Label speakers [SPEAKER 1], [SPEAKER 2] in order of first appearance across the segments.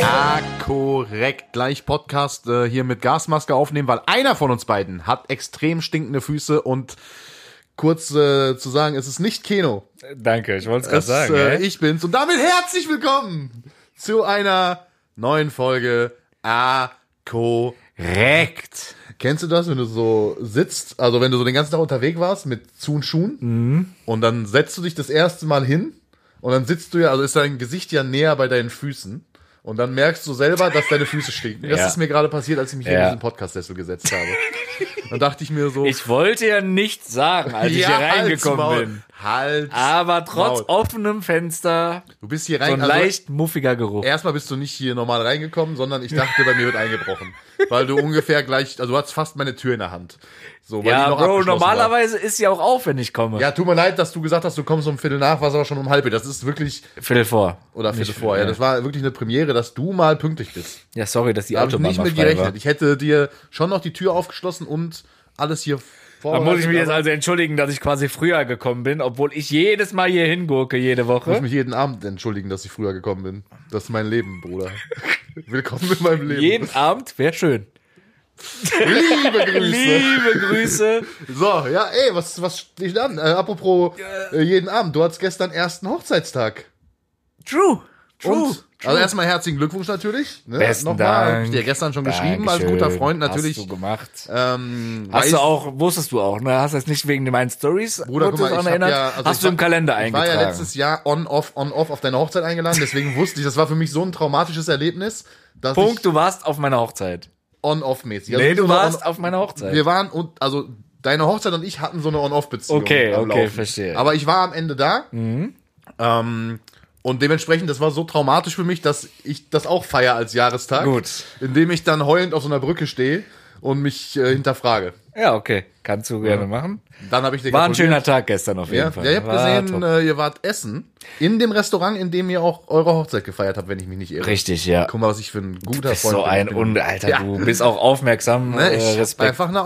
[SPEAKER 1] Ja, korrekt. Gleich Podcast äh, hier mit Gasmaske aufnehmen, weil einer von uns beiden hat extrem stinkende Füße und kurz äh, zu sagen, es ist nicht Keno.
[SPEAKER 2] Danke, ich wollte es gerade
[SPEAKER 1] Es,
[SPEAKER 2] sagen.
[SPEAKER 1] äh,
[SPEAKER 2] hä?
[SPEAKER 1] ich bin's. Und damit herzlich willkommen zu einer neuen Folge A Co.
[SPEAKER 2] Korrekt.
[SPEAKER 1] Kennst du das, wenn du so sitzt, also wenn du so den ganzen Tag unterwegs warst mit Zu und Schuhen
[SPEAKER 2] Mhm.
[SPEAKER 1] und dann setzt du dich das erste Mal hin und dann sitzt du ja, also ist dein Gesicht ja näher bei deinen Füßen und dann merkst du selber, dass deine Füße stinken. Das
[SPEAKER 2] Ja.
[SPEAKER 1] ist mir gerade passiert, als ich mich hier in
[SPEAKER 2] Ja.
[SPEAKER 1] diesen Podcast-Sessel gesetzt habe. Dann dachte ich mir so,
[SPEAKER 2] Ich wollte ja nichts sagen, als ich hier
[SPEAKER 1] halt's
[SPEAKER 2] reingekommen
[SPEAKER 1] Maul,
[SPEAKER 2] bin.
[SPEAKER 1] Halt.
[SPEAKER 2] Aber trotz
[SPEAKER 1] Maul.
[SPEAKER 2] offenem Fenster
[SPEAKER 1] du bist hier
[SPEAKER 2] so ein
[SPEAKER 1] rein. Also,
[SPEAKER 2] leicht muffiger Geruch.
[SPEAKER 1] erstmal bist du nicht hier normal reingekommen, sondern ich dachte, bei mir wird eingebrochen. Weil du ungefähr gleich, also du hast fast meine Tür in der Hand. So, weil die
[SPEAKER 2] ja,
[SPEAKER 1] noch
[SPEAKER 2] Bro,
[SPEAKER 1] abgeschlossen war.
[SPEAKER 2] normalerweise ist ja auch auf, wenn ich komme.
[SPEAKER 1] Ja, tut mir leid, dass du gesagt hast, du kommst um Viertel nach, warst aber schon um halb. Das ist wirklich,
[SPEAKER 2] Viertel vor.
[SPEAKER 1] oder Viertel
[SPEAKER 2] Nicht-
[SPEAKER 1] vor, ja.
[SPEAKER 2] ja.
[SPEAKER 1] Das war wirklich eine Premiere, dass du mal pünktlich bist.
[SPEAKER 2] Ja, sorry, dass die
[SPEAKER 1] Da habe ich
[SPEAKER 2] Autobahn
[SPEAKER 1] nicht
[SPEAKER 2] mal
[SPEAKER 1] mit
[SPEAKER 2] frei
[SPEAKER 1] gerechnet.
[SPEAKER 2] war.
[SPEAKER 1] Ich hätte dir schon noch die Tür aufgeschlossen und alles hier
[SPEAKER 2] Da
[SPEAKER 1] vor.
[SPEAKER 2] muss ich mich jetzt also entschuldigen, dass ich quasi früher gekommen bin, obwohl ich jedes Mal hier hingurke, jede
[SPEAKER 1] muss
[SPEAKER 2] Woche.
[SPEAKER 1] mich jeden Abend entschuldigen, dass ich früher gekommen bin. Das ist mein Leben, Bruder. Willkommen in meinem Leben.
[SPEAKER 2] Jeden Abend wäre schön.
[SPEAKER 1] Liebe Grüße.
[SPEAKER 2] Liebe Grüße.
[SPEAKER 1] so, ja, ey, was, was steht an? Äh, apropos äh, jeden Abend. Du hattest gestern ersten Hochzeitstag.
[SPEAKER 2] True. True.
[SPEAKER 1] Und, also erstmal herzlichen Glückwunsch natürlich. Ne?
[SPEAKER 2] Besten
[SPEAKER 1] Nochmal,
[SPEAKER 2] Dank.
[SPEAKER 1] hab ich dir gestern schon geschrieben, als
[SPEAKER 2] Dankeschön.
[SPEAKER 1] guter Freund natürlich.
[SPEAKER 2] Hast du gemacht.
[SPEAKER 1] Ähm,
[SPEAKER 2] Hast
[SPEAKER 1] weiß-
[SPEAKER 2] du auch, wusstest du auch, ne? Hast jetzt nicht wegen meinen Stories
[SPEAKER 1] Bruder, guck mal, ich
[SPEAKER 2] daran
[SPEAKER 1] hab
[SPEAKER 2] erinnert?
[SPEAKER 1] ja, also
[SPEAKER 2] Hast
[SPEAKER 1] ich
[SPEAKER 2] du
[SPEAKER 1] war-
[SPEAKER 2] im Kalender
[SPEAKER 1] ich war
[SPEAKER 2] eingetragen?
[SPEAKER 1] ja letztes Jahr on, off, on, off auf deine Hochzeit eingeladen, deswegen wusste ich, das war für mich so ein traumatisches Erlebnis, dass
[SPEAKER 2] Punkt,
[SPEAKER 1] ich
[SPEAKER 2] du warst auf meiner Hochzeit.
[SPEAKER 1] on, off mäßig.
[SPEAKER 2] nee,
[SPEAKER 1] nicht
[SPEAKER 2] du
[SPEAKER 1] so eine
[SPEAKER 2] warst
[SPEAKER 1] on,
[SPEAKER 2] auf meiner Hochzeit.
[SPEAKER 1] Wir waren, und, also deine Hochzeit und ich hatten so eine On-Off-Beziehung.
[SPEAKER 2] Okay,
[SPEAKER 1] am
[SPEAKER 2] okay,
[SPEAKER 1] Laufen.
[SPEAKER 2] verstehe. Mhm.
[SPEAKER 1] Aber ich war am Ende da. Ähm, und dementsprechend, das war so traumatisch für mich, dass ich das auch feier als Jahrestag.
[SPEAKER 2] Gut.
[SPEAKER 1] Indem ich dann heulend auf so einer Brücke stehe und mich äh, hinterfrage.
[SPEAKER 2] ja, okay. Kannst du gerne machen.
[SPEAKER 1] Dann habe ich dir
[SPEAKER 2] War ein
[SPEAKER 1] gratuliert.
[SPEAKER 2] schöner Tag gestern auf jeden
[SPEAKER 1] Ja,
[SPEAKER 2] Fall.
[SPEAKER 1] ja, ich habe
[SPEAKER 2] War
[SPEAKER 1] gesehen,
[SPEAKER 2] top.
[SPEAKER 1] äh, ihr wart essen in dem Restaurant, in dem ihr auch eure Hochzeit gefeiert habt, wenn ich mich nicht irre.
[SPEAKER 2] Richtig, ja.
[SPEAKER 1] äh, Guck mal, was ich für ein guter
[SPEAKER 2] Bist
[SPEAKER 1] Freund
[SPEAKER 2] so
[SPEAKER 1] bin.
[SPEAKER 2] ein
[SPEAKER 1] Ich bin.
[SPEAKER 2] Un Alter,
[SPEAKER 1] Ja.
[SPEAKER 2] du bist auch aufmerksam.
[SPEAKER 1] Ne,
[SPEAKER 2] äh,
[SPEAKER 1] ich hab
[SPEAKER 2] Respekt.
[SPEAKER 1] einfach eine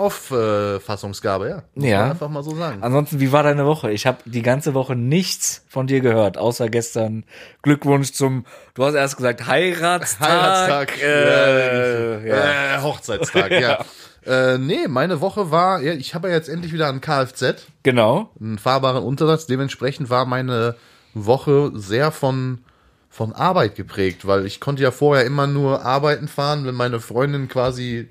[SPEAKER 1] Auffassungsgabe, ja. Muss
[SPEAKER 2] Ja.
[SPEAKER 1] man Einfach mal so sagen.
[SPEAKER 2] Ansonsten, wie war deine Woche? Ich habe die ganze Woche nichts von dir gehört, außer gestern Glückwunsch zum, du hast erst gesagt, Heiratstag.
[SPEAKER 1] Heiratstag.
[SPEAKER 2] Äh, ja.
[SPEAKER 1] Äh, Hochzeitstag, ja. Äh, nee, meine Woche war, ja, ich habe ja jetzt endlich wieder ein Kfz,
[SPEAKER 2] Genau.
[SPEAKER 1] einen fahrbaren Untersatz. Dementsprechend war meine Woche sehr von, von Arbeit geprägt, weil ich konnte ja vorher immer nur arbeiten fahren, wenn meine Freundin quasi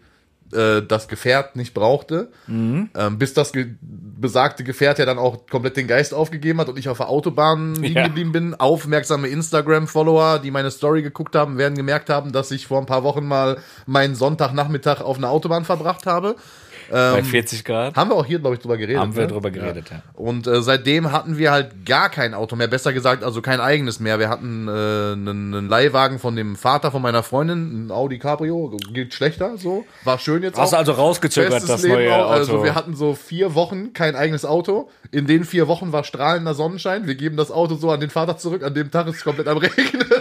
[SPEAKER 1] äh, das Gefährt nicht brauchte, ähm, bis das ge besagte Gefährt ja dann auch komplett den Geist aufgegeben hat und ich auf der Autobahn liegen
[SPEAKER 2] Ja.
[SPEAKER 1] geblieben bin. Aufmerksame Instagram-Follower, die meine Story geguckt haben, werden gemerkt haben, dass ich vor ein paar Wochen mal meinen Sonntagnachmittag auf einer Autobahn verbracht habe. Ähm,
[SPEAKER 2] bei 40 Grad
[SPEAKER 1] Haben wir auch hier, glaube ich, drüber geredet.
[SPEAKER 2] haben
[SPEAKER 1] ne?
[SPEAKER 2] wir drüber geredet. Ja.
[SPEAKER 1] Und äh, seitdem hatten wir halt gar kein Auto mehr, besser gesagt, also kein eigenes mehr. Wir hatten äh, einen, einen Leihwagen von dem Vater von meiner Freundin, ein Audi Cabrio, geht schlechter, so. War schön jetzt
[SPEAKER 2] Hast du
[SPEAKER 1] auch.
[SPEAKER 2] also rausgezögert,
[SPEAKER 1] Bestes
[SPEAKER 2] das
[SPEAKER 1] Leben
[SPEAKER 2] neue
[SPEAKER 1] auch.
[SPEAKER 2] Auto?
[SPEAKER 1] Also wir hatten so vier Wochen kein eigenes Auto. In den vier Wochen war strahlender Sonnenschein. Wir geben das Auto so an den Vater zurück. An dem Tag ist es komplett am Regnen.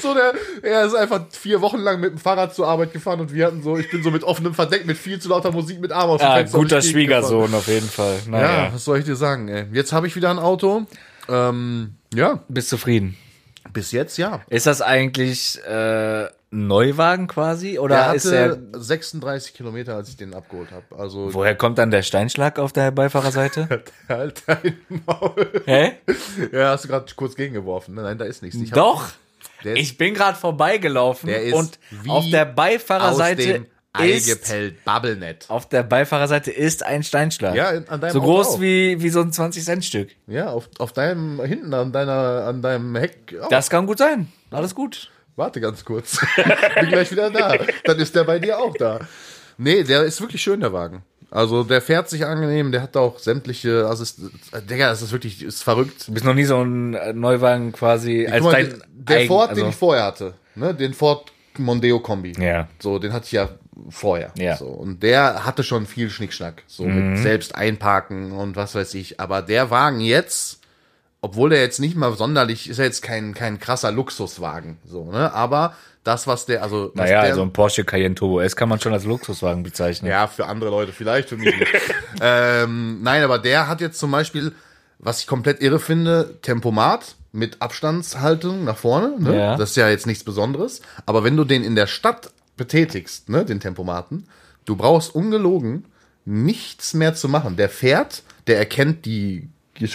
[SPEAKER 1] so der, er ist einfach vier Wochen lang mit dem Fahrrad zur Arbeit gefahren und wir hatten so, ich bin so mit offenem Verdeck, mit viel zu lauter Musik, mit Arm auf dem
[SPEAKER 2] ja,
[SPEAKER 1] Fenster und
[SPEAKER 2] Ah, guter
[SPEAKER 1] ich bin gefahren.
[SPEAKER 2] Schwiegersohn auf jeden Fall.
[SPEAKER 1] Ja,
[SPEAKER 2] Naja.
[SPEAKER 1] was soll ich dir sagen, ey? Jetzt habe ich wieder ein Auto. Ähm, ja,
[SPEAKER 2] Bist zufrieden.
[SPEAKER 1] bis jetzt ja.
[SPEAKER 2] Ist das eigentlich äh, ein Neuwagen quasi? Oder
[SPEAKER 1] Der
[SPEAKER 2] ist er.
[SPEAKER 1] hatte 36 Kilometer, als ich den abgeholt habe. Also,
[SPEAKER 2] Woher kommt dann der Steinschlag auf der Beifahrerseite?
[SPEAKER 1] halt dein Maul.
[SPEAKER 2] Hä?
[SPEAKER 1] Ja, hast du gerade kurz gegengeworfen. ne? Nein, da ist nichts. Ich hab-
[SPEAKER 2] Doch.
[SPEAKER 1] Der ist
[SPEAKER 2] Ich bin gerade vorbeigelaufen
[SPEAKER 1] Der ist
[SPEAKER 2] und
[SPEAKER 1] wie
[SPEAKER 2] auf der
[SPEAKER 1] aus
[SPEAKER 2] Beifahrerseite
[SPEAKER 1] dem Ei
[SPEAKER 2] ist
[SPEAKER 1] gepellt. Babbelnet.
[SPEAKER 2] auf der Beifahrerseite ist ein Steinschlag.
[SPEAKER 1] Ja, in- an deinem
[SPEAKER 2] so
[SPEAKER 1] Auto
[SPEAKER 2] groß
[SPEAKER 1] auch. Oh.
[SPEAKER 2] wie wie so ein 20 Cent Stück.
[SPEAKER 1] Ja, auf, auf deinem, hinten an deiner, an deinem Heck. Oh,
[SPEAKER 2] Das kann gut sein. Alles gut.
[SPEAKER 1] Warte ganz kurz. Bin gleich wieder da. Dann ist der bei dir auch da. Nee, der ist wirklich schön, der Wagen. Also der fährt sich angenehm, der hat auch sämtliche Assist. äh, Digga, das ist wirklich, ist verrückt.
[SPEAKER 2] Du bist noch nie so ein äh, Neuwagen quasi als
[SPEAKER 1] Guck mal,
[SPEAKER 2] dein
[SPEAKER 1] den, der
[SPEAKER 2] eigen-
[SPEAKER 1] Ford,
[SPEAKER 2] also,
[SPEAKER 1] den ich vorher hatte, ne, den Ford Mondeo Kombi.
[SPEAKER 2] Ja.
[SPEAKER 1] So, den hatte ich ja vorher.
[SPEAKER 2] Ja. Mhm.
[SPEAKER 1] So, und der hatte schon viel Schnickschnack. So mit selbst einparken und was weiß ich. Aber der Wagen jetzt, obwohl der jetzt nicht mal sonderlich, ist ja jetzt kein, kein krasser Luxuswagen. So, ne? Aber das, was der, also. was
[SPEAKER 2] naja,
[SPEAKER 1] der,
[SPEAKER 2] also ein Porsche Cayenne Turbo S kann man schon als Luxuswagen bezeichnen.
[SPEAKER 1] ja, für andere Leute vielleicht, für mich nicht. ähm, nein, aber der hat jetzt zum Beispiel Was ich komplett irre finde, Tempomat mit Abstandshaltung nach vorne. Ne?
[SPEAKER 2] Ja.
[SPEAKER 1] Das ist ja jetzt nichts Besonderes. Aber wenn du den in der Stadt betätigst, ne, den Tempomaten, du brauchst ungelogen nichts mehr zu machen. Der fährt, der erkennt die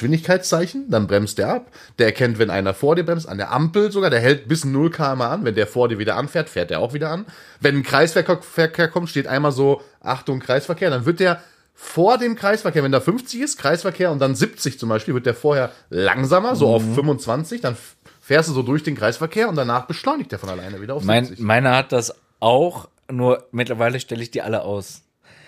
[SPEAKER 1] Geschwindigkeitszeichen, dann bremst der ab. Der erkennt, wenn einer vor dir bremst, an der Ampel sogar, der hält bis 0 km an. Wenn der vor dir wieder anfährt, fährt der auch wieder an. Wenn ein Kreisverkehr kommt, steht einmal so, Achtung, Kreisverkehr, dann wird der vor dem Kreisverkehr, wenn da 50 ist, Kreisverkehr und dann 70 zum Beispiel, wird der vorher langsamer, so auf 25, dann f- fährst du so durch den Kreisverkehr und danach beschleunigt der von alleine wieder auf
[SPEAKER 2] Mein,
[SPEAKER 1] 70.
[SPEAKER 2] meiner hat das auch, nur mittlerweile stelle ich die alle aus.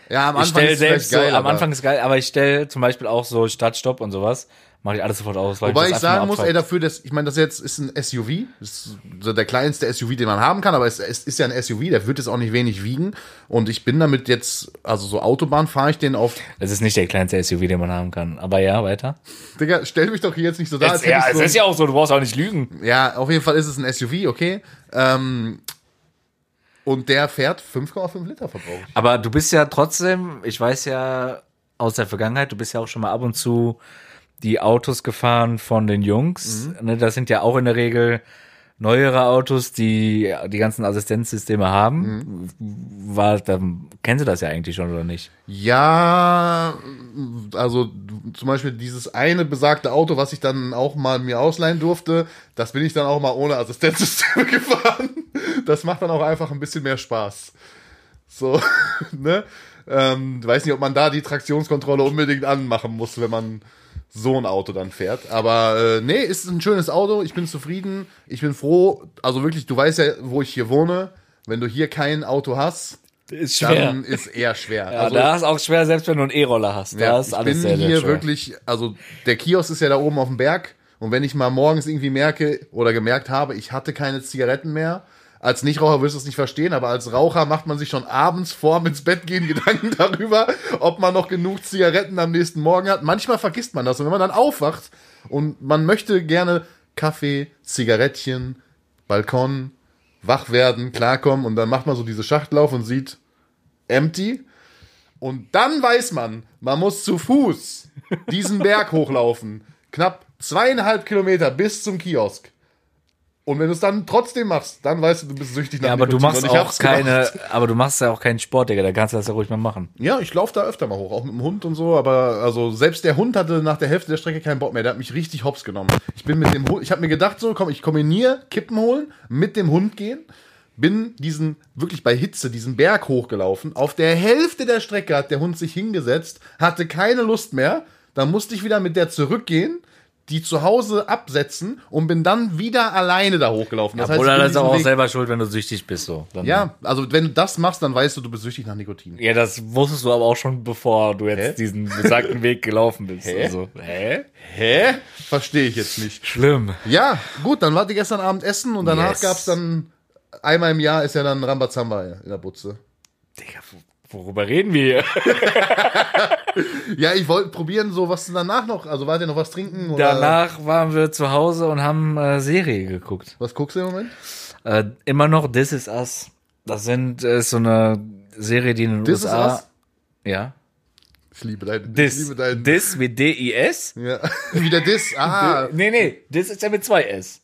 [SPEAKER 1] ja, am
[SPEAKER 2] Ich stelle
[SPEAKER 1] ist es vielleicht
[SPEAKER 2] selbst so, am
[SPEAKER 1] aber-
[SPEAKER 2] Anfang ist geil, aber ich stelle zum Beispiel auch so Stadtstopp und sowas, mache ich alles sofort aus. Weil
[SPEAKER 1] Wobei
[SPEAKER 2] das
[SPEAKER 1] ich
[SPEAKER 2] einfach
[SPEAKER 1] sagen
[SPEAKER 2] nur
[SPEAKER 1] muss, ey,
[SPEAKER 2] abfuckt.
[SPEAKER 1] dafür, dass, ich meine, das jetzt ist ein SUV, das ist so der kleinste SUV, den man haben kann, aber es, es ist ja ein SUV, der wird jetzt auch nicht wenig wiegen und ich bin damit jetzt, also so Autobahn fahre ich den auf,
[SPEAKER 2] das ist nicht der kleinste SUV, den man haben kann. Aber ja, weiter.
[SPEAKER 1] Digga, stell mich doch hier jetzt nicht so da,
[SPEAKER 2] es,
[SPEAKER 1] hätte
[SPEAKER 2] ja,
[SPEAKER 1] ich
[SPEAKER 2] es
[SPEAKER 1] so-
[SPEAKER 2] ist ja auch so, du brauchst auch nicht lügen.
[SPEAKER 1] Ja, auf jeden Fall ist es ein SUV, okay, ähm, und der fährt 5,5 Liter verbraucht.
[SPEAKER 2] Aber du bist ja trotzdem, ich weiß ja aus der Vergangenheit, du bist ja auch schon mal ab und zu die Autos gefahren von den Jungs.
[SPEAKER 1] Mhm.
[SPEAKER 2] Ne, das sind ja auch in der Regel neuere Autos, die die ganzen Assistenzsysteme haben.
[SPEAKER 1] Mhm.
[SPEAKER 2] War, dann kennst du das ja eigentlich schon oder nicht?
[SPEAKER 1] Ja, also zum Beispiel dieses eine besagte Auto, was ich dann auch mal mir ausleihen durfte, das bin ich dann auch mal ohne Assistenzsystem gefahren. Das macht dann auch einfach ein bisschen mehr Spaß. So, ne? Ähm, weiß nicht, ob man da die Traktionskontrolle unbedingt anmachen muss, wenn man so ein Auto dann fährt. Aber äh, nee, ist ein schönes Auto. Ich bin zufrieden. Ich bin froh. Also wirklich, du weißt ja, wo ich hier wohne. Wenn du hier kein Auto hast,
[SPEAKER 2] Ist
[SPEAKER 1] dann ist eher schwer. Also
[SPEAKER 2] Ja, also, da ist auch schwer, selbst wenn du einen E-Roller hast. Da
[SPEAKER 1] Ja,
[SPEAKER 2] ist
[SPEAKER 1] ich
[SPEAKER 2] alles
[SPEAKER 1] bin
[SPEAKER 2] sehr, sehr
[SPEAKER 1] hier
[SPEAKER 2] schwer.
[SPEAKER 1] wirklich, also der Kiosk ist ja da oben auf dem Berg und wenn ich mal morgens irgendwie merke oder gemerkt habe, ich hatte keine Zigaretten mehr, als Nichtraucher wirst du es nicht verstehen, aber als Raucher macht man sich schon abends vorm ins Bett gehen Gedanken darüber, ob man noch genug Zigaretten am nächsten Morgen hat. Manchmal vergisst man das und wenn man dann aufwacht und man möchte gerne Kaffee, Zigarettchen, Balkon, wach werden, klarkommen und dann macht man so diese Schachtel auf und sieht empty und dann weiß man, man muss zu Fuß diesen Berg hochlaufen. Knapp zweieinhalb Kilometer bis zum Kiosk. Und wenn du es dann trotzdem machst, dann weißt du, du bist süchtig nach
[SPEAKER 2] Ja, aber du
[SPEAKER 1] Nikotin.
[SPEAKER 2] machst
[SPEAKER 1] Und ich
[SPEAKER 2] auch
[SPEAKER 1] hab's gemacht.
[SPEAKER 2] keine, aber du machst ja auch keinen Sport, Digga, da kannst du das ja ruhig mal machen.
[SPEAKER 1] Ja, ich laufe da öfter mal hoch, auch mit dem Hund und so, aber also selbst der Hund hatte nach der Hälfte der Strecke keinen Bock mehr, der hat mich richtig hops genommen. Ich bin mit dem Hund, ich habe mir gedacht so, komm, ich kombiniere Kippen holen, mit dem Hund gehen, bin diesen wirklich bei Hitze diesen Berg hochgelaufen. Auf der Hälfte der Strecke hat der Hund sich hingesetzt, hatte keine Lust mehr, dann musste ich wieder mit der zurückgehen. Die zu Hause absetzen und bin dann wieder alleine da hochgelaufen. Das
[SPEAKER 2] Oder
[SPEAKER 1] ich bin
[SPEAKER 2] das ist
[SPEAKER 1] diesen
[SPEAKER 2] auch
[SPEAKER 1] Weg-
[SPEAKER 2] selber schuld, wenn du süchtig bist, so. Dann-
[SPEAKER 1] Ja, also wenn du das machst, dann weißt du, du bist süchtig nach Nikotin.
[SPEAKER 2] Ja, das wusstest du aber auch schon, bevor du jetzt
[SPEAKER 1] Hä?
[SPEAKER 2] diesen besagten Weg gelaufen bist. Hä? Also, hä?
[SPEAKER 1] Hä? Verstehe ich jetzt nicht.
[SPEAKER 2] Schlimm.
[SPEAKER 1] Ja, gut, dann wart ihr gestern Abend essen und danach
[SPEAKER 2] Yes.
[SPEAKER 1] gab's dann einmal im Jahr ist ja dann Rambazamba in der Butze.
[SPEAKER 2] Digga, wo- worüber reden wir hier?
[SPEAKER 1] Äh. Ja, ich wollte probieren, so was danach noch. Also wart ihr noch was trinken oder
[SPEAKER 2] Danach waren wir zu Hause und haben äh, Serie geguckt.
[SPEAKER 1] was guckst du im Moment?
[SPEAKER 2] Äh, immer noch This Is Us. Das sind, äh, ist so eine Serie, die in den
[SPEAKER 1] This is
[SPEAKER 2] USA...
[SPEAKER 1] us.
[SPEAKER 2] Ja.
[SPEAKER 1] Ich liebe deinen. Ich
[SPEAKER 2] This.
[SPEAKER 1] liebe deinen.
[SPEAKER 2] This mit D-I-S.
[SPEAKER 1] Ja. Wieder Dis. Ah.
[SPEAKER 2] Nee, nee, This ist ja mit zwei S.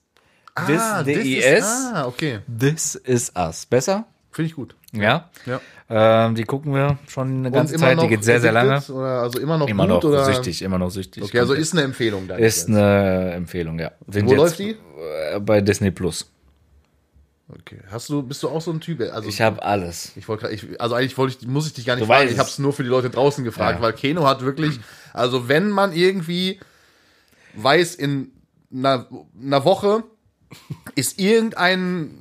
[SPEAKER 2] This,
[SPEAKER 1] ah,
[SPEAKER 2] D
[SPEAKER 1] Dis
[SPEAKER 2] I
[SPEAKER 1] ist-
[SPEAKER 2] S.
[SPEAKER 1] Ah, okay.
[SPEAKER 2] This is Us. Besser?
[SPEAKER 1] Finde ich gut.
[SPEAKER 2] Ja.
[SPEAKER 1] Ja.
[SPEAKER 2] Ähm, die gucken wir schon eine ganze Zeit. Die geht sehr, sehr lange.
[SPEAKER 1] addicted Oder also immer noch
[SPEAKER 2] Immer
[SPEAKER 1] gut
[SPEAKER 2] noch
[SPEAKER 1] oder?
[SPEAKER 2] süchtig, immer noch süchtig.
[SPEAKER 1] Okay, also ist eine Empfehlung da.
[SPEAKER 2] Ist eine Empfehlung, ja. Sind
[SPEAKER 1] Wo läuft die?
[SPEAKER 2] äh, Bei Disney Plus.
[SPEAKER 1] Okay. Hast du bist du auch so ein Typ? Also
[SPEAKER 2] Ich habe alles.
[SPEAKER 1] Ich wollte, grad- ich, also eigentlich wollte ich, muss ich dich gar nicht
[SPEAKER 2] Du
[SPEAKER 1] fragen.
[SPEAKER 2] weißt
[SPEAKER 1] Ich
[SPEAKER 2] es.
[SPEAKER 1] habe es nur für die Leute draußen gefragt,
[SPEAKER 2] Ja.
[SPEAKER 1] weil Keno hat wirklich, also wenn man irgendwie weiß in einer, einer Woche ist irgendein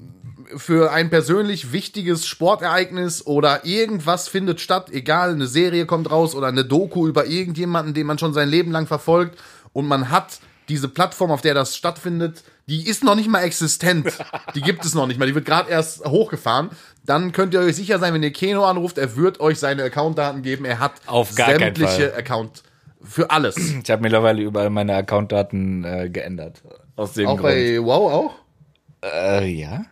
[SPEAKER 1] für ein persönlich wichtiges Sportereignis oder irgendwas findet statt, egal, eine Serie kommt raus oder eine Doku über irgendjemanden, den man schon sein Leben lang verfolgt und man hat diese Plattform, auf der das stattfindet, die ist noch nicht mal existent. Die gibt es noch nicht mal, die wird gerade erst hochgefahren. Dann könnt ihr euch sicher sein, wenn ihr Keno anruft, er wird euch seine Accountdaten geben. Er hat
[SPEAKER 2] Auf gar keinen
[SPEAKER 1] sämtliche Account für alles.
[SPEAKER 2] Ich habe mittlerweile überall meine Accountdaten äh, geändert. Aus dem
[SPEAKER 1] auch
[SPEAKER 2] Grund.
[SPEAKER 1] bei Wow auch?
[SPEAKER 2] Äh, ja.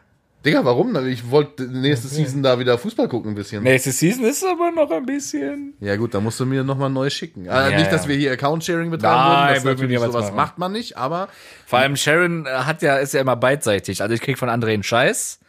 [SPEAKER 1] Digga, warum? denn? Ich wollte nächste Season da wieder Fußball gucken ein bisschen.
[SPEAKER 2] Nächste Season ist aber noch ein bisschen.
[SPEAKER 1] Ja gut, da musst du mir nochmal neu schicken. Äh,
[SPEAKER 2] Ja,
[SPEAKER 1] nicht, dass
[SPEAKER 2] ja.
[SPEAKER 1] wir hier Account-Sharing betreiben
[SPEAKER 2] Nein,
[SPEAKER 1] würden. Das
[SPEAKER 2] würden wir
[SPEAKER 1] natürlich
[SPEAKER 2] niemals
[SPEAKER 1] sowas
[SPEAKER 2] machen.
[SPEAKER 1] macht man nicht, aber
[SPEAKER 2] Vor allem Sharon äh, hat ja, ist ja immer beidseitig. Also ich krieg von André einen Scheiß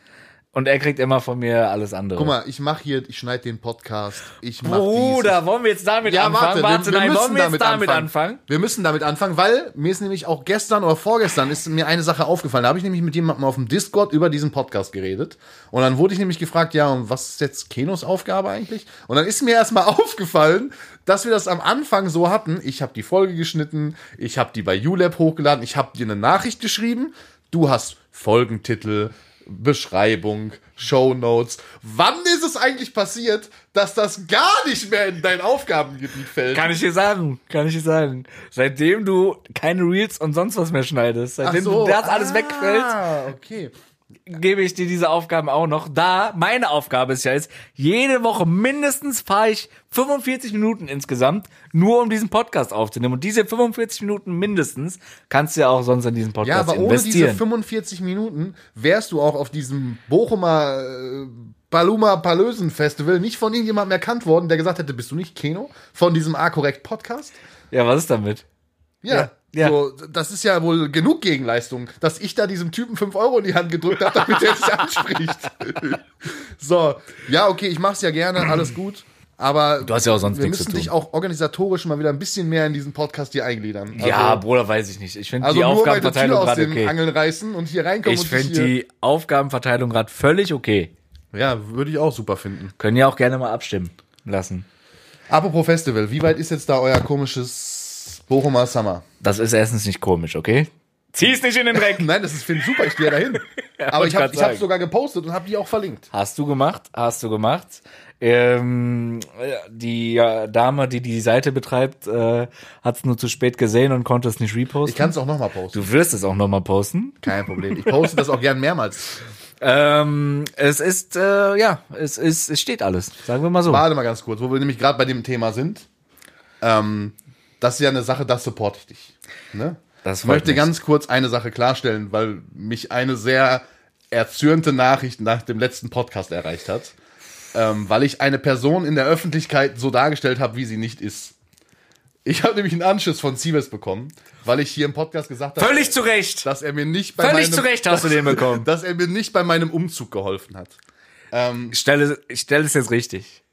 [SPEAKER 2] und er kriegt immer von mir alles andere.
[SPEAKER 1] guck mal, ich mache hier, ich schneide den Podcast. Ich mach
[SPEAKER 2] Bruder, wollen wir jetzt damit
[SPEAKER 1] dies. Ja,
[SPEAKER 2] anfangen?
[SPEAKER 1] warte, wir, wir
[SPEAKER 2] nein,
[SPEAKER 1] müssen
[SPEAKER 2] wollen wir jetzt
[SPEAKER 1] damit,
[SPEAKER 2] damit
[SPEAKER 1] anfangen.
[SPEAKER 2] anfangen?
[SPEAKER 1] Wir müssen damit anfangen, weil mir ist nämlich auch gestern oder vorgestern ist mir eine Sache aufgefallen. Da habe ich nämlich mit jemandem auf dem Discord über diesen Podcast geredet. Und dann wurde ich nämlich gefragt, ja, und was ist jetzt Kenos Aufgabe eigentlich? Und dann ist mir erstmal aufgefallen, dass wir das am Anfang so hatten. Ich habe die Folge geschnitten, ich habe die bei ULab hochgeladen, ich habe dir eine Nachricht geschrieben. Du hast Folgentitel, Beschreibung, Shownotes. Wann ist es eigentlich passiert, dass das gar nicht mehr in dein Aufgabengebiet fällt?
[SPEAKER 2] Kann ich dir sagen, kann ich dir sagen. Seitdem du keine Reels und sonst was mehr schneidest, seitdem du das alles wegfällt,
[SPEAKER 1] Ah, okay.
[SPEAKER 2] gebe ich dir diese Aufgaben auch noch. Da meine Aufgabe ist ja jetzt, jede Woche mindestens fahre ich 45 Minuten insgesamt, nur um diesen Podcast aufzunehmen. Und diese 45 Minuten mindestens kannst du ja auch sonst in diesen
[SPEAKER 1] Ja,
[SPEAKER 2] Podcast
[SPEAKER 1] aber ohne diese
[SPEAKER 2] investieren.
[SPEAKER 1] 45 Minuten wärst du auch auf diesem Bochumer äh, Paluma Palösen Festival nicht von irgendjemandem erkannt worden, der gesagt hätte, bist du nicht Keno? Von diesem A-Korrekt Podcast?
[SPEAKER 2] ja, was ist damit?
[SPEAKER 1] Ja.
[SPEAKER 2] Ja, ja.
[SPEAKER 1] So, das ist ja wohl genug Gegenleistung, dass ich da diesem Typen 5 Euro in die Hand gedrückt habe, damit er sich anspricht. so, ja, okay, ich mach's ja gerne, alles gut. Aber
[SPEAKER 2] Du hast ja auch sonst
[SPEAKER 1] wir
[SPEAKER 2] nichts zu
[SPEAKER 1] müssen
[SPEAKER 2] tun.
[SPEAKER 1] dich auch organisatorisch mal wieder ein bisschen mehr in diesen Podcast hier eingliedern.
[SPEAKER 2] ja,
[SPEAKER 1] Also-
[SPEAKER 2] Bruder, weiß ich nicht. Ich finde
[SPEAKER 1] Also
[SPEAKER 2] die
[SPEAKER 1] nur meine Tür
[SPEAKER 2] Aufgabenverteilung
[SPEAKER 1] aus
[SPEAKER 2] gerade
[SPEAKER 1] den
[SPEAKER 2] okay.
[SPEAKER 1] Angeln reißen und hier reinkommen
[SPEAKER 2] Ich
[SPEAKER 1] und sich
[SPEAKER 2] finde
[SPEAKER 1] hier
[SPEAKER 2] die Aufgabenverteilung gerade völlig okay.
[SPEAKER 1] Ja, würde ich auch super finden.
[SPEAKER 2] Können ja auch gerne mal abstimmen lassen.
[SPEAKER 1] Apropos Festival, wie weit ist jetzt da euer komisches Bochumer Summer?
[SPEAKER 2] Das ist erstens nicht komisch, okay? Zieh's nicht in den Dreck.
[SPEAKER 1] Nein, das ist finde ich super, ich gehe da hin. Aber
[SPEAKER 2] wollte
[SPEAKER 1] ich habe
[SPEAKER 2] grad
[SPEAKER 1] ich hab's
[SPEAKER 2] sagen.
[SPEAKER 1] sogar gepostet und habe die auch verlinkt.
[SPEAKER 2] Hast du gemacht, hast du gemacht. Ähm, äh, die äh, Dame, die die Seite betreibt, äh, hat es nur zu spät gesehen und konnte es nicht
[SPEAKER 1] Ich
[SPEAKER 2] reposten.
[SPEAKER 1] kann es auch nochmal posten.
[SPEAKER 2] Du wirst es auch nochmal posten.
[SPEAKER 1] Kein Problem. Ich poste das auch gern mehrmals.
[SPEAKER 2] Ähm, es ist, äh, ja, es ist, es steht alles. Sagen wir mal so.
[SPEAKER 1] Warte mal ganz kurz, wo wir nämlich gerade bei dem Thema sind. Ähm, das ist ja eine Sache, das supporte ich dich. Ne?
[SPEAKER 2] Das
[SPEAKER 1] Ich möchte
[SPEAKER 2] freut mich.
[SPEAKER 1] ganz kurz eine Sache klarstellen, weil mich eine sehr erzürnte Nachricht nach dem letzten Podcast erreicht hat, ähm, weil ich eine Person in der Öffentlichkeit so dargestellt habe, wie sie nicht ist. Ich habe nämlich einen Anschiss von Sievers bekommen, weil ich hier im Podcast gesagt habe,
[SPEAKER 2] Völlig zu Recht.
[SPEAKER 1] dass er mir nicht bei
[SPEAKER 2] Völlig
[SPEAKER 1] meinem,
[SPEAKER 2] zu Recht hast du den bekommen.
[SPEAKER 1] dass er mir nicht bei meinem Umzug geholfen hat.
[SPEAKER 2] Ich stelle, ich stelle es jetzt richtig.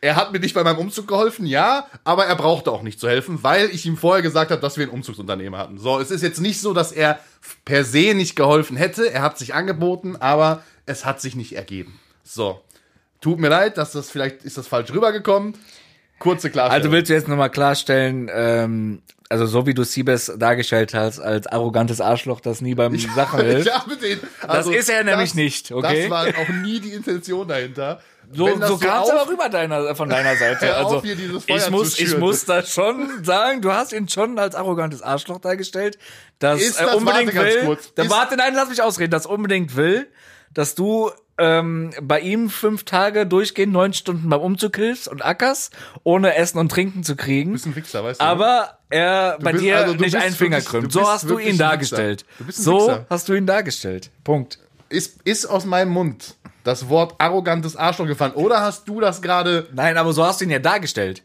[SPEAKER 1] Er hat mir nicht bei meinem Umzug geholfen, ja, aber er brauchte auch nicht zu helfen, weil ich ihm vorher gesagt habe, dass wir ein Umzugsunternehmen hatten. So, es ist jetzt nicht so, dass er per se nicht geholfen hätte. Er hat sich angeboten, aber es hat sich nicht ergeben. So. Tut mir leid, dass das vielleicht ist das falsch rübergekommen. Kurze Klarstellung.
[SPEAKER 2] Also willst du jetzt nochmal klarstellen, ähm, also so wie du Siebes dargestellt hast, als arrogantes Arschloch, das nie beim Sachen hilft.
[SPEAKER 1] ja, mit den, also
[SPEAKER 2] Halt. ist er nämlich nicht, okay?
[SPEAKER 1] Das war auch nie die Intention dahinter.
[SPEAKER 2] So,
[SPEAKER 1] Wenn das
[SPEAKER 2] so
[SPEAKER 1] auf-
[SPEAKER 2] kam's aber rüber deiner, von deiner Seite.
[SPEAKER 1] Hör auf,
[SPEAKER 2] Also,
[SPEAKER 1] hier dieses Feuer
[SPEAKER 2] ich, muss,
[SPEAKER 1] zu
[SPEAKER 2] ich
[SPEAKER 1] schüren.
[SPEAKER 2] muss das schon sagen, du hast ihn schon als arrogantes Arschloch dargestellt, dass
[SPEAKER 1] Ist
[SPEAKER 2] er
[SPEAKER 1] das-
[SPEAKER 2] unbedingt
[SPEAKER 1] warte ganz
[SPEAKER 2] will.
[SPEAKER 1] kurz.
[SPEAKER 2] Dann
[SPEAKER 1] Ist-
[SPEAKER 2] warte, nein, lass mich ausreden, dass unbedingt will, dass du ähm, bei ihm fünf Tage durchgehend neun Stunden beim Umzug hilfst und ackerst, ohne Essen und Trinken zu kriegen.
[SPEAKER 1] Bist ein Wichser, weißt du, ne?
[SPEAKER 2] Aber er bei
[SPEAKER 1] bist-
[SPEAKER 2] dir
[SPEAKER 1] also du
[SPEAKER 2] nicht
[SPEAKER 1] bist
[SPEAKER 2] einen Finger
[SPEAKER 1] wirklich-
[SPEAKER 2] krümmt.
[SPEAKER 1] du
[SPEAKER 2] So
[SPEAKER 1] bist
[SPEAKER 2] hast du
[SPEAKER 1] wirklich
[SPEAKER 2] ihn
[SPEAKER 1] ein Wichser.
[SPEAKER 2] dargestellt.
[SPEAKER 1] Du bist ein
[SPEAKER 2] So
[SPEAKER 1] Wichser.
[SPEAKER 2] hast du ihn dargestellt. Punkt.
[SPEAKER 1] ist, ist aus meinem Mund das Wort arrogantes Arschloch gefallen. Oder hast du das gerade?
[SPEAKER 2] Nein, aber so hast du ihn ja dargestellt.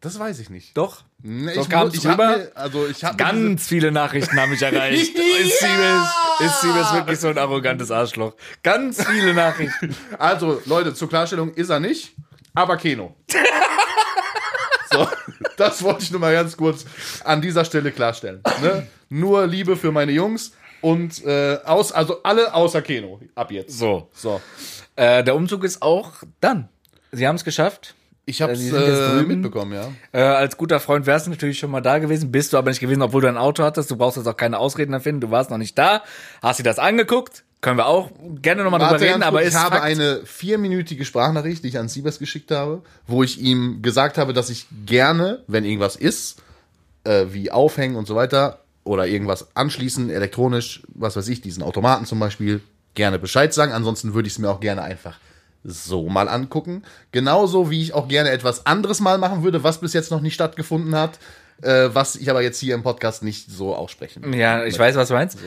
[SPEAKER 1] Das weiß ich nicht.
[SPEAKER 2] Doch.
[SPEAKER 1] Nee,
[SPEAKER 2] so
[SPEAKER 1] ich
[SPEAKER 2] kam's
[SPEAKER 1] mu- ich hab
[SPEAKER 2] rüber.
[SPEAKER 1] Mir, also ich habe
[SPEAKER 2] Ganz viele Nachrichten haben mich erreicht. Ist Siebes, ist Siebes wirklich so ein arrogantes Arschloch? Ganz viele Nachrichten.
[SPEAKER 1] also Leute zur Klarstellung ist er nicht, aber Keno. so, das wollte ich nur mal ganz kurz an dieser Stelle klarstellen. Ne? Nur Liebe für meine Jungs und äh, aus also alle außer Keno ab jetzt.
[SPEAKER 2] So.
[SPEAKER 1] So,
[SPEAKER 2] Äh, der Umzug ist auch dann. Sie haben es geschafft.
[SPEAKER 1] ich habe
[SPEAKER 2] Die
[SPEAKER 1] es
[SPEAKER 2] sind jetzt
[SPEAKER 1] äh,
[SPEAKER 2] drüben.
[SPEAKER 1] mitbekommen, ja.
[SPEAKER 2] Äh, als guter Freund wärst du natürlich schon mal da gewesen, bist du aber nicht gewesen, obwohl du ein Auto hattest. Du brauchst jetzt auch keine Ausreden erfinden. Du warst noch nicht da. Hast dir das angeguckt? Können wir auch gerne nochmal drüber
[SPEAKER 1] Warte ganz
[SPEAKER 2] reden,
[SPEAKER 1] kurz,
[SPEAKER 2] aber
[SPEAKER 1] ich
[SPEAKER 2] ist
[SPEAKER 1] habe
[SPEAKER 2] Fakt.
[SPEAKER 1] eine vierminütige Sprachnachricht, die ich an Siebers geschickt habe, wo ich ihm gesagt habe, dass ich gerne, wenn irgendwas ist, äh, wie aufhängen und so weiter oder irgendwas anschließen, elektronisch, was weiß ich, diesen Automaten zum Beispiel, gerne Bescheid sagen. Ansonsten würde ich es mir auch gerne einfach so mal angucken. Genauso wie ich auch gerne etwas anderes mal machen würde, was bis jetzt noch nicht stattgefunden
[SPEAKER 2] Mhm.
[SPEAKER 1] hat, äh, was ich aber jetzt hier im Podcast nicht so aussprechen
[SPEAKER 2] ja, ich weiß, was du meinst.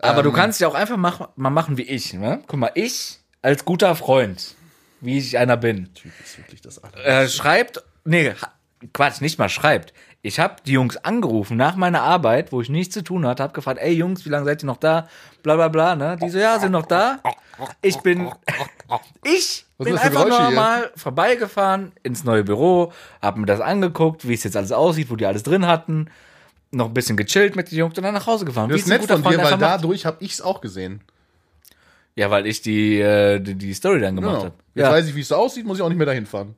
[SPEAKER 2] Aber du
[SPEAKER 1] Ähm,
[SPEAKER 2] kannst ja auch einfach mach, mal machen wie ich. Ne? Guck mal, ich als guter Freund, wie ich einer bin,
[SPEAKER 1] Typ ist wirklich das
[SPEAKER 2] äh, schreibt, nee, ha- Quatsch, nicht mal schreibt. Ich habe die Jungs angerufen nach meiner Arbeit, wo ich nichts zu tun hatte, habe gefragt, ey Jungs, wie lange seid ihr noch da? Bla bla bla, ne? Die so, ja, sind noch da. Ich bin, ich
[SPEAKER 1] Was
[SPEAKER 2] bin
[SPEAKER 1] sind das für
[SPEAKER 2] einfach
[SPEAKER 1] Geräusche
[SPEAKER 2] nur
[SPEAKER 1] hier?
[SPEAKER 2] mal vorbeigefahren ins neue Büro, habe mir das angeguckt, wie es jetzt alles aussieht, wo die alles drin hatten, noch ein bisschen gechillt mit den Jungs und dann nach Hause gefahren.
[SPEAKER 1] Das
[SPEAKER 2] Wie
[SPEAKER 1] ist
[SPEAKER 2] es ein
[SPEAKER 1] nett
[SPEAKER 2] guter
[SPEAKER 1] von dir,
[SPEAKER 2] Freund
[SPEAKER 1] weil
[SPEAKER 2] einfach macht.
[SPEAKER 1] dadurch habe ich es auch gesehen.
[SPEAKER 2] Ja, weil ich die, äh, die, die Story dann gemacht
[SPEAKER 1] Genau.
[SPEAKER 2] habe.
[SPEAKER 1] Jetzt
[SPEAKER 2] Ja,
[SPEAKER 1] weiß ich, wie es aussieht, muss ich auch nicht mehr dahin fahren.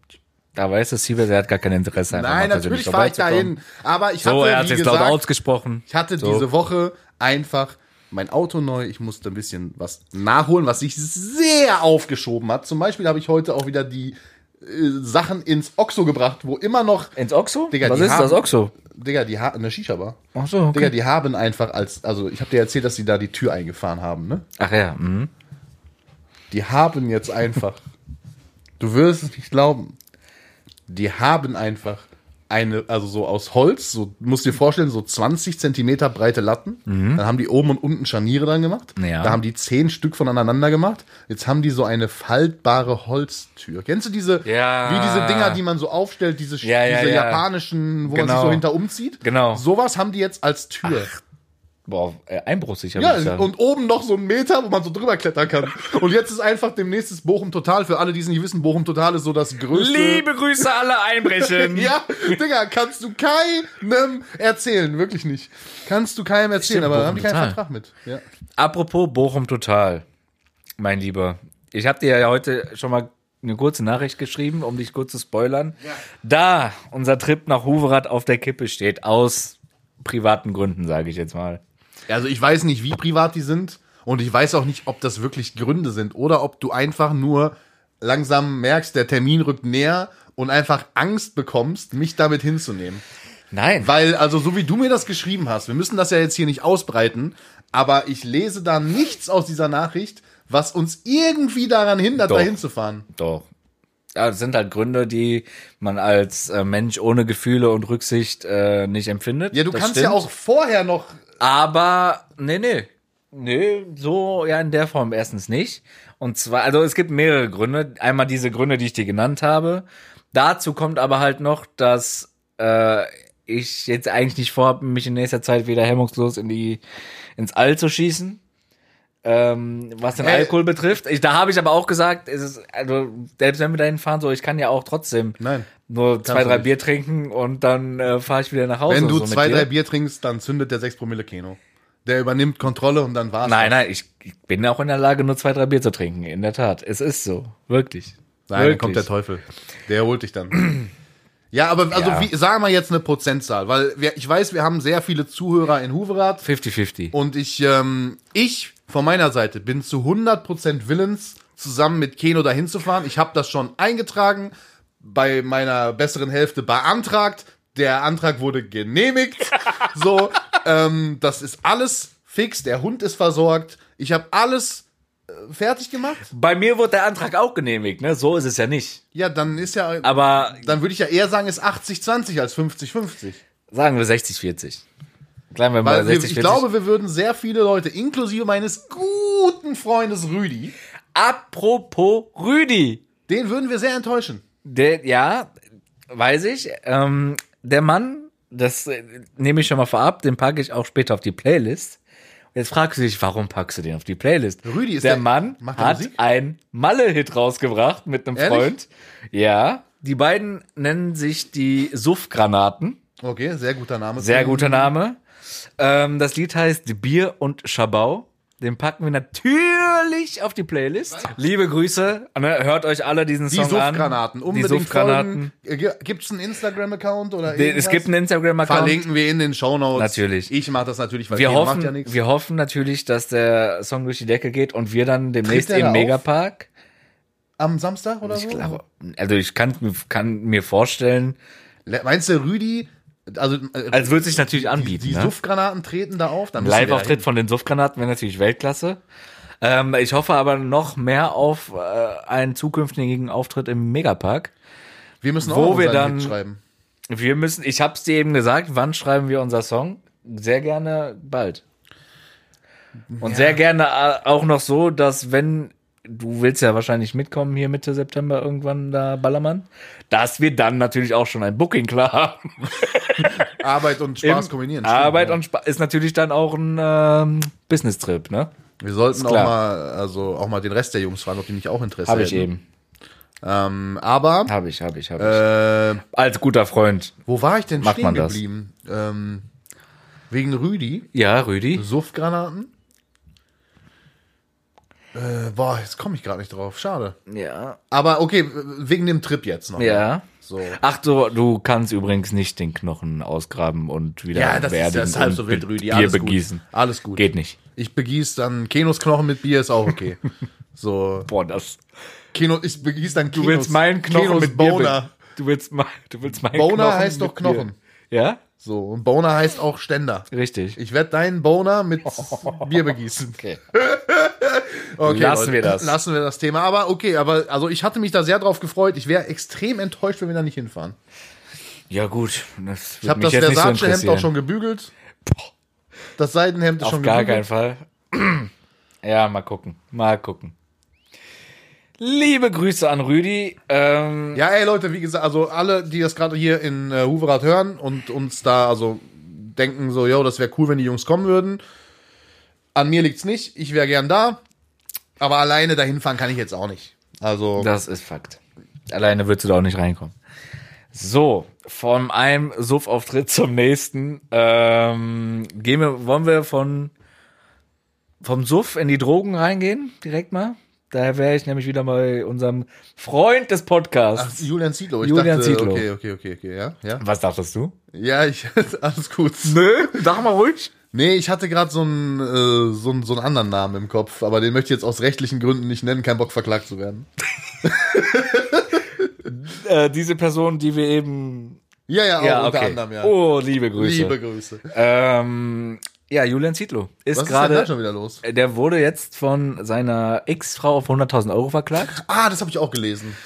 [SPEAKER 2] da weiß das Siebert, der hat gar kein Interesse. einfach
[SPEAKER 1] Nein,
[SPEAKER 2] mal
[SPEAKER 1] natürlich
[SPEAKER 2] persönlich
[SPEAKER 1] fahre ich
[SPEAKER 2] vorbeizukommen.
[SPEAKER 1] dahin. Aber ich
[SPEAKER 2] So, er
[SPEAKER 1] hatte,
[SPEAKER 2] hat
[SPEAKER 1] wie
[SPEAKER 2] jetzt laut
[SPEAKER 1] gesagt,
[SPEAKER 2] ausgesprochen.
[SPEAKER 1] ich hatte
[SPEAKER 2] so.
[SPEAKER 1] diese Woche einfach mein Auto neu. Ich musste ein bisschen was nachholen, was sich sehr aufgeschoben hat. Zum Beispiel habe ich heute auch wieder die äh, Sachen ins Oxo gebracht, wo immer noch,
[SPEAKER 2] Ins Oxo?
[SPEAKER 1] Digga,
[SPEAKER 2] Was
[SPEAKER 1] die
[SPEAKER 2] ist
[SPEAKER 1] haben-
[SPEAKER 2] das Oxo?
[SPEAKER 1] Digga, die ha eine Shisha-Bar.
[SPEAKER 2] Ach so, okay.
[SPEAKER 1] Digga, die haben einfach als, also ich habe dir erzählt, dass die da die Tür eingefahren haben, ne?
[SPEAKER 2] Ach ja, mhm.
[SPEAKER 1] Die haben jetzt einfach, du wirst es nicht glauben, die haben einfach eine, also so aus Holz, so musst dir vorstellen, so 20 Zentimeter breite Latten. Dann haben die oben und unten Scharniere dran gemacht.
[SPEAKER 2] Mhm. Ja.
[SPEAKER 1] Da haben die zehn Stück voneinander gemacht. Jetzt haben die so eine faltbare Holztür. Kennst du diese,
[SPEAKER 2] Ja.
[SPEAKER 1] wie diese Dinger, die man so aufstellt, diese,
[SPEAKER 2] Ja, ja,
[SPEAKER 1] diese
[SPEAKER 2] ja.
[SPEAKER 1] japanischen, wo man
[SPEAKER 2] Genau.
[SPEAKER 1] sich so hinter umzieht?
[SPEAKER 2] Genau.
[SPEAKER 1] Sowas haben die jetzt als Tür.
[SPEAKER 2] Boah, äh, einbruchsicher. würd ich
[SPEAKER 1] Ja,
[SPEAKER 2] sagen.
[SPEAKER 1] und oben noch so ein Meter, wo man so drüber klettern kann. Und jetzt ist einfach demnächst ist Bochum Total. Für alle, die es nicht wissen, Bochum Total ist so das größte.
[SPEAKER 2] Liebe Grüße alle Einbrechen.
[SPEAKER 1] Ja, Digga, kannst du keinem erzählen, wirklich nicht. Kannst du keinem erzählen,
[SPEAKER 2] Stimmt,
[SPEAKER 1] aber da
[SPEAKER 2] Bochum
[SPEAKER 1] haben die keinen
[SPEAKER 2] Total.
[SPEAKER 1] Vertrag mit. Ja.
[SPEAKER 2] Apropos Bochum Total, mein Lieber. Ich habe dir ja heute schon mal eine kurze Nachricht geschrieben, um dich kurz zu spoilern. Da unser Trip nach Huverath auf der Kippe steht, aus privaten Gründen, sage ich jetzt mal.
[SPEAKER 1] Also ich weiß nicht, wie privat die sind und ich weiß auch nicht, ob das wirklich Gründe sind oder ob du einfach nur langsam merkst, der Termin rückt näher und einfach Angst bekommst, mich damit hinzunehmen.
[SPEAKER 2] Nein.
[SPEAKER 1] Weil, also so wie du mir das geschrieben hast, wir müssen das ja jetzt hier nicht ausbreiten, aber ich lese da nichts aus dieser Nachricht, was uns irgendwie daran hindert,
[SPEAKER 2] Doch.
[SPEAKER 1] dahin zu fahren.
[SPEAKER 2] Doch. Ja, das sind halt Gründe, die man als äh, Mensch ohne Gefühle und Rücksicht äh, nicht empfindet.
[SPEAKER 1] Ja, du
[SPEAKER 2] Das
[SPEAKER 1] kannst ja
[SPEAKER 2] stimmt.
[SPEAKER 1] auch vorher noch.
[SPEAKER 2] Aber, nee, nee. Nee, so ja in der Form erstens nicht. Und zwar, also es gibt mehrere Gründe. Einmal diese Gründe, die ich dir genannt habe. Dazu kommt aber halt noch, dass äh, ich jetzt eigentlich nicht vorhabe, mich in nächster Zeit wieder hemmungslos in die, ins All zu schießen. Ähm, was den
[SPEAKER 1] Äh.
[SPEAKER 2] Alkohol betrifft. Ich, da habe ich aber auch gesagt, es ist, also, selbst wenn wir dahin fahren, so, ich kann ja auch trotzdem
[SPEAKER 1] Nein.
[SPEAKER 2] nur zwei,
[SPEAKER 1] du
[SPEAKER 2] drei
[SPEAKER 1] nicht.
[SPEAKER 2] Bier trinken und dann äh, fahre ich wieder nach Hause.
[SPEAKER 1] Wenn du
[SPEAKER 2] so mit
[SPEAKER 1] zwei,
[SPEAKER 2] dir.
[SPEAKER 1] drei Bier trinkst, dann zündet der 6 Promille Keno. Der übernimmt Kontrolle und dann war's.
[SPEAKER 2] Nein, nein, ich, ich bin auch in der Lage, nur zwei, drei Bier zu trinken. In der Tat. Es ist so.
[SPEAKER 1] Nein,
[SPEAKER 2] Wirklich.
[SPEAKER 1] dann
[SPEAKER 2] Wirklich.
[SPEAKER 1] kommt der Teufel. Der holt dich dann. Ja, aber also
[SPEAKER 2] Ja.
[SPEAKER 1] Wie, sagen wir jetzt eine Prozentzahl, weil wir, ich weiß, wir haben sehr viele Zuhörer in Huverath.
[SPEAKER 2] 50-50.
[SPEAKER 1] Und ich, ähm, ich von meiner Seite bin zu 100% willens, zusammen mit Keno dahin zu fahren. Ich habe das schon eingetragen, bei meiner besseren Hälfte beantragt. Der Antrag wurde genehmigt. So, ähm, das ist alles fix. Der Hund ist versorgt. Ich habe alles äh, fertig gemacht.
[SPEAKER 2] Bei mir wurde der Antrag auch genehmigt, ne? So ist es ja nicht.
[SPEAKER 1] Ja, dann ist ja,
[SPEAKER 2] Aber
[SPEAKER 1] dann würde ich ja eher sagen, ist 80-20 als 50-50.
[SPEAKER 2] sagen wir 60-40. Bleiben wir mal
[SPEAKER 1] Weil
[SPEAKER 2] bei
[SPEAKER 1] wir, ich
[SPEAKER 2] 60-40.
[SPEAKER 1] glaube, wir würden sehr viele Leute, inklusive meines guten Freundes Rüdi,
[SPEAKER 2] apropos Rüdi.
[SPEAKER 1] den würden wir sehr enttäuschen.
[SPEAKER 2] Der, ja, weiß ich. Ähm, der Mann, das äh, nehme ich schon mal vorab, den packe ich auch später auf die Playlist. Jetzt fragst du dich, warum packst du den auf die Playlist?
[SPEAKER 1] Rüdi ist
[SPEAKER 2] der,
[SPEAKER 1] der-
[SPEAKER 2] Mann
[SPEAKER 1] macht der
[SPEAKER 2] hat
[SPEAKER 1] Musik?
[SPEAKER 2] einen Malle-Hit rausgebracht mit einem
[SPEAKER 1] Ehrlich?
[SPEAKER 2] Freund. Ja, die beiden nennen sich die Suffgranaten.
[SPEAKER 1] Okay, sehr guter Name.
[SPEAKER 2] Sehr guter Name. Ähm, das Lied heißt Bier und Schabau. Den packen wir natürlich auf die Playlist. Liebe Grüße. Ne, Hört euch alle diesen
[SPEAKER 1] Die
[SPEAKER 2] Song an.
[SPEAKER 1] Suffgranaten, unbedingt
[SPEAKER 2] die Suffgranaten.
[SPEAKER 1] folgen. Gibt es einen Instagram-Account oder
[SPEAKER 2] Den- Es
[SPEAKER 1] irgendwas?
[SPEAKER 2] gibt einen Instagram-Account.
[SPEAKER 1] Verlinken wir in den Shownotes.
[SPEAKER 2] Natürlich.
[SPEAKER 1] Ich mache das natürlich, weil
[SPEAKER 2] Wir
[SPEAKER 1] Keno macht
[SPEAKER 2] hoffen,
[SPEAKER 1] ja nichts.
[SPEAKER 2] wir hoffen natürlich, dass der Song durch die Decke geht und wir dann demnächst
[SPEAKER 1] der da
[SPEAKER 2] im
[SPEAKER 1] auf?
[SPEAKER 2] Megapark.
[SPEAKER 1] Am Samstag oder
[SPEAKER 2] Ich
[SPEAKER 1] so?
[SPEAKER 2] glaube, also ich kann, kann mir vorstellen,
[SPEAKER 1] Le- Meinst du, Rüdi, also, äh,
[SPEAKER 2] also wird sich natürlich
[SPEAKER 1] die,
[SPEAKER 2] anbieten.
[SPEAKER 1] die
[SPEAKER 2] ne?
[SPEAKER 1] Suffgranaten treten da auf? Dann müssen wir
[SPEAKER 2] Live-Auftritt von den Suffgranaten wäre natürlich Weltklasse. Ähm, ich hoffe aber noch mehr auf äh, einen zukünftigen Auftritt im Megapark.
[SPEAKER 1] dahin. Wir müssen auch
[SPEAKER 2] wo
[SPEAKER 1] noch unseren
[SPEAKER 2] wir dann-
[SPEAKER 1] Hit schreiben.
[SPEAKER 2] Wir müssen, ich hab's dir eben gesagt, wann schreiben wir unser Song? Sehr gerne bald. Und sehr gerne äh, auch noch so, dass wenn du willst ja wahrscheinlich mitkommen hier Mitte September irgendwann da Ballermann, dass wir dann natürlich auch schon ein Booking klar haben.
[SPEAKER 1] Arbeit und Spaß
[SPEAKER 2] Im
[SPEAKER 1] kombinieren. stimmt,
[SPEAKER 2] Arbeit
[SPEAKER 1] ja.
[SPEAKER 2] und Spaß ist natürlich dann auch ein ähm, Business Trip, ne?
[SPEAKER 1] Wir sollten auch
[SPEAKER 2] klar.
[SPEAKER 1] mal, also auch mal den Rest der Jungs fragen, ob die nicht auch Interesse
[SPEAKER 2] Habe ich
[SPEAKER 1] hätten.
[SPEAKER 2] eben.
[SPEAKER 1] Ähm, aber
[SPEAKER 2] Habe ich, habe ich, habe ich.
[SPEAKER 1] äh,
[SPEAKER 2] Als guter Freund.
[SPEAKER 1] wo war ich denn
[SPEAKER 2] Macht
[SPEAKER 1] stehen
[SPEAKER 2] man das?
[SPEAKER 1] geblieben? Ähm, wegen Rüdi,
[SPEAKER 2] Ja, Rüdi.
[SPEAKER 1] Suffgranaten. Äh, boah, jetzt komme ich gerade nicht drauf. Schade.
[SPEAKER 2] Ja.
[SPEAKER 1] Aber okay, wegen dem Trip jetzt noch. ne?
[SPEAKER 2] Ja.
[SPEAKER 1] So.
[SPEAKER 2] Ach so, du kannst übrigens nicht den Knochen ausgraben und wieder
[SPEAKER 1] Ja, das ist,
[SPEAKER 2] beerdigen
[SPEAKER 1] das ist halb
[SPEAKER 2] und
[SPEAKER 1] so wild,
[SPEAKER 2] mit
[SPEAKER 1] Rüdi.
[SPEAKER 2] Bier
[SPEAKER 1] Alles
[SPEAKER 2] begießen.
[SPEAKER 1] gut. Alles gut.
[SPEAKER 2] Geht nicht.
[SPEAKER 1] Ich begieße dann Kenos Knochen mit Bier, ist auch okay. so.
[SPEAKER 2] Boah, das.
[SPEAKER 1] Keno, ich begieße dann Kenos.
[SPEAKER 2] Du willst meinen Knochen
[SPEAKER 1] Kenos
[SPEAKER 2] mit Boner.
[SPEAKER 1] Boner.
[SPEAKER 2] Bier, be- du willst mein, du willst meinen
[SPEAKER 1] Boner
[SPEAKER 2] Knochen
[SPEAKER 1] heißt
[SPEAKER 2] mit
[SPEAKER 1] doch Knochen.
[SPEAKER 2] Bier. Ja,
[SPEAKER 1] So, und Boner heißt auch Ständer.
[SPEAKER 2] richtig.
[SPEAKER 1] Ich werde deinen Boner mit Bier begießen.
[SPEAKER 2] Okay.
[SPEAKER 1] Okay,
[SPEAKER 2] Oh. Lassen wir das.
[SPEAKER 1] Lassen wir das Thema. Aber okay, aber also ich hatte mich da sehr drauf gefreut. Ich wäre extrem enttäuscht, wenn wir da nicht hinfahren.
[SPEAKER 2] Ja gut, das
[SPEAKER 1] Ich habe das
[SPEAKER 2] mich jetzt nicht
[SPEAKER 1] Versace-Hemd
[SPEAKER 2] so
[SPEAKER 1] auch
[SPEAKER 2] interessieren.
[SPEAKER 1] schon gebügelt. Das Seidenhemd ist
[SPEAKER 2] Auf
[SPEAKER 1] schon
[SPEAKER 2] gar keinen
[SPEAKER 1] gebügelt.
[SPEAKER 2] Fall. Ja, mal gucken, mal gucken. Liebe Grüße an Rüdi. Ähm,
[SPEAKER 1] Ja, ey Leute, wie gesagt, also alle, die das gerade hier in äh, Huverath hören und uns da also denken so, yo, das wäre cool, wenn die Jungs kommen würden. An mir liegt's nicht. Ich wäre gern da. Aber alleine dahin fahren kann ich jetzt auch nicht. Also
[SPEAKER 2] Das ist Fakt. Alleine würdest du da auch nicht reinkommen. So, von einem Suff-Auftritt zum nächsten. Ähm, gehen wir, wollen wir von vom Suff in die Drogen reingehen? Direkt mal? Da wäre ich nämlich wieder bei unserem Freund des
[SPEAKER 1] Ach,
[SPEAKER 2] Podcasts.
[SPEAKER 1] Julian Zietlow. Ich
[SPEAKER 2] Julian
[SPEAKER 1] dachte,
[SPEAKER 2] Zietlow.
[SPEAKER 1] Okay, okay, okay, okay, ja, ja.
[SPEAKER 2] Was dachtest du?
[SPEAKER 1] Ja, ich, alles gut.
[SPEAKER 2] Nö, sag mal ruhig.
[SPEAKER 1] Nee, ich hatte gerade so einen, äh, so, einen, so einen anderen Namen im Kopf, aber den möchte ich jetzt aus rechtlichen Gründen nicht nennen, kein Bock verklagt zu werden.
[SPEAKER 2] Äh, diese Person, die wir eben.
[SPEAKER 1] Ja, ja, auch
[SPEAKER 2] Ja,
[SPEAKER 1] unter
[SPEAKER 2] okay.
[SPEAKER 1] anderem, ja.
[SPEAKER 2] Oh, liebe Grüße.
[SPEAKER 1] Liebe Grüße.
[SPEAKER 2] Ähm, ja, Julian Zietlow ist
[SPEAKER 1] Was ist denn
[SPEAKER 2] gerade.
[SPEAKER 1] da schon wieder los?
[SPEAKER 2] Der wurde jetzt von seiner Ex-Frau auf 100.000 Euro verklagt.
[SPEAKER 1] Ah, das habe ich auch gelesen.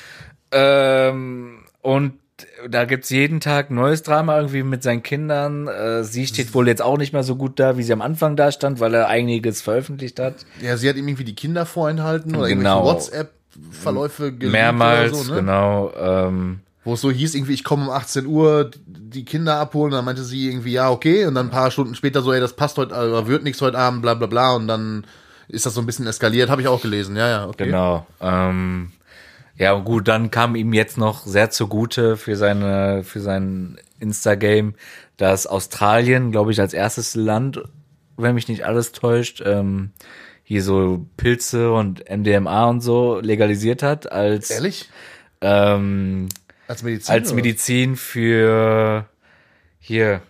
[SPEAKER 2] Ähm, und da gibt's jeden Tag neues Drama irgendwie mit seinen Kindern. Äh, sie steht wohl jetzt auch nicht mehr so gut da, wie sie am Anfang da stand, weil er einiges veröffentlicht hat.
[SPEAKER 1] Ja, sie hat ihm irgendwie die Kinder vorenthalten oder
[SPEAKER 2] Genau.
[SPEAKER 1] irgendwelche WhatsApp-Verläufe geleakt
[SPEAKER 2] Mehrmals,
[SPEAKER 1] oder so, ne?
[SPEAKER 2] genau. Ähm,
[SPEAKER 1] Wo es so hieß, irgendwie, ich komme um 18 Uhr, die Kinder abholen, und dann meinte sie irgendwie, ja, okay, und dann ein paar Stunden später so, ey, das passt heute, aber wird nichts heute Abend, bla, bla, bla, und dann ist das so ein bisschen eskaliert, habe ich auch gelesen, ja, ja, okay.
[SPEAKER 2] Genau. Ähm, ja, und gut, dann kam ihm jetzt noch sehr zugute für seine, für sein Insta-Game, dass Australien, glaube ich, als erstes Land, wenn mich nicht alles täuscht, ähm, hier so Pilze und MDMA und so legalisiert hat als,
[SPEAKER 1] Ehrlich?
[SPEAKER 2] ähm,
[SPEAKER 1] Als Medizin?
[SPEAKER 2] als
[SPEAKER 1] oder?
[SPEAKER 2] Medizin für hier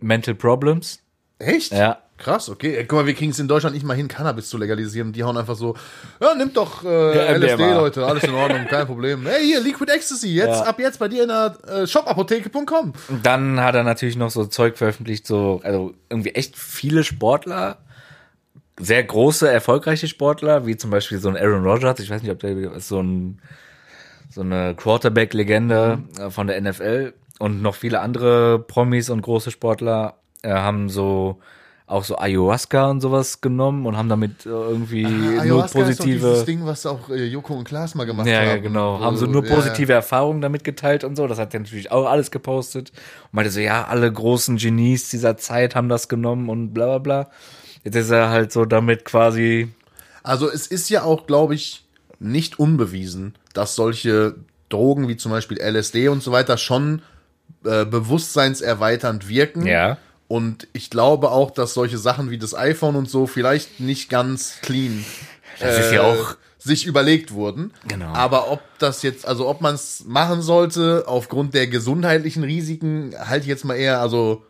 [SPEAKER 2] Mental Problems.
[SPEAKER 1] Echt?
[SPEAKER 2] Ja.
[SPEAKER 1] Krass, okay. Ey, Guck mal, wir kriegen es in Deutschland nicht mal hin, Cannabis zu legalisieren. Die hauen einfach so, ja, nimmt doch äh,
[SPEAKER 2] Ja,
[SPEAKER 1] LSD,
[SPEAKER 2] MDMA.
[SPEAKER 1] Leute, alles in Ordnung, kein Problem. Hey, hier, Liquid Ecstasy, jetzt,
[SPEAKER 2] Ja.
[SPEAKER 1] ab jetzt bei dir in der äh, shopapotheke.com.
[SPEAKER 2] Dann hat er natürlich noch so Zeug veröffentlicht, so, also irgendwie echt viele Sportler, sehr große, erfolgreiche Sportler, wie zum Beispiel so ein Aaron Rodgers, ich weiß nicht, ob der ist so ein, so eine Quarterback-Legende äh, von der NFL und noch viele andere Promis und große Sportler äh, haben so auch so Ayahuasca und sowas genommen und haben damit äh, irgendwie
[SPEAKER 1] Ah,
[SPEAKER 2] nur
[SPEAKER 1] Ayahuasca ist doch
[SPEAKER 2] positive.
[SPEAKER 1] dieses Ding, was auch äh, Joko und Klaas mal gemacht
[SPEAKER 2] Ja,
[SPEAKER 1] haben.
[SPEAKER 2] ja, genau.
[SPEAKER 1] Wo
[SPEAKER 2] Haben so nur
[SPEAKER 1] ja,
[SPEAKER 2] positive Erfahrungen damit geteilt und so. Das hat er natürlich auch alles gepostet. Und meinte so, ja, alle großen Genies dieser Zeit haben das genommen und bla bla bla. Jetzt ist er halt so damit quasi.
[SPEAKER 1] Ja. Also es ist ja auch, glaube ich, nicht unbewiesen, dass solche Drogen wie zum Beispiel LSD und so weiter schon äh, bewusstseinserweiternd wirken. Und ich glaube auch, dass solche Sachen wie das iPhone und so vielleicht nicht ganz clean äh,
[SPEAKER 2] Das ist ja auch-
[SPEAKER 1] sich überlegt wurden.
[SPEAKER 2] Genau.
[SPEAKER 1] Aber ob das jetzt, also ob man es machen sollte, aufgrund der gesundheitlichen Risiken, halte ich jetzt mal eher also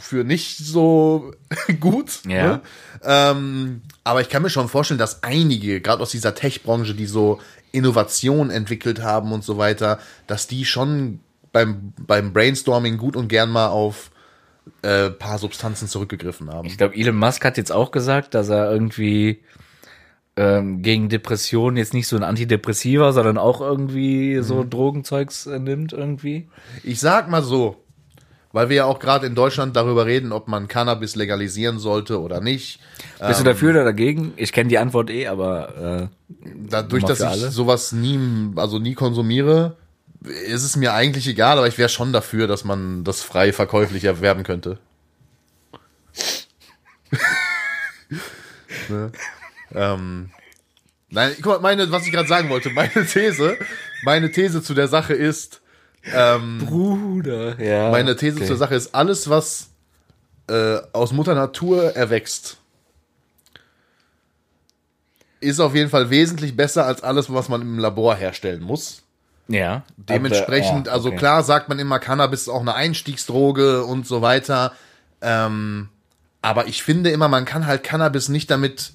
[SPEAKER 1] für nicht so gut.
[SPEAKER 2] Ja.
[SPEAKER 1] Ne? Ähm, aber ich kann mir schon vorstellen, dass einige, gerade aus dieser Tech-Branche, die so Innovationen entwickelt haben und so weiter, dass die schon beim, beim Brainstorming gut und gern mal auf äh, paar Substanzen zurückgegriffen haben.
[SPEAKER 2] Ich glaube, Elon Musk hat jetzt auch gesagt, dass er irgendwie ähm, gegen Depressionen jetzt nicht so ein Antidepressiver,
[SPEAKER 1] Mhm.
[SPEAKER 2] sondern auch irgendwie so Drogenzeugs äh, nimmt irgendwie.
[SPEAKER 1] Ich sag mal so, Weil wir ja auch gerade in Deutschland darüber reden, ob man Cannabis legalisieren sollte oder nicht.
[SPEAKER 2] Bist
[SPEAKER 1] Ähm.
[SPEAKER 2] du dafür oder dagegen? Ich kenne die Antwort eh, aber äh,
[SPEAKER 1] Dadurch,
[SPEAKER 2] Mal
[SPEAKER 1] dass
[SPEAKER 2] für
[SPEAKER 1] ich
[SPEAKER 2] alle.
[SPEAKER 1] sowas nie, also nie konsumiere, ist es mir eigentlich egal, aber ich wäre schon dafür, dass man das frei verkäuflich erwerben könnte. ne? ähm, nein, guck mal, meine, was ich gerade sagen wollte, meine These, meine These zu der Sache ist,
[SPEAKER 2] Bruder. Ja,
[SPEAKER 1] meine These
[SPEAKER 2] okay.
[SPEAKER 1] zur Sache ist, alles, was äh, aus Mutter Natur erwächst, ist auf jeden Fall wesentlich besser als alles, was man im Labor herstellen muss.
[SPEAKER 2] Ja.
[SPEAKER 1] Dementsprechend,
[SPEAKER 2] Aber- ja,
[SPEAKER 1] also
[SPEAKER 2] oh, okay.
[SPEAKER 1] klar sagt man immer, Cannabis ist auch eine Einstiegsdroge und so weiter. Ähm, aber ich finde immer, man kann halt Cannabis nicht damit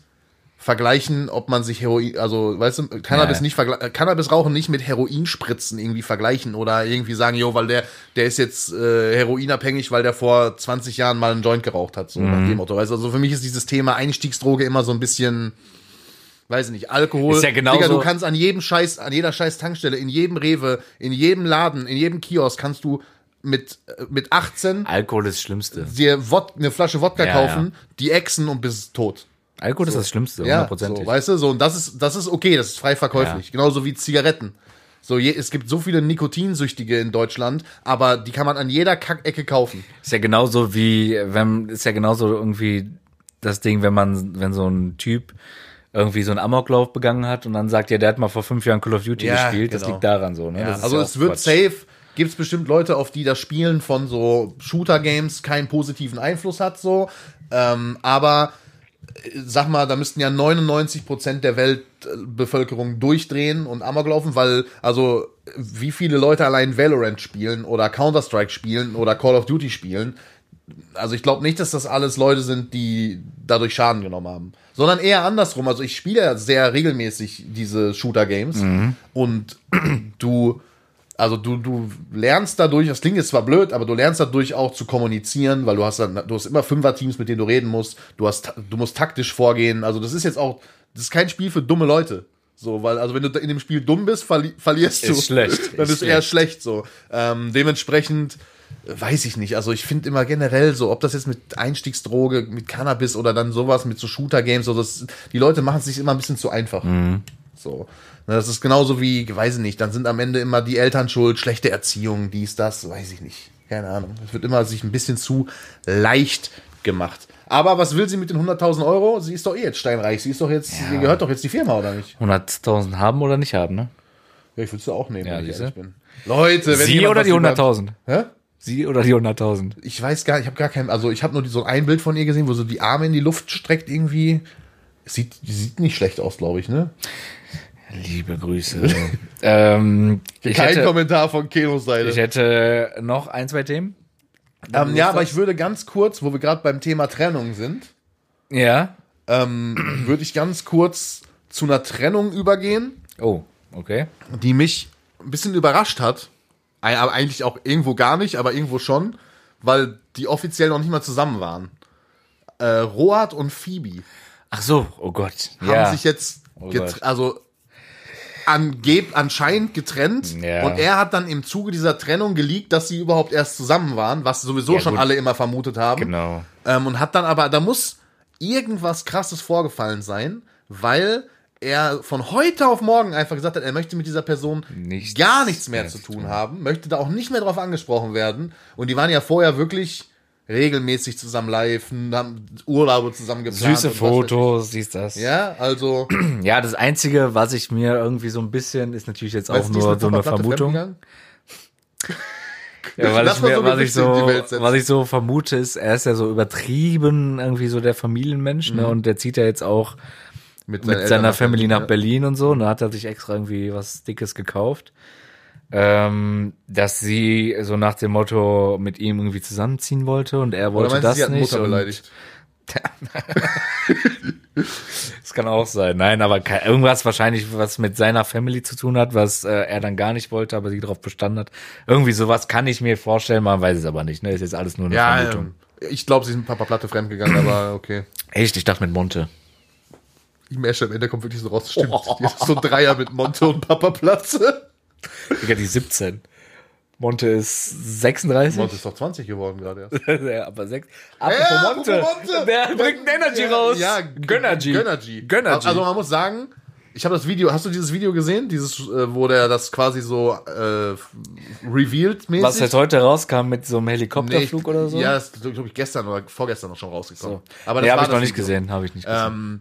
[SPEAKER 1] vergleichen, ob man sich Heroin, also weißt du, Cannabis
[SPEAKER 2] Ja.
[SPEAKER 1] nicht vergle- äh, Cannabis rauchen nicht mit Heroinspritzen irgendwie vergleichen oder irgendwie sagen, jo, weil der, der ist jetzt äh, heroinabhängig, weil der vor 20 Jahren mal einen Joint geraucht hat, so
[SPEAKER 2] Mhm.
[SPEAKER 1] nach dem Motto. Weißt du, also für mich ist dieses Thema Einstiegsdroge immer so ein bisschen, weiß ich nicht, Alkohol.
[SPEAKER 2] Ist ja genauso-
[SPEAKER 1] Digga, du kannst an jedem Scheiß, an jeder Scheiß Tankstelle, in jedem Rewe, in jedem Laden, in jedem Kiosk kannst du mit, äh, mit 18
[SPEAKER 2] Alkohol ist das Schlimmste.
[SPEAKER 1] dir Wod eine Flasche Wodka
[SPEAKER 2] Ja,
[SPEAKER 1] kaufen, die Echsen und bist tot.
[SPEAKER 2] Alkohol ist das Schlimmste,
[SPEAKER 1] Ja, so,
[SPEAKER 2] hundertprozentig.
[SPEAKER 1] weißt du, so und das ist das ist okay, das ist frei verkäuflich, genauso wie Zigaretten. So je, es gibt so viele Nikotinsüchtige in Deutschland, aber die kann man an jeder Kackecke kaufen.
[SPEAKER 2] Ist ja genauso wie, wenn, ist ja genauso irgendwie das Ding, wenn man, wenn so ein Typ irgendwie so einen Amoklauf begangen hat und dann sagt, ja, der hat mal vor fünf Jahren Call of Duty
[SPEAKER 1] Ja,
[SPEAKER 2] gespielt, das
[SPEAKER 1] genau.
[SPEAKER 2] liegt daran so, ne? das ist
[SPEAKER 1] also
[SPEAKER 2] ja
[SPEAKER 1] es
[SPEAKER 2] auch
[SPEAKER 1] wird
[SPEAKER 2] Quatsch.
[SPEAKER 1] safe Gibt's bestimmt Leute, auf die das Spielen von so Shooter-Games keinen positiven Einfluss hat, so. Ähm, aber äh, sag mal, da müssten ja 99% der Weltbevölkerung durchdrehen und Amok laufen, weil, also, wie viele Leute allein Valorant spielen oder Counter-Strike spielen oder Call of Duty spielen. Also ich glaube nicht, dass das alles Leute sind, die dadurch Schaden genommen haben. Sondern eher andersrum. Also ich spiele ja sehr regelmäßig diese Shooter-Games
[SPEAKER 2] Mhm.
[SPEAKER 1] und du also du, du lernst dadurch, das klingt jetzt zwar blöd, aber du lernst dadurch auch zu kommunizieren, weil du hast dann, du hast immer Fünfer-Teams, mit denen du reden musst, du hast, ta- du musst taktisch vorgehen, also das ist jetzt auch, das ist kein Spiel für dumme Leute. So, weil, also wenn du da in dem Spiel dumm bist, verli verlierst du.
[SPEAKER 2] Ist schlecht,
[SPEAKER 1] Dann
[SPEAKER 2] ist
[SPEAKER 1] ist, eher schlecht so. Ähm, dementsprechend äh, weiß ich nicht. Also ich finde immer generell so, ob das jetzt mit Einstiegsdroge, mit Cannabis oder dann sowas, mit so Shooter-Games, so das, die Leute machen es sich immer ein bisschen zu einfach.
[SPEAKER 2] Mhm.
[SPEAKER 1] So. Na, Das ist genauso wie, weiß ich nicht, dann sind am Ende immer die Eltern schuld, schlechte Erziehung, dies, das, weiß ich nicht. Keine Ahnung. Es wird immer sich ein bisschen zu leicht gemacht. Aber was will sie mit den 100.000 Euro? Sie ist doch eh jetzt steinreich. Sie ist doch jetzt, ihr gehört doch jetzt die Firma, oder nicht?
[SPEAKER 2] 100.000 haben oder nicht haben, ne?
[SPEAKER 1] Ja, ich würde sie auch nehmen,
[SPEAKER 2] Ja,
[SPEAKER 1] wenn ich
[SPEAKER 2] siehste.
[SPEAKER 1] ehrlich bin. Leute, wenn
[SPEAKER 2] Sie
[SPEAKER 1] jemand
[SPEAKER 2] oder
[SPEAKER 1] was
[SPEAKER 2] die
[SPEAKER 1] über-
[SPEAKER 2] 100.000?
[SPEAKER 1] Hä?
[SPEAKER 2] Sie oder die 100.000?
[SPEAKER 1] Ich weiß gar, ich habe gar kein, also ich habe nur die, so ein Bild von ihr gesehen, wo so die Arme in die Luft streckt irgendwie. Sieht, sieht nicht schlecht aus, glaube ich, ne?
[SPEAKER 2] Liebe Grüße. ähm, ich,
[SPEAKER 1] Kein
[SPEAKER 2] hätte,
[SPEAKER 1] Kommentar von Kenos Seite.
[SPEAKER 2] ich hätte noch ein, zwei Themen.
[SPEAKER 1] Ähm, ja, aber ich würde ganz kurz, wo wir gerade beim Thema Trennung sind,
[SPEAKER 2] Ja.
[SPEAKER 1] ähm, würde ich ganz kurz zu einer Trennung übergehen,
[SPEAKER 2] Oh, okay.
[SPEAKER 1] die mich ein bisschen überrascht hat. Ei- Aber eigentlich auch irgendwo gar nicht, aber irgendwo schon, weil die offiziell noch nicht mal zusammen waren. Äh, Rohat und Phoebe
[SPEAKER 2] Ach so, oh Gott.
[SPEAKER 1] haben
[SPEAKER 2] ja. Oh
[SPEAKER 1] sich jetzt get-
[SPEAKER 2] Gott.
[SPEAKER 1] also angeb anscheinend getrennt
[SPEAKER 2] Ja.
[SPEAKER 1] und er hat dann im Zuge dieser Trennung geleakt, dass sie überhaupt erst zusammen waren, was sowieso
[SPEAKER 2] Ja,
[SPEAKER 1] schon
[SPEAKER 2] gut.
[SPEAKER 1] alle immer vermutet haben.
[SPEAKER 2] Genau.
[SPEAKER 1] Ähm, und hat dann aber, da muss irgendwas krasses vorgefallen sein, weil er von heute auf morgen einfach gesagt hat, er möchte mit dieser Person
[SPEAKER 2] Nichts
[SPEAKER 1] gar nichts mehr
[SPEAKER 2] mehr
[SPEAKER 1] zu
[SPEAKER 2] zu
[SPEAKER 1] tun haben, möchte da auch nicht mehr drauf angesprochen werden. Und die waren ja vorher wirklich regelmäßig zusammen live, haben Urlaube zusammen geplant.
[SPEAKER 2] Süße
[SPEAKER 1] und was weiß
[SPEAKER 2] Fotos, siehst das.
[SPEAKER 1] ich. Ja, also
[SPEAKER 2] Ja, das Einzige, was ich mir irgendwie so ein bisschen, ist natürlich jetzt
[SPEAKER 1] weißt
[SPEAKER 2] auch
[SPEAKER 1] du, die ist
[SPEAKER 2] nur
[SPEAKER 1] mit
[SPEAKER 2] so eine
[SPEAKER 1] Papa Platte
[SPEAKER 2] Vermutung. Ja,
[SPEAKER 1] fremdgegangen?
[SPEAKER 2] weil
[SPEAKER 1] Lass
[SPEAKER 2] ich
[SPEAKER 1] mal
[SPEAKER 2] mir,
[SPEAKER 1] so
[SPEAKER 2] was, ich
[SPEAKER 1] Gerüchte in die
[SPEAKER 2] so,
[SPEAKER 1] Welt setzen.
[SPEAKER 2] was ich so vermute, ist, er ist ja so übertrieben irgendwie so der Familienmensch, ne? Und der zieht ja jetzt auch mit
[SPEAKER 1] seinen
[SPEAKER 2] seiner
[SPEAKER 1] Mhm. Eltern.
[SPEAKER 2] Family nach Berlin und so. Und da hat er sich extra irgendwie was Dickes gekauft. Ähm, dass sie so nach dem Motto mit ihm irgendwie zusammenziehen wollte und er
[SPEAKER 1] Oder
[SPEAKER 2] wollte
[SPEAKER 1] meinst du,
[SPEAKER 2] das
[SPEAKER 1] sie hat
[SPEAKER 2] nicht.
[SPEAKER 1] Mutter
[SPEAKER 2] und-
[SPEAKER 1] beleidigt?
[SPEAKER 2] Das kann auch sein. Nein, aber ke- irgendwas wahrscheinlich, was mit seiner Family zu tun hat, was äh, er dann gar nicht wollte, aber sie darauf bestanden hat. Irgendwie sowas kann ich mir vorstellen, man weiß es aber nicht. Ne? Ist jetzt alles nur eine
[SPEAKER 1] Ja,
[SPEAKER 2] Vermutung.
[SPEAKER 1] ähm, ich glaube, sie ist mit Papa Platte fremdgegangen, aber okay.
[SPEAKER 2] Echt, ich dachte mit Monte.
[SPEAKER 1] Im Ash am Ende kommt wirklich so raus, stimmt. Jetzt so ein Dreier mit Monte und Papa Platze.
[SPEAKER 2] Digga, die 17. Monte ist 36.
[SPEAKER 1] Monte ist doch 20 geworden gerade erst.
[SPEAKER 2] Ja, aber sechs.
[SPEAKER 1] Ja,
[SPEAKER 2] Apropos Monte.
[SPEAKER 1] apropos Monte.
[SPEAKER 2] Der bringt einen Energy raus.
[SPEAKER 1] Ja,
[SPEAKER 2] Gönnergy.
[SPEAKER 1] Gönnergy.
[SPEAKER 2] Gönnergy.
[SPEAKER 1] Also man muss sagen, ich habe das Video, hast du dieses Video gesehen? Dieses, äh, wo der das quasi so äh, revealed-mäßig.
[SPEAKER 2] Was jetzt heute rauskam mit so einem Helikopterflug
[SPEAKER 1] ich,
[SPEAKER 2] oder so?
[SPEAKER 1] Ja, das ist, glaube ich, gestern oder vorgestern noch schon rausgekommen.
[SPEAKER 2] so. Aber nee,
[SPEAKER 1] war
[SPEAKER 2] habe ich noch
[SPEAKER 1] das
[SPEAKER 2] nicht
[SPEAKER 1] Video.
[SPEAKER 2] gesehen. Habe ich nicht gesehen.
[SPEAKER 1] Ähm,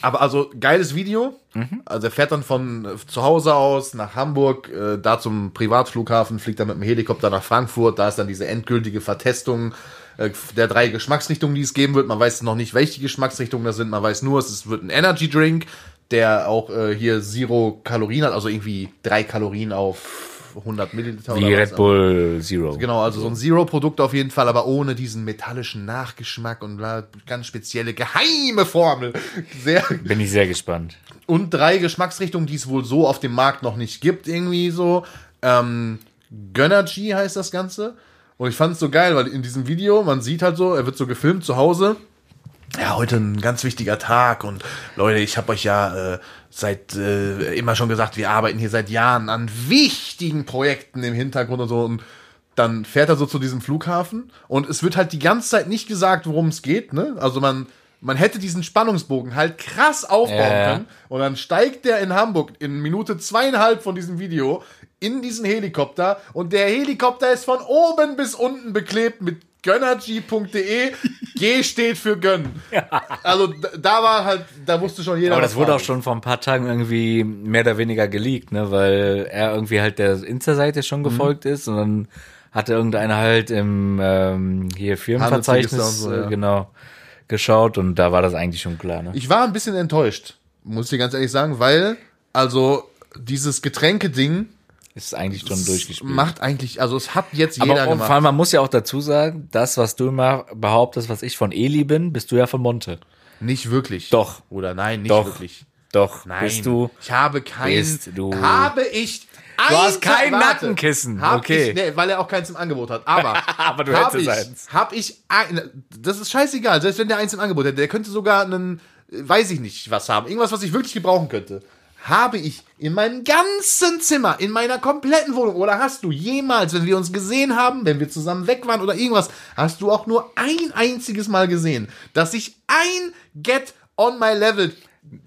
[SPEAKER 1] aber also geiles Video.
[SPEAKER 2] Mhm.
[SPEAKER 1] Also er fährt dann von äh, zu Hause aus nach Hamburg, äh, da zum Privatflughafen, fliegt dann mit dem Helikopter nach Frankfurt. Da ist dann diese endgültige Vertestung äh, der drei Geschmacksrichtungen, die es geben wird. Man weiß noch nicht, welche Geschmacksrichtungen das sind. Man weiß nur, es ist- wird ein Energy Drink, der auch äh, hier Zero Kalorien hat, also irgendwie drei Kalorien auf 100 Milliliter
[SPEAKER 2] Wie
[SPEAKER 1] was.
[SPEAKER 2] Red Bull Zero.
[SPEAKER 1] Genau, also so ein Zero-Produkt auf jeden Fall, aber ohne diesen metallischen Nachgeschmack und bla, ganz spezielle geheime Formel. Sehr.
[SPEAKER 2] Bin ich sehr gespannt.
[SPEAKER 1] Und drei Geschmacksrichtungen, die es wohl so auf dem Markt noch nicht gibt, irgendwie so. Ähm, Gönnergy heißt das Ganze. Und ich fand es so geil, weil in diesem Video, man sieht halt so, er wird so gefilmt zu Hause ja, heute ein ganz wichtiger Tag und Leute, ich habe euch ja äh, seit äh, immer schon gesagt, wir arbeiten hier seit Jahren an wichtigen Projekten im Hintergrund und so und dann fährt er so zu diesem Flughafen und es wird halt die ganze Zeit nicht gesagt, worum es geht, ne? Also man man hätte diesen Spannungsbogen halt krass aufbauen
[SPEAKER 2] Ja.
[SPEAKER 1] können und dann steigt der in Hamburg in Minute zweieinhalb von diesem Video in diesen Helikopter und der Helikopter ist von oben bis unten beklebt mit gönnerg.de. G steht für gönnen. Also da, da war halt, da wusste schon jeder.
[SPEAKER 2] Aber das
[SPEAKER 1] was
[SPEAKER 2] wurde
[SPEAKER 1] war.
[SPEAKER 2] auch schon vor ein paar Tagen irgendwie mehr oder weniger geleakt, ne? Weil er irgendwie halt der Insta-Seite
[SPEAKER 1] Mhm.
[SPEAKER 2] schon gefolgt ist und dann hatte irgendeiner halt im ähm, hier
[SPEAKER 1] Handelsregister und
[SPEAKER 2] Firmenverzeichnis
[SPEAKER 1] so, ja.
[SPEAKER 2] äh, genau geschaut und da war das eigentlich schon klar, ne?
[SPEAKER 1] Ich war ein bisschen enttäuscht, muss ich dir ganz ehrlich sagen, weil also dieses Getränkeding
[SPEAKER 2] Ist eigentlich schon
[SPEAKER 1] es
[SPEAKER 2] durchgespielt.
[SPEAKER 1] macht eigentlich, also es hat jetzt
[SPEAKER 2] Aber
[SPEAKER 1] jeder
[SPEAKER 2] und vor
[SPEAKER 1] gemacht.
[SPEAKER 2] allem, man muss ja auch dazu sagen, das, was du immer behauptest, was ich von Eli bin, bist du ja von Monte.
[SPEAKER 1] Nicht wirklich.
[SPEAKER 2] Doch.
[SPEAKER 1] Oder nein, nicht
[SPEAKER 2] Doch.
[SPEAKER 1] wirklich.
[SPEAKER 2] Doch,
[SPEAKER 1] Nein.
[SPEAKER 2] bist du.
[SPEAKER 1] Ich habe kein.
[SPEAKER 2] Bist du.
[SPEAKER 1] Habe ich. Du
[SPEAKER 2] hast kein Nackenkissen.
[SPEAKER 1] Hab
[SPEAKER 2] Okay.
[SPEAKER 1] Ich, nee, weil er auch keins im Angebot hat. Aber.
[SPEAKER 2] Aber du
[SPEAKER 1] hab
[SPEAKER 2] hättest
[SPEAKER 1] ich,
[SPEAKER 2] eins.
[SPEAKER 1] Hab ich. ein- ne, Das ist scheißegal. Selbst wenn der eins im Angebot hätte, der könnte sogar einen. äh, Weiß ich nicht, was haben. Irgendwas, was ich wirklich gebrauchen könnte. Habe ich in meinem ganzen Zimmer, in meiner kompletten Wohnung, oder hast du jemals, wenn wir uns gesehen haben, wenn wir zusammen weg waren oder irgendwas, hast du auch nur ein einziges Mal gesehen, dass ich ein Get on my level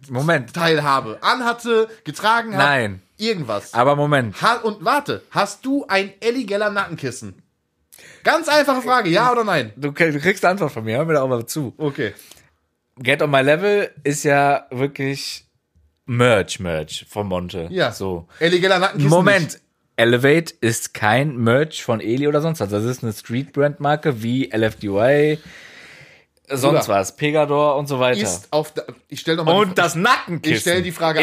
[SPEAKER 2] Moment,
[SPEAKER 1] Teilhabe anhatte, getragen hat.
[SPEAKER 2] Nein.
[SPEAKER 1] Irgendwas.
[SPEAKER 2] aber Moment.
[SPEAKER 1] Ha und warte, hast du ein Elli Geller Nackenkissen? Ganz einfache Frage, ja oder nein?
[SPEAKER 2] Du kriegst eine Antwort von mir, hör mir da auch mal zu.
[SPEAKER 1] Okay.
[SPEAKER 2] Get on my level ist ja wirklich Merch, Merch von Monte.
[SPEAKER 1] Ja.
[SPEAKER 2] So.
[SPEAKER 1] Elli Geller Nackenkissen.
[SPEAKER 2] Moment.
[SPEAKER 1] Nicht.
[SPEAKER 2] Elevate ist kein Merch von Eli oder sonst was. Das ist eine Street-Brand-Marke wie LFDY, sonst
[SPEAKER 1] Bruder.
[SPEAKER 2] was, Pegador und so weiter.
[SPEAKER 1] Ist auf der, ich stell noch mal
[SPEAKER 2] und das Nackenkissen
[SPEAKER 1] Ich stell die Frage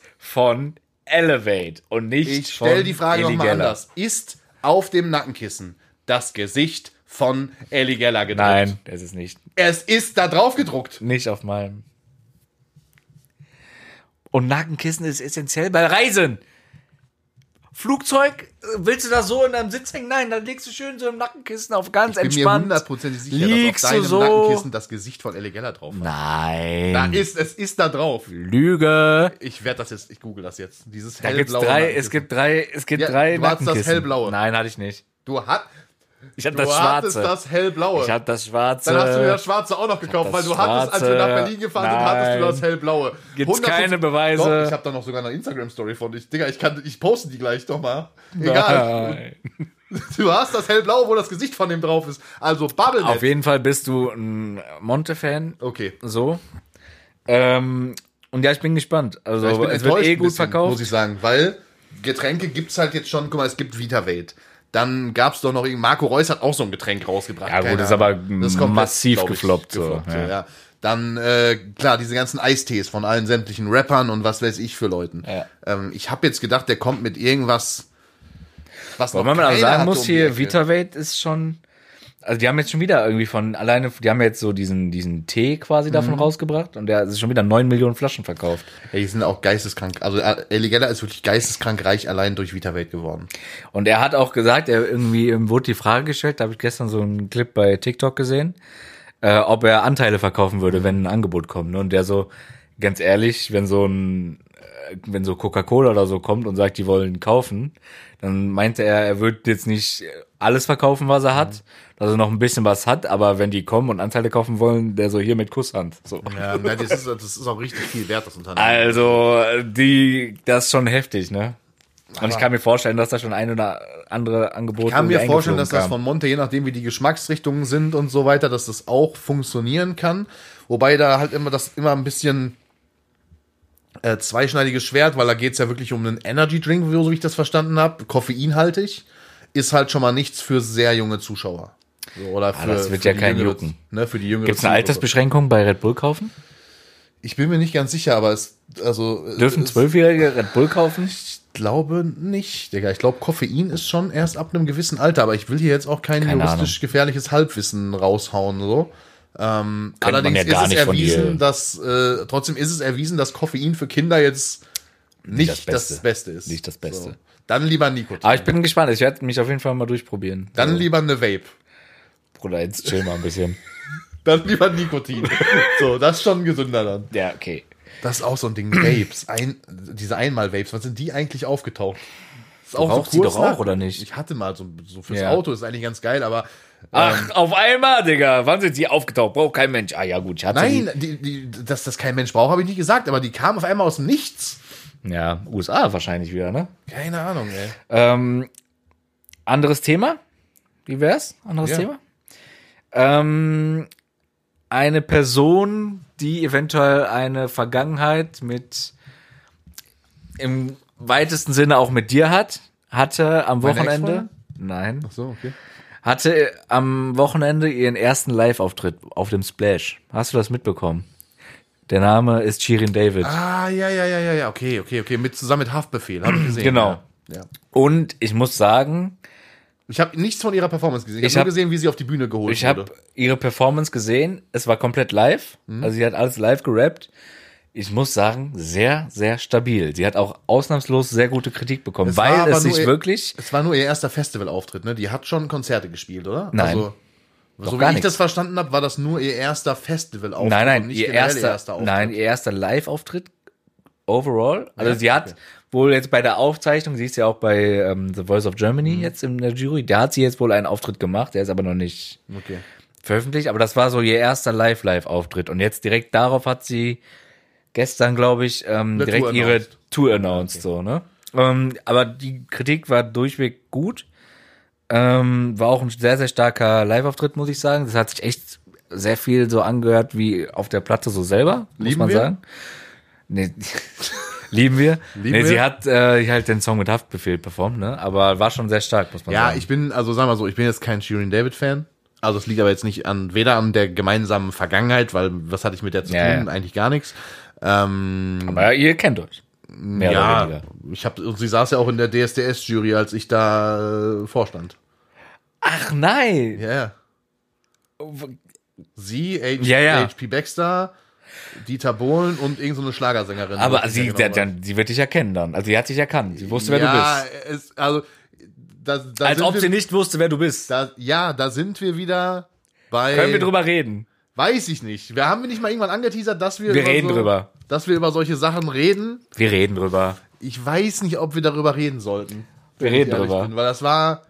[SPEAKER 1] anders.
[SPEAKER 2] von Elevate und nicht
[SPEAKER 1] Ich
[SPEAKER 2] von
[SPEAKER 1] stell die Frage
[SPEAKER 2] Eli
[SPEAKER 1] nochmal
[SPEAKER 2] Geller.
[SPEAKER 1] anders. Ist auf dem Nackenkissen das Gesicht von Elli Geller gedruckt?
[SPEAKER 2] Nein, es ist nicht.
[SPEAKER 1] Es ist da drauf gedruckt.
[SPEAKER 2] Nicht auf meinem. Und Nackenkissen ist essentiell bei Reisen. Flugzeug, äh, willst du das so in deinem Sitz hängen? Nein, dann legst du schön so im Nackenkissen auf ganz
[SPEAKER 1] Bin mir
[SPEAKER 2] entspannt.
[SPEAKER 1] hundertprozentig sicher,
[SPEAKER 2] Liegst
[SPEAKER 1] dass auf
[SPEAKER 2] du
[SPEAKER 1] deinem
[SPEAKER 2] so? Hm.
[SPEAKER 1] Nackenkissen das Gesicht von Elli Geller drauf war.
[SPEAKER 2] Nein.
[SPEAKER 1] Da ist, es ist da drauf.
[SPEAKER 2] Lüge.
[SPEAKER 1] Ich werde das jetzt, ich google das jetzt. Dieses
[SPEAKER 2] Da gibt's
[SPEAKER 1] hellblaue
[SPEAKER 2] drei,
[SPEAKER 1] Nackenkissen.
[SPEAKER 2] es gibt drei, es gibt
[SPEAKER 1] Ja,
[SPEAKER 2] drei
[SPEAKER 1] du hattest das
[SPEAKER 2] Nackenkissen.
[SPEAKER 1] hellblaue.
[SPEAKER 2] Nein, hatte ich nicht.
[SPEAKER 1] Du, hat,
[SPEAKER 2] Ich hatte
[SPEAKER 1] du
[SPEAKER 2] das
[SPEAKER 1] hattest
[SPEAKER 2] schwarze.
[SPEAKER 1] das hellblaue.
[SPEAKER 2] ich hatte das schwarze.
[SPEAKER 1] dann hast du dir das schwarze auch noch gekauft, weil
[SPEAKER 2] das
[SPEAKER 1] du hattest, als wir
[SPEAKER 2] schwarze-
[SPEAKER 1] nach Berlin gefahren sind, hattest du
[SPEAKER 2] Nein.
[SPEAKER 1] das hellblaue.
[SPEAKER 2] Gibt's
[SPEAKER 1] 100%
[SPEAKER 2] keine Beweise.
[SPEAKER 1] Doch, ich habe da noch sogar eine Instagram-Story von dich. Digga, ich, kann, ich poste die gleich doch mal. Egal.
[SPEAKER 2] Nein.
[SPEAKER 1] Du hast das hellblaue, wo das Gesicht von dem drauf ist. Also Bubble
[SPEAKER 2] Auf jeden Fall bist du ein Monte-Fan.
[SPEAKER 1] Okay.
[SPEAKER 2] So. Ähm, und ja, ich bin gespannt. Also,
[SPEAKER 1] Ich bin
[SPEAKER 2] es wird
[SPEAKER 1] enttäuscht
[SPEAKER 2] eh
[SPEAKER 1] ein bisschen,
[SPEAKER 2] gut
[SPEAKER 1] Muss
[SPEAKER 2] verkauft.
[SPEAKER 1] ich sagen, weil Getränke gibt's halt jetzt schon. Guck mal, es gibt Vitavate. Dann gab's doch noch, irgend- Marco Reus hat auch so ein Getränk rausgebracht.
[SPEAKER 2] Ja, gut,
[SPEAKER 1] Keine
[SPEAKER 2] ist
[SPEAKER 1] Ahnung.
[SPEAKER 2] aber
[SPEAKER 1] Das ist komplett,
[SPEAKER 2] massiv
[SPEAKER 1] glaub ich,
[SPEAKER 2] gefloppt, so,
[SPEAKER 1] so,
[SPEAKER 2] ja.
[SPEAKER 1] ja. Dann, äh, klar, diese ganzen Eistees von allen sämtlichen Rappern und was weiß ich für Leuten.
[SPEAKER 2] Ja.
[SPEAKER 1] Ähm, ich habe jetzt gedacht, der kommt mit irgendwas, was
[SPEAKER 2] Wobei
[SPEAKER 1] noch
[SPEAKER 2] man aber
[SPEAKER 1] keiner
[SPEAKER 2] sagen
[SPEAKER 1] hatte
[SPEAKER 2] muss,
[SPEAKER 1] um die
[SPEAKER 2] hier,
[SPEAKER 1] Ecke.
[SPEAKER 2] VitaVate ist schon. Also, die haben jetzt schon wieder irgendwie von alleine, die haben jetzt so diesen, diesen Tee quasi
[SPEAKER 1] Mhm.
[SPEAKER 2] davon rausgebracht und der ist schon wieder 9 Millionen Flaschen verkauft.
[SPEAKER 1] Ey, die sind auch geisteskrank. Also, äh, Eligella ist wirklich geisteskrank reich allein durch Vitavate geworden.
[SPEAKER 2] Und er hat auch gesagt, er irgendwie ihm wurde die Frage gestellt, da habe ich gestern so einen Clip bei TikTok gesehen, äh, ob er Anteile verkaufen würde, wenn ein Angebot kommt. Ne? Und der so, ganz ehrlich, wenn so ein wenn so Coca-Cola oder so kommt und sagt, die wollen kaufen, dann meinte er, er wird jetzt nicht alles verkaufen, was er hat, dass er noch ein bisschen was hat, aber wenn die kommen und Anteile kaufen wollen, der so hier mit Kusshand. So.
[SPEAKER 1] Ja, na, das, ist, das ist auch richtig viel wert, das Unternehmen.
[SPEAKER 2] Also, die, das ist schon heftig, ne? Und ich
[SPEAKER 1] Aber-
[SPEAKER 2] kann mir vorstellen, dass da schon ein oder andere Angebot
[SPEAKER 1] Ich kann mir vorstellen, dass das von Monte, je nachdem wie die Geschmacksrichtungen sind und so weiter, dass das auch funktionieren kann. Wobei da halt immer das immer ein bisschen äh, zweischneidiges Schwert, weil da geht's ja wirklich um einen Energy Drink, so wie ich das verstanden habe, koffeinhaltig, ist halt schon mal nichts für sehr junge Zuschauer. So, oder für,
[SPEAKER 2] Ah, das wird
[SPEAKER 1] für
[SPEAKER 2] ja
[SPEAKER 1] die
[SPEAKER 2] keinen
[SPEAKER 1] jüngere-
[SPEAKER 2] jucken.
[SPEAKER 1] Ne, für die jüngere
[SPEAKER 2] Gibt es eine
[SPEAKER 1] Zielgruppe.
[SPEAKER 2] Altersbeschränkung bei Red Bull kaufen?
[SPEAKER 1] Ich bin mir nicht ganz sicher, aber es also äh,
[SPEAKER 2] Dürfen
[SPEAKER 1] es-
[SPEAKER 2] Zwölfjährige Red Bull kaufen?
[SPEAKER 1] Ich glaube nicht, Digga. Ich glaube, Koffein ist schon erst ab einem gewissen Alter, aber ich will hier jetzt auch kein
[SPEAKER 2] Keine
[SPEAKER 1] juristisch gefährliches Halbwissen raushauen. So. Ähm,
[SPEAKER 2] Könnte man
[SPEAKER 1] allerdings
[SPEAKER 2] ja
[SPEAKER 1] ist
[SPEAKER 2] gar
[SPEAKER 1] es
[SPEAKER 2] nicht von
[SPEAKER 1] erwiesen,
[SPEAKER 2] dir-
[SPEAKER 1] dass äh, trotzdem ist es erwiesen, dass Koffein für Kinder jetzt nicht das
[SPEAKER 2] das
[SPEAKER 1] Beste,
[SPEAKER 2] Beste.
[SPEAKER 1] ist.
[SPEAKER 2] Nicht das Beste. Also.
[SPEAKER 1] Dann lieber Nikotin.
[SPEAKER 2] Aber ich bin gespannt. Ich werde mich auf jeden Fall mal durchprobieren.
[SPEAKER 1] Dann
[SPEAKER 2] also,
[SPEAKER 1] lieber eine Vape.
[SPEAKER 2] Bruder, jetzt chill mal ein bisschen.
[SPEAKER 1] Dann lieber Nikotin. so, das ist schon gesünder dann.
[SPEAKER 2] ja, okay.
[SPEAKER 1] Das ist auch so ein Ding. Vapes. Ein, diese Einmal-Vapes. Was sind die eigentlich aufgetaucht? Ist auch
[SPEAKER 2] rauchst die
[SPEAKER 1] kurz
[SPEAKER 2] doch auch,
[SPEAKER 1] nach-
[SPEAKER 2] oder nicht?
[SPEAKER 1] Ich hatte mal so, so fürs
[SPEAKER 2] Ja. Ah,
[SPEAKER 1] Auto. Ist eigentlich ganz geil, aber äh,
[SPEAKER 2] Ach, auf einmal, Digga. Wann sind die aufgetaucht? Braucht kein Mensch. Ah ja, gut, ich hatte
[SPEAKER 1] Nein, die, die, dass das kein Mensch braucht, habe ich nicht gesagt, aber die kamen auf einmal aus dem Nichts.
[SPEAKER 2] Die. Ja, USA wahrscheinlich wieder, ne?
[SPEAKER 1] Keine Ahnung, ey.
[SPEAKER 2] Ähm, anderes Thema? Wie wär's? Anderes
[SPEAKER 1] Ja.
[SPEAKER 2] Thema? Ähm, eine Person, die eventuell eine Vergangenheit mit im weitesten Sinne auch mit dir hat, hatte am
[SPEAKER 1] Meine
[SPEAKER 2] Wochenende.
[SPEAKER 1] Ex-Freundin?
[SPEAKER 2] Nein.
[SPEAKER 1] So, okay.
[SPEAKER 2] Hatte am Wochenende ihren ersten Live-Auftritt auf dem Splash. Hast du das mitbekommen? Der Name ist Shirin David.
[SPEAKER 1] Ah, ja, ja, ja, ja, ja, okay, okay, okay, mit zusammen mit Haftbefehl, habe ich gesehen.
[SPEAKER 2] Genau.
[SPEAKER 1] Ja. Ja.
[SPEAKER 2] Und ich muss sagen,
[SPEAKER 1] Ich habe nichts von ihrer Performance gesehen. Ich,
[SPEAKER 2] Ich
[SPEAKER 1] habe
[SPEAKER 2] hab-
[SPEAKER 1] nur gesehen, wie sie auf die Bühne geholt
[SPEAKER 2] Ich
[SPEAKER 1] wurde.
[SPEAKER 2] habe ihre Performance gesehen. Es war komplett live.
[SPEAKER 1] Mhm.
[SPEAKER 2] Also sie hat alles live gerappt. Ich muss sagen, sehr, sehr stabil. Sie hat auch ausnahmslos sehr gute Kritik bekommen,
[SPEAKER 1] Es war
[SPEAKER 2] weil
[SPEAKER 1] aber
[SPEAKER 2] es
[SPEAKER 1] nur
[SPEAKER 2] sich
[SPEAKER 1] ihr-
[SPEAKER 2] wirklich.
[SPEAKER 1] Es war nur ihr erster Festivalauftritt, ne? Die hat schon Konzerte gespielt, oder? Also,
[SPEAKER 2] Nein.
[SPEAKER 1] so wie
[SPEAKER 2] gar
[SPEAKER 1] ich
[SPEAKER 2] nichts.
[SPEAKER 1] das verstanden habe, war das nur ihr erster Festivalauftritt.
[SPEAKER 2] Nein,
[SPEAKER 1] und
[SPEAKER 2] nein,
[SPEAKER 1] nicht
[SPEAKER 2] ihr
[SPEAKER 1] generell
[SPEAKER 2] erster,
[SPEAKER 1] Auftritt.
[SPEAKER 2] nein, ihr erster Live-Auftritt overall. Also
[SPEAKER 1] Ja,
[SPEAKER 2] sie hat
[SPEAKER 1] okay.
[SPEAKER 2] wohl jetzt bei der Aufzeichnung, sie ist ja auch bei ähm, The Voice of
[SPEAKER 1] Mhm.
[SPEAKER 2] Germany jetzt in der Jury, da hat sie jetzt wohl einen Auftritt gemacht, der ist aber noch nicht
[SPEAKER 1] Okay.
[SPEAKER 2] veröffentlicht, aber das war so ihr erster Live-Live-Auftritt. Und jetzt direkt darauf hat sie gestern, glaube ich, ähm,
[SPEAKER 1] Eine
[SPEAKER 2] direkt
[SPEAKER 1] Tour
[SPEAKER 2] ihre
[SPEAKER 1] announced.
[SPEAKER 2] Tour announced, so, ne? Ähm, aber die Kritik war durchweg gut. Ähm, war auch ein sehr, sehr starker Live-Auftritt, muss ich sagen. Das hat sich echt sehr viel so angehört wie auf der Platte so selber, muss
[SPEAKER 1] Lieben
[SPEAKER 2] man
[SPEAKER 1] wir?
[SPEAKER 2] sagen. Nee. Lieben wir?
[SPEAKER 1] Lieben
[SPEAKER 2] nee, sie
[SPEAKER 1] wir?
[SPEAKER 2] hat äh, halt den Song mit Haftbefehl performt, ne? Aber war schon sehr stark, muss man
[SPEAKER 1] Ja,
[SPEAKER 2] sagen.
[SPEAKER 1] ich bin, also sagen wir so, ich bin jetzt kein Shirin David-Fan. Also es liegt aber jetzt nicht an, weder an der gemeinsamen Vergangenheit, weil was hatte ich mit der zu
[SPEAKER 2] Ja,
[SPEAKER 1] tun?
[SPEAKER 2] ja.
[SPEAKER 1] Eigentlich gar nichts. Ähm,
[SPEAKER 2] Aber ihr kennt euch. Mehr oder
[SPEAKER 1] ja,
[SPEAKER 2] weniger.
[SPEAKER 1] ich hab, und sie saß ja auch in der DSDS-Jury, als ich da äh, vorstand.
[SPEAKER 2] Ach nein!
[SPEAKER 1] Ja, ja. Sie, H
[SPEAKER 2] Ja, ja.
[SPEAKER 1] HP Baxter, Dieter Bohlen und irgendeine so eine Schlagersängerin.
[SPEAKER 2] Aber
[SPEAKER 1] Ich
[SPEAKER 2] sie,
[SPEAKER 1] weiß nicht mehr genau,
[SPEAKER 2] dann, sie wird dich erkennen dann. Also sie hat dich erkannt. Sie wusste, wer
[SPEAKER 1] ja,
[SPEAKER 2] du bist.
[SPEAKER 1] Es, also, da, da
[SPEAKER 2] Als
[SPEAKER 1] sind
[SPEAKER 2] ob
[SPEAKER 1] wir,
[SPEAKER 2] sie nicht wusste, wer du bist.
[SPEAKER 1] da, ja, da sind wir wieder bei.
[SPEAKER 2] Können wir drüber reden?
[SPEAKER 1] Weiß ich nicht. Wir haben wir nicht mal irgendwann angeteasert, dass wir.
[SPEAKER 2] Wir reden
[SPEAKER 1] so,
[SPEAKER 2] drüber.
[SPEAKER 1] Dass wir über solche Sachen reden.
[SPEAKER 2] Wir reden drüber.
[SPEAKER 1] Ich weiß nicht, ob wir darüber reden sollten.
[SPEAKER 2] Wir
[SPEAKER 1] wenn ich
[SPEAKER 2] reden
[SPEAKER 1] ehrlich
[SPEAKER 2] drüber.
[SPEAKER 1] Bin, weil das war.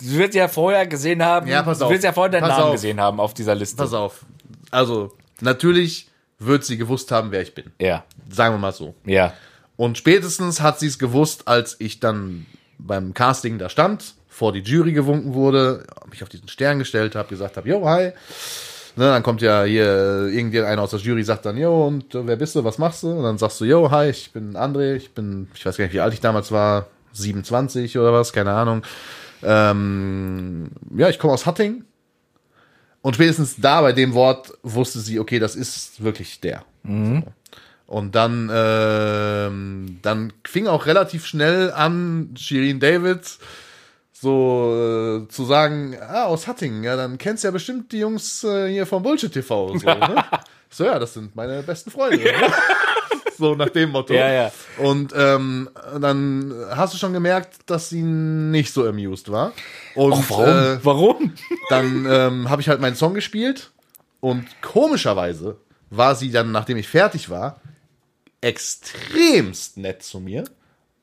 [SPEAKER 2] Sie wird ja vorher gesehen haben.
[SPEAKER 1] Ja, pass auf.
[SPEAKER 2] Sie wird ja vorher deinen
[SPEAKER 1] Pass
[SPEAKER 2] Namen
[SPEAKER 1] auf.
[SPEAKER 2] gesehen haben auf dieser Liste.
[SPEAKER 1] Pass auf. Also, natürlich wird sie gewusst haben, wer ich bin.
[SPEAKER 2] Ja,
[SPEAKER 1] Sagen wir mal so.
[SPEAKER 2] ja.
[SPEAKER 1] Und spätestens hat sie es gewusst, als ich dann beim Casting da stand, vor die Jury gewunken wurde, mich auf diesen Stern gestellt habe, gesagt habe, yo, hi. Ne, dann kommt ja hier irgendeiner aus der Jury, sagt dann, yo, und äh, wer bist du, was machst du? Und dann sagst du, yo, hi, ich bin André, ich bin, ich weiß gar nicht, wie alt ich damals war, 27 oder was, keine Ahnung. Ähm, ja, ich komme aus Hatting. Und spätestens da bei dem Wort wusste sie, okay, das ist wirklich der.
[SPEAKER 2] Mhm.
[SPEAKER 1] Und dann, ähm, dann fing auch relativ schnell an, Shirin David so äh, zu sagen, ah, aus Hattingen, ja, dann kennst du ja bestimmt die Jungs äh, hier vom Bullshit TV. So, ne? so, ja, das sind meine besten Freunde. ne? so nach dem Motto.
[SPEAKER 2] Ja, ja.
[SPEAKER 1] Und ähm, dann hast du schon gemerkt, dass sie nicht so amused war. Und Äh,
[SPEAKER 2] warum?
[SPEAKER 1] dann ähm, habe ich halt meinen Song gespielt und komischerweise war sie dann, nachdem ich fertig war, extremst nett zu mir,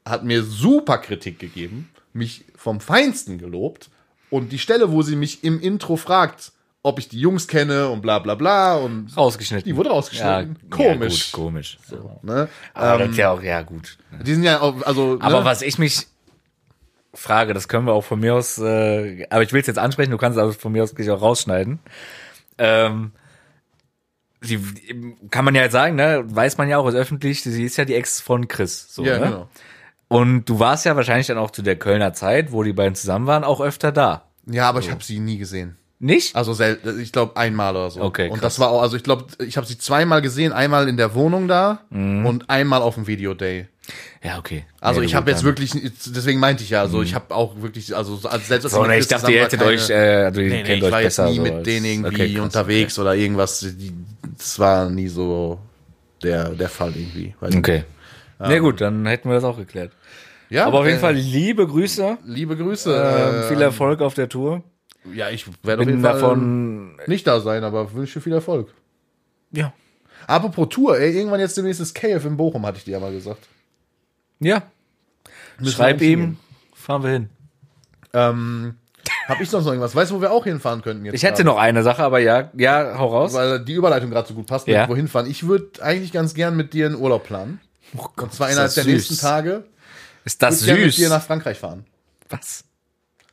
[SPEAKER 1] hat mir super Kritik gegeben, mich vom Feinsten gelobt und die Stelle, wo sie mich im Intro fragt, ob ich die Jungs kenne und bla bla bla und
[SPEAKER 2] Rausgeschnitten.
[SPEAKER 1] die wurde rausgeschnitten. Komisch.
[SPEAKER 2] Ja, gut, komisch.
[SPEAKER 1] Ne?
[SPEAKER 2] Aber das ist ja auch, ja, gut.
[SPEAKER 1] Die sind ja auch, also.
[SPEAKER 2] Aber
[SPEAKER 1] ne?
[SPEAKER 2] was ich mich frage, das können wir auch von mir aus, äh, aber ich will es jetzt ansprechen, du kannst es aber von mir aus gleich auch rausschneiden. Ähm, sie kann man ja jetzt sagen, ne, weiß man ja auch, ist öffentlich, sie ist ja die Ex von Chris. So,
[SPEAKER 1] Ja,
[SPEAKER 2] ne?
[SPEAKER 1] genau.
[SPEAKER 2] Und du warst ja wahrscheinlich dann auch zu der Kölner Zeit, wo die beiden zusammen waren, auch öfter da.
[SPEAKER 1] Ja, aber ich habe sie nie gesehen.
[SPEAKER 2] Nicht?
[SPEAKER 1] Also selten, ich glaube einmal oder so.
[SPEAKER 2] Okay,
[SPEAKER 1] Und
[SPEAKER 2] krass.
[SPEAKER 1] das war auch, also ich glaube, ich habe sie zweimal gesehen, einmal in der Wohnung da und einmal auf dem Videoday.
[SPEAKER 2] Ja, okay.
[SPEAKER 1] Also
[SPEAKER 2] Mhm. Nee,
[SPEAKER 1] ich
[SPEAKER 2] du,
[SPEAKER 1] habe jetzt
[SPEAKER 2] dann-
[SPEAKER 1] wirklich, deswegen meinte ich ja, also ich habe auch wirklich, also so- als selbst als
[SPEAKER 2] So,
[SPEAKER 1] mit
[SPEAKER 2] ne, ich
[SPEAKER 1] Chris
[SPEAKER 2] dachte,
[SPEAKER 1] zusammen
[SPEAKER 2] ihr
[SPEAKER 1] war
[SPEAKER 2] hättet
[SPEAKER 1] keine-
[SPEAKER 2] euch, äh, du
[SPEAKER 1] nee, nee,
[SPEAKER 2] kennt
[SPEAKER 1] ich
[SPEAKER 2] euch
[SPEAKER 1] war
[SPEAKER 2] besser.
[SPEAKER 1] jetzt nie
[SPEAKER 2] so
[SPEAKER 1] mit
[SPEAKER 2] als-
[SPEAKER 1] denen irgendwie
[SPEAKER 2] okay, krass.
[SPEAKER 1] unterwegs oder irgendwas. Die, das war nie so der der Fall irgendwie. Weiß nicht.
[SPEAKER 2] Okay. Na gut, dann hätten wir das auch geklärt.
[SPEAKER 1] Ja,
[SPEAKER 2] Aber auf jeden
[SPEAKER 1] äh,
[SPEAKER 2] Fall liebe Grüße.
[SPEAKER 1] liebe Grüße.
[SPEAKER 2] Ähm,
[SPEAKER 1] äh,
[SPEAKER 2] viel Erfolg auf ähm, der Tour.
[SPEAKER 1] Ja, ich werde auf
[SPEAKER 2] Bin
[SPEAKER 1] jeden Fall
[SPEAKER 2] davon.
[SPEAKER 1] nicht da sein, aber wünsche viel Erfolg.
[SPEAKER 2] Ja.
[SPEAKER 1] Apropos Tour, ey, irgendwann jetzt demnächst ist KF in Bochum, hatte ich dir ja mal gesagt.
[SPEAKER 2] Ja.
[SPEAKER 1] Müssen
[SPEAKER 2] Schreib
[SPEAKER 1] wir
[SPEAKER 2] ihm,
[SPEAKER 1] umschieben.
[SPEAKER 2] fahren wir hin.
[SPEAKER 1] Ähm, hab ich sonst noch irgendwas? Weißt du, wo wir auch hinfahren könnten jetzt?
[SPEAKER 2] Ich hätte
[SPEAKER 1] gerade?
[SPEAKER 2] noch eine Sache, aber ja, ja, hau raus.
[SPEAKER 1] Weil die Überleitung gerade so gut passt, mit
[SPEAKER 2] Ja.
[SPEAKER 1] wohin fahren. Ich würde eigentlich ganz gern mit dir einen Urlaub planen.
[SPEAKER 2] Oh
[SPEAKER 1] Und zwar innerhalb der nächsten Tage.
[SPEAKER 2] Ist
[SPEAKER 1] Ich
[SPEAKER 2] das
[SPEAKER 1] würd gern mit dir
[SPEAKER 2] süß?
[SPEAKER 1] nach Frankreich fahren.
[SPEAKER 2] Was?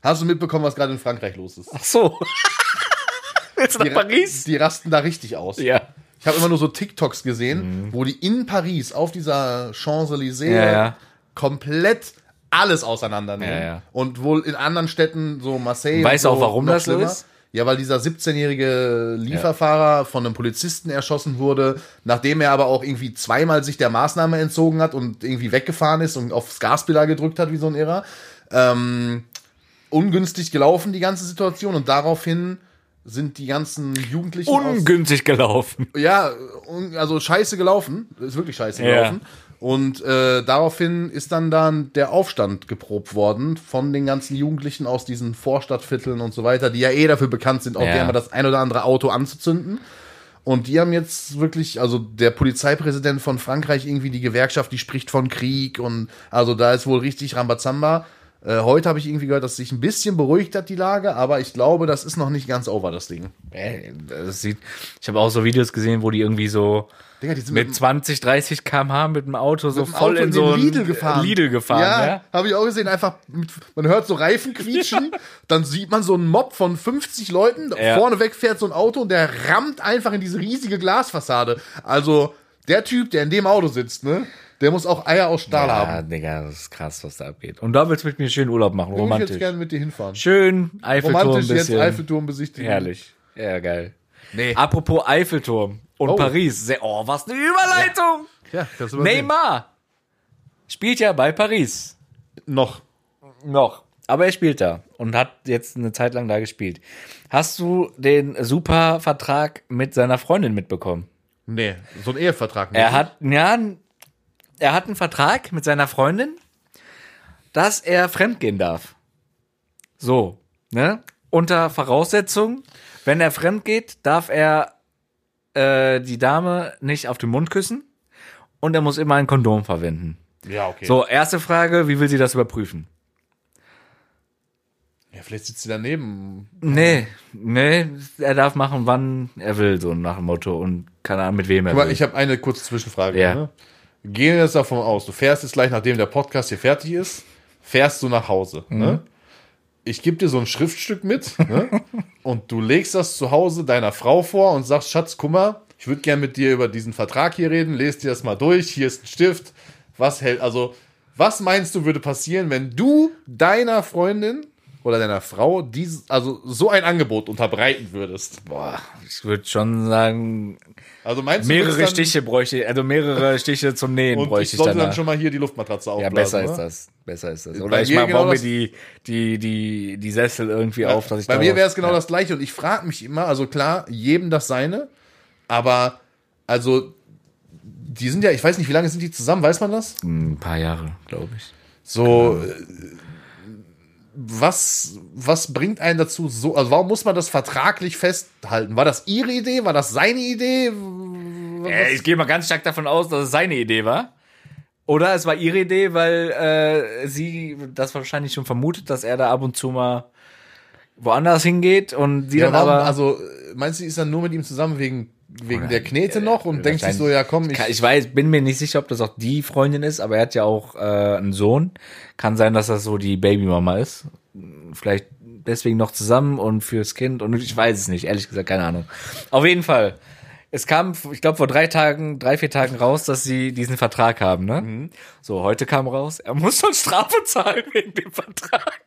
[SPEAKER 1] Hast du mitbekommen, was gerade in Frankreich los ist?
[SPEAKER 2] Ach so. Willst du nach Paris?
[SPEAKER 1] Die rasten da richtig aus.
[SPEAKER 2] Ja.
[SPEAKER 1] Ich habe immer nur so TikToks gesehen, wo die in Paris auf dieser Champs-Élysées
[SPEAKER 2] Mhm. Ja, ja.
[SPEAKER 1] komplett alles auseinandernehmen.
[SPEAKER 2] Ja, ja.
[SPEAKER 1] Und wohl in anderen Städten, so Marseille.
[SPEAKER 2] Weißt
[SPEAKER 1] und
[SPEAKER 2] du
[SPEAKER 1] so,
[SPEAKER 2] auch, warum
[SPEAKER 1] noch
[SPEAKER 2] das so ist?
[SPEAKER 1] Ja, weil dieser 17-jährige Lieferfahrer von einem Polizisten erschossen wurde, nachdem er aber auch irgendwie zweimal sich der Maßnahme entzogen hat und irgendwie weggefahren ist und aufs Gaspedal gedrückt hat wie so ein Irrer. Ähm, ungünstig gelaufen, die ganze Situation. Und daraufhin sind die ganzen Jugendlichen aus
[SPEAKER 2] Ungünstig gelaufen.
[SPEAKER 1] ja, un- also scheiße gelaufen, ist wirklich scheiße
[SPEAKER 2] Ja.
[SPEAKER 1] gelaufen. Und äh, daraufhin ist dann dann der Aufstand geprobt worden von den ganzen Jugendlichen aus diesen Vorstadtvierteln und so weiter, die ja eh dafür bekannt sind, auch
[SPEAKER 2] Ja.
[SPEAKER 1] gerne mal das ein oder andere Auto anzuzünden. Und die haben jetzt wirklich, also der Polizeipräsident von Frankreich irgendwie die Gewerkschaft, die spricht von Krieg und also da ist wohl richtig Rambazamba. Äh, heute habe ich irgendwie gehört, dass sich ein bisschen beruhigt hat die Lage, aber ich glaube, das ist noch nicht ganz over das Ding.
[SPEAKER 2] Ey, Das sieht, ich habe auch so Videos gesehen, wo die irgendwie so
[SPEAKER 1] Digga, die sind
[SPEAKER 2] mit 20, 30 km/h mit dem Auto so
[SPEAKER 1] dem
[SPEAKER 2] voll
[SPEAKER 1] Auto
[SPEAKER 2] in so
[SPEAKER 1] den
[SPEAKER 2] ein
[SPEAKER 1] Lidl gefahren.
[SPEAKER 2] Lidl gefahren,
[SPEAKER 1] ja.
[SPEAKER 2] ja.
[SPEAKER 1] Habe ich auch gesehen, einfach mit, man hört so Reifen quietschen, dann sieht man so einen Mob von 50 Leuten,
[SPEAKER 2] Ja.
[SPEAKER 1] vorne weg fährt so ein Auto und der rammt einfach in diese riesige Glasfassade. Also der Typ, der in dem Auto sitzt, ne, der muss auch Eier aus Stahl haben.
[SPEAKER 2] Ja, Ah, Digga, das ist krass, was da abgeht. Und da willst du mit mir schön Urlaub machen,
[SPEAKER 1] Ich würde jetzt
[SPEAKER 2] romantisch.
[SPEAKER 1] gerne mit dir hinfahren.
[SPEAKER 2] Schön, Eiffelturm ein
[SPEAKER 1] Romantisch jetzt
[SPEAKER 2] bisschen.
[SPEAKER 1] Eiffelturm besichtigen.
[SPEAKER 2] Herrlich. Ja, geil.
[SPEAKER 1] Nee.
[SPEAKER 2] Apropos Eiffelturm und
[SPEAKER 1] Oh.
[SPEAKER 2] Paris. Sehr, oh, was eine Überleitung.
[SPEAKER 1] Ja, kannst du mal sehen.
[SPEAKER 2] Neymar spielt ja bei Paris.
[SPEAKER 1] Noch.
[SPEAKER 2] Noch. Aber er spielt da und hat jetzt eine Zeit lang da gespielt. Hast du den super Vertrag mit seiner Freundin mitbekommen?
[SPEAKER 1] Nee, so ein Ehevertrag.
[SPEAKER 2] Er hat, ja, er hat einen Vertrag mit seiner Freundin, dass er fremdgehen darf. So, ne? Unter Voraussetzung, wenn er fremdgeht, darf er äh, die Dame nicht auf den Mund küssen und er muss immer ein Kondom verwenden.
[SPEAKER 1] Ja, okay.
[SPEAKER 2] So, erste Frage, wie will sie das überprüfen?
[SPEAKER 1] Ja, vielleicht sitzt sie daneben.
[SPEAKER 2] Nee, nee, er darf machen, wann er will, so nach dem Motto und keine Ahnung, mit wem er
[SPEAKER 1] Guck mal,
[SPEAKER 2] will.
[SPEAKER 1] ich habe eine kurze Zwischenfrage.
[SPEAKER 2] Ja.
[SPEAKER 1] Ne? Gehen wir jetzt davon aus, du fährst jetzt gleich, nachdem der Podcast hier fertig ist, fährst du nach Hause.
[SPEAKER 2] Mhm.
[SPEAKER 1] Ne? Ich gebe dir so ein Schriftstück mit ne? und du legst das zu Hause deiner Frau vor und sagst, Schatz, guck mal, ich würde gerne mit dir über diesen Vertrag hier reden, lest dir das mal durch, hier ist ein Stift. Was hält, also, was meinst du, würde passieren, wenn du deiner Freundin oder deiner Frau dies, also so ein Angebot unterbreiten würdest?
[SPEAKER 2] Boah, ich würde schon sagen,
[SPEAKER 1] Also meinst du,
[SPEAKER 2] Mehrere
[SPEAKER 1] würdest dann-
[SPEAKER 2] Stiche bräuchte ich, also mehrere Stiche zum Nähen
[SPEAKER 1] Und ich
[SPEAKER 2] bräuchte ich
[SPEAKER 1] sollte
[SPEAKER 2] dann.
[SPEAKER 1] dann schon mal hier die Luftmatratze
[SPEAKER 2] ja,
[SPEAKER 1] aufblasen.
[SPEAKER 2] besser
[SPEAKER 1] ne?
[SPEAKER 2] ist das. Besser ist das. Oder ich
[SPEAKER 1] mir
[SPEAKER 2] mach,
[SPEAKER 1] genau
[SPEAKER 2] baue mir
[SPEAKER 1] das-
[SPEAKER 2] die, die, die, die Sessel irgendwie auf, dass ich
[SPEAKER 1] Bei
[SPEAKER 2] da
[SPEAKER 1] mir
[SPEAKER 2] was-
[SPEAKER 1] wäre es genau
[SPEAKER 2] ja.
[SPEAKER 1] das gleiche und ich frage mich immer, also klar, jedem das seine, aber also die sind ja, ich weiß nicht, wie lange sind die zusammen, weiß man das?
[SPEAKER 2] Ein paar Jahre, glaube ich.
[SPEAKER 1] So äh, was was bringt einen dazu so also warum muss man das vertraglich festhalten? War das ihre Idee, war das seine Idee?
[SPEAKER 2] Äh, ich gehe mal ganz stark davon aus, dass es seine Idee war. Oder es war ihre Idee, weil äh, sie das wahrscheinlich schon vermutet, dass er da ab und zu mal woanders hingeht und sie
[SPEAKER 1] ja,
[SPEAKER 2] dann
[SPEAKER 1] warum,
[SPEAKER 2] aber.
[SPEAKER 1] also äh, meinst du, die ist dann nur mit ihm zusammen wegen, wegen
[SPEAKER 2] Oder- äh,
[SPEAKER 1] der Knete noch und denkt sich so, ja komm, ich,
[SPEAKER 2] Ka- Ich weiß, bin mir nicht sicher, ob das auch die Freundin ist, aber er hat ja auch äh, einen Sohn. Kann sein, dass das so die Babymama ist. Vielleicht deswegen noch zusammen und fürs Kind und ich weiß es nicht, ehrlich gesagt, keine Ahnung. Auf jeden Fall. Es kam, ich glaube, vor drei Tagen, drei, vier Tagen raus, dass sie diesen Vertrag haben, ne?
[SPEAKER 1] Mhm.
[SPEAKER 2] So, heute kam raus, er muss schon Strafe zahlen wegen dem Vertrag.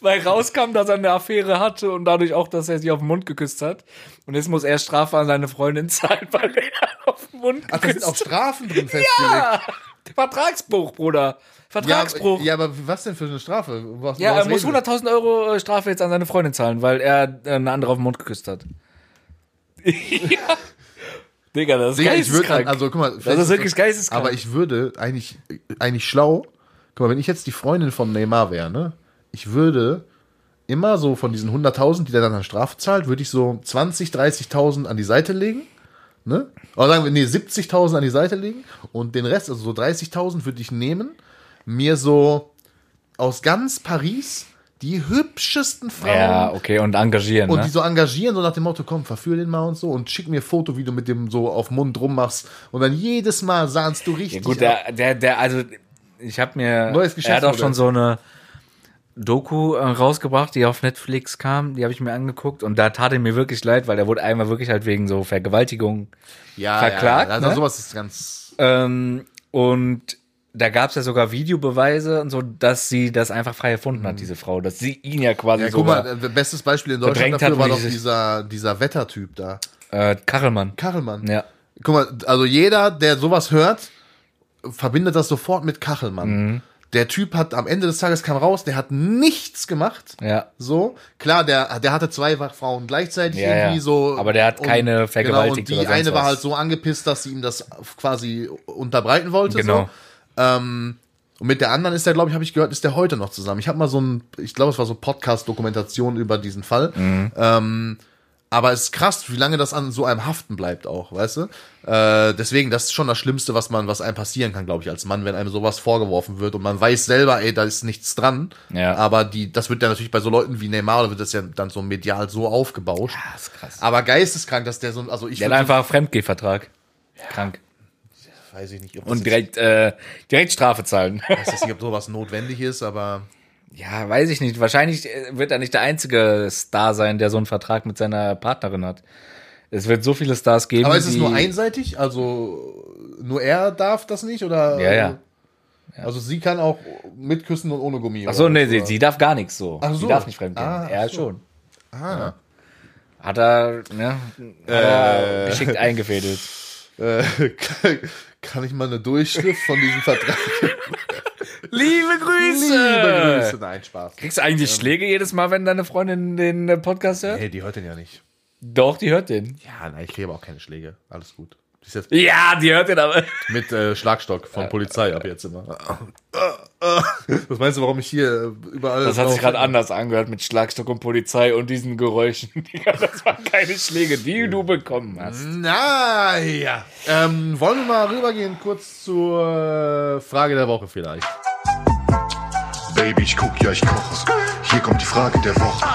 [SPEAKER 2] Weil rauskam, dass er eine Affäre hatte und dadurch auch, dass er sich auf den Mund geküsst hat. Und jetzt muss er Strafe an seine Freundin zahlen, weil er auf den Mund
[SPEAKER 1] ach, da sind
[SPEAKER 2] geküsst
[SPEAKER 1] auch
[SPEAKER 2] hat.
[SPEAKER 1] Strafen drin festgelegt.
[SPEAKER 2] Ah, Vertragsbruch, Bruder.
[SPEAKER 1] Ja,
[SPEAKER 2] Vertragsbruch.
[SPEAKER 1] ja, aber was denn für eine Strafe? Was,
[SPEAKER 2] Ja, er
[SPEAKER 1] was
[SPEAKER 2] muss
[SPEAKER 1] reden wir?
[SPEAKER 2] 100.000 Euro äh, Strafe jetzt an seine Freundin zahlen, weil er äh, eine andere auf den Mund geküsst hat. ja. Digga, das ist
[SPEAKER 1] Digga, ich würde,
[SPEAKER 2] geisteskrank.
[SPEAKER 1] also guck mal,
[SPEAKER 2] das ist wirklich geisteskrank.
[SPEAKER 1] aber ich würde eigentlich, eigentlich schlau, guck mal, wenn ich jetzt die Freundin von Neymar wäre, ne, ich würde immer so von diesen 100.000, die der dann an Strafe zahlt, würde ich so 20, 30.000 an die Seite legen, ne, oder sagen wir, nee, 70.000 an die Seite legen und den Rest, also so 30.000 würde ich nehmen, mir so aus ganz Paris die hübschesten Frauen
[SPEAKER 2] ja, okay, und engagieren,
[SPEAKER 1] und
[SPEAKER 2] ne?
[SPEAKER 1] die so engagieren, so nach dem Motto, komm, verführ den mal und so und schick mir ein Foto, wie du mit dem so auf Mund rummachst. Und dann jedes Mal sahnst du richtig.
[SPEAKER 2] Ja, gut,
[SPEAKER 1] ab.
[SPEAKER 2] der, der, der, also ich habe mir,
[SPEAKER 1] Neues
[SPEAKER 2] er hat auch
[SPEAKER 1] Geschäftsmodell.
[SPEAKER 2] schon so eine Doku äh, rausgebracht, die auf Netflix kam, die habe ich mir angeguckt und da tat er mir wirklich leid, weil er wurde einmal wirklich halt wegen so Vergewaltigung
[SPEAKER 1] ja,
[SPEAKER 2] verklagt,
[SPEAKER 1] Ja, also
[SPEAKER 2] ne?
[SPEAKER 1] sowas ist ganz.
[SPEAKER 2] ähm, und da gab es ja sogar Videobeweise und so, dass sie das einfach frei erfunden hat, diese Frau, dass sie ihn ja quasi
[SPEAKER 1] Mhm. Ja,
[SPEAKER 2] so
[SPEAKER 1] guck mal, äh, bestes Beispiel in Deutschland
[SPEAKER 2] Bedrängt
[SPEAKER 1] dafür
[SPEAKER 2] hat
[SPEAKER 1] war
[SPEAKER 2] mich
[SPEAKER 1] doch
[SPEAKER 2] sich-
[SPEAKER 1] dieser, dieser Wettertyp da.
[SPEAKER 2] äh, Kachelmann.
[SPEAKER 1] Kachelmann.
[SPEAKER 2] Ja.
[SPEAKER 1] Guck mal, also jeder, der sowas hört, verbindet das sofort mit Kachelmann.
[SPEAKER 2] Mhm.
[SPEAKER 1] Der Typ hat am Ende des Tages kam raus, der hat nichts gemacht.
[SPEAKER 2] Ja.
[SPEAKER 1] So, klar, der, der hatte zwei Frauen gleichzeitig
[SPEAKER 2] Ja, ja.
[SPEAKER 1] irgendwie so.
[SPEAKER 2] Aber der hat keine vergewaltigt
[SPEAKER 1] Genau, und
[SPEAKER 2] oder
[SPEAKER 1] die
[SPEAKER 2] sonst
[SPEAKER 1] eine war
[SPEAKER 2] was.
[SPEAKER 1] halt so angepisst, dass sie ihm das quasi unterbreiten wollte.
[SPEAKER 2] Genau.
[SPEAKER 1] So. Und mit der anderen ist der, glaube ich, habe ich gehört, ist der heute noch zusammen. Ich habe mal so ein, ich glaube, es war so Podcast-Dokumentation über diesen Fall.
[SPEAKER 2] Mhm.
[SPEAKER 1] Ähm, aber es ist krass, wie lange das an so einem haften bleibt auch, weißt du? Äh, deswegen, das ist schon das Schlimmste, was man, was einem passieren kann, glaube ich, als Mann, wenn einem sowas vorgeworfen wird und man weiß selber, ey, da ist nichts dran.
[SPEAKER 2] Ja.
[SPEAKER 1] Aber die, das wird ja natürlich bei so Leuten wie Neymar, da wird das ja dann so medial so aufgebauscht.
[SPEAKER 2] Ah, ist krass.
[SPEAKER 1] Aber geisteskrank, dass der so, also ich
[SPEAKER 2] Der hat
[SPEAKER 1] würd-
[SPEAKER 2] einfach Fremdgehvertrag. Krank.
[SPEAKER 1] weiß ich nicht, ob das,
[SPEAKER 2] Und direkt, äh, direkt Strafe zahlen.
[SPEAKER 1] jetzt, weiß ich nicht, ob sowas notwendig ist, aber
[SPEAKER 2] Ja, weiß ich nicht. Wahrscheinlich äh, wird er nicht der einzige Star sein, der so einen Vertrag mit seiner Partnerin hat. Es wird so viele Stars geben.
[SPEAKER 1] Aber ist es
[SPEAKER 2] die-
[SPEAKER 1] nur einseitig? Also nur er darf das nicht? Oder,
[SPEAKER 2] Ja, ja.
[SPEAKER 1] Also sie kann auch mit Küssen und ohne Gummi.
[SPEAKER 2] Ach so,
[SPEAKER 1] oder?
[SPEAKER 2] nee, sie,
[SPEAKER 1] Oder-
[SPEAKER 2] sie darf gar nichts so.
[SPEAKER 1] Ach so.
[SPEAKER 2] Sie darf nicht fremdgehen.
[SPEAKER 1] Ah,
[SPEAKER 2] er
[SPEAKER 1] ach so.
[SPEAKER 2] schon.
[SPEAKER 1] Ah,
[SPEAKER 2] Hat er, ne, hat er geschickt eingefädelt.
[SPEAKER 1] äh, kann ich mal eine Durchschrift von diesem Vertrag?
[SPEAKER 2] Liebe
[SPEAKER 1] Liebe Grüße. Nein, Spaß.
[SPEAKER 2] Kriegst du eigentlich Schläge jedes Mal, wenn deine Freundin den äh, Podcast hört?
[SPEAKER 1] Nee, die hört den ja nicht.
[SPEAKER 2] Doch, die hört den.
[SPEAKER 1] Ja, nein, ich kriege aber auch keine Schläge. Alles gut. Die ist jetzt
[SPEAKER 2] Ja, die hört den aber.
[SPEAKER 1] mit äh, Schlagstock von Polizei ab jetzt immer. Was meinst du, warum ich hier äh, überall...
[SPEAKER 2] Das hat sich gerade anders angehört mit Schlagstock und Polizei und diesen Geräuschen. Digga, Das waren keine Schläge, die
[SPEAKER 1] Mhm.
[SPEAKER 2] du bekommen hast.
[SPEAKER 1] Na ja. Ähm, wollen wir mal rübergehen kurz zur äh, Frage der Woche vielleicht.
[SPEAKER 3] Baby, ich guck, ja, ich koche. Hier kommt die Frage der Woche.